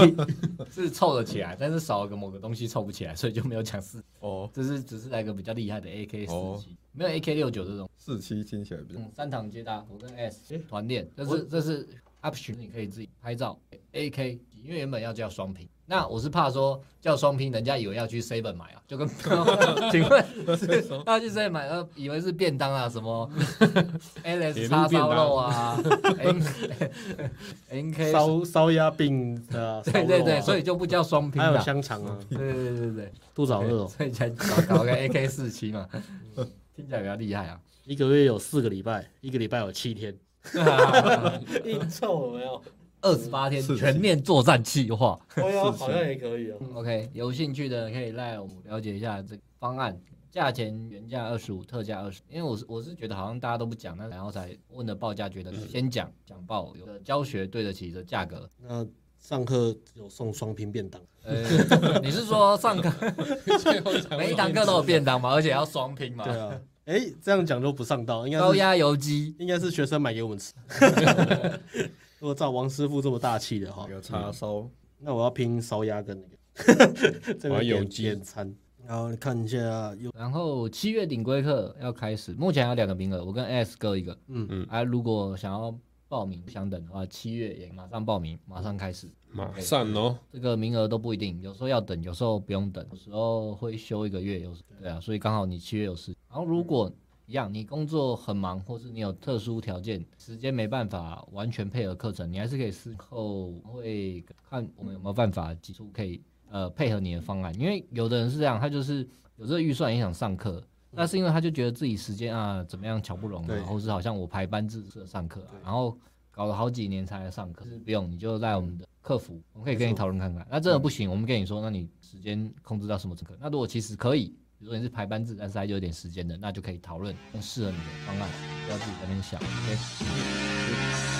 Speaker 1: 是凑得起来，但是少了个某个东西凑不起来，所以就没有讲四。
Speaker 7: 哦，
Speaker 1: 这是只是来个比较厉害的 AK
Speaker 7: 哦
Speaker 1: 四七，没有 AK 六九这种。
Speaker 7: 四七听起来比较
Speaker 1: 嗯，三堂接搭，我跟 S 团练，这是这是 option，你可以自己拍照。AK，因为原本要叫双拼，那我是怕说叫双拼，人家以为要去 seven 买啊，就跟 请问是要去 seven 买，呃，以为是便当啊，什么
Speaker 3: 铁
Speaker 1: LS
Speaker 3: 路
Speaker 1: 叉
Speaker 3: 便
Speaker 1: 烧
Speaker 3: 当
Speaker 1: 肉啊，NK
Speaker 2: 烧烧鸭饼的、啊，
Speaker 1: 对对对，所
Speaker 2: 以
Speaker 1: 以就不叫双拼
Speaker 2: 还有
Speaker 1: 了。
Speaker 2: 香肠啊，
Speaker 1: 对对对对对，
Speaker 2: 肚子好饿哦，
Speaker 1: 所以才搞搞个 AK 四七嘛，听起来比较厉害啊。
Speaker 2: 一个月有四个礼拜，一个礼拜有七天， 硬凑有没有？
Speaker 1: 二十八天全面作战计划。
Speaker 2: 哎 呀，好像也可以啊。
Speaker 1: OK，有兴趣的可以来我们了解一下这个方案，价钱原价二十五，特价二十。因为我是我是觉得好像大家都不讲，那然后才问的报价，觉得先讲讲报，有的教学对得起这价格。
Speaker 2: 那上课有送双拼便当，
Speaker 1: 呃，你是说上课
Speaker 3: 最后才会
Speaker 1: 每一堂课都有便当嘛，而且要双拼嘛？
Speaker 2: 啊，哎、这样讲就不上道，应该
Speaker 1: 高
Speaker 2: 是
Speaker 1: 压油鸡，
Speaker 2: 应该是学生买给我们吃，如果照王师傅这么大气的话嗯
Speaker 10: 那，个叉烧，
Speaker 2: 那我要拼烧鸭跟那 个，这
Speaker 3: 我要
Speaker 2: 个
Speaker 3: 有
Speaker 2: 点
Speaker 3: 机
Speaker 2: 点餐。然后你看一下，有
Speaker 1: 然后七月顶规课要开始，目前还有两个名额，我跟 S 各一个。
Speaker 2: 嗯
Speaker 1: 嗯。啊，如果想要报名想等的话，七月也马上报名，马上开始。
Speaker 3: 马上哦，
Speaker 1: 这个名额都不一定，有时候要等，有时候不用等，有时候会休一个月，有时对啊，所以刚好你七月有事。然后如果一样，你工作很忙，或是你有特殊条件，时间没办法完全配合课程，你还是可以事后会看我们有没有办法挤出可以呃配合你的方案，因为有的人是这样，他就是有这个预算也想上课。那是因为他就觉得自己时间啊怎么样瞧不拢
Speaker 2: 对
Speaker 1: 啊，或是好像我排班制适合上课啊，然后搞了好几年才来上课，是不用，你就在我们的客服，我们可以跟你讨论看看。那真的不行，我们跟你说，那你时间控制到什么程度？那如果其实可以，比如说你是排班制，但是还有点时间的，那就可以讨论更适合你的方案，不要自己在那边想。OK。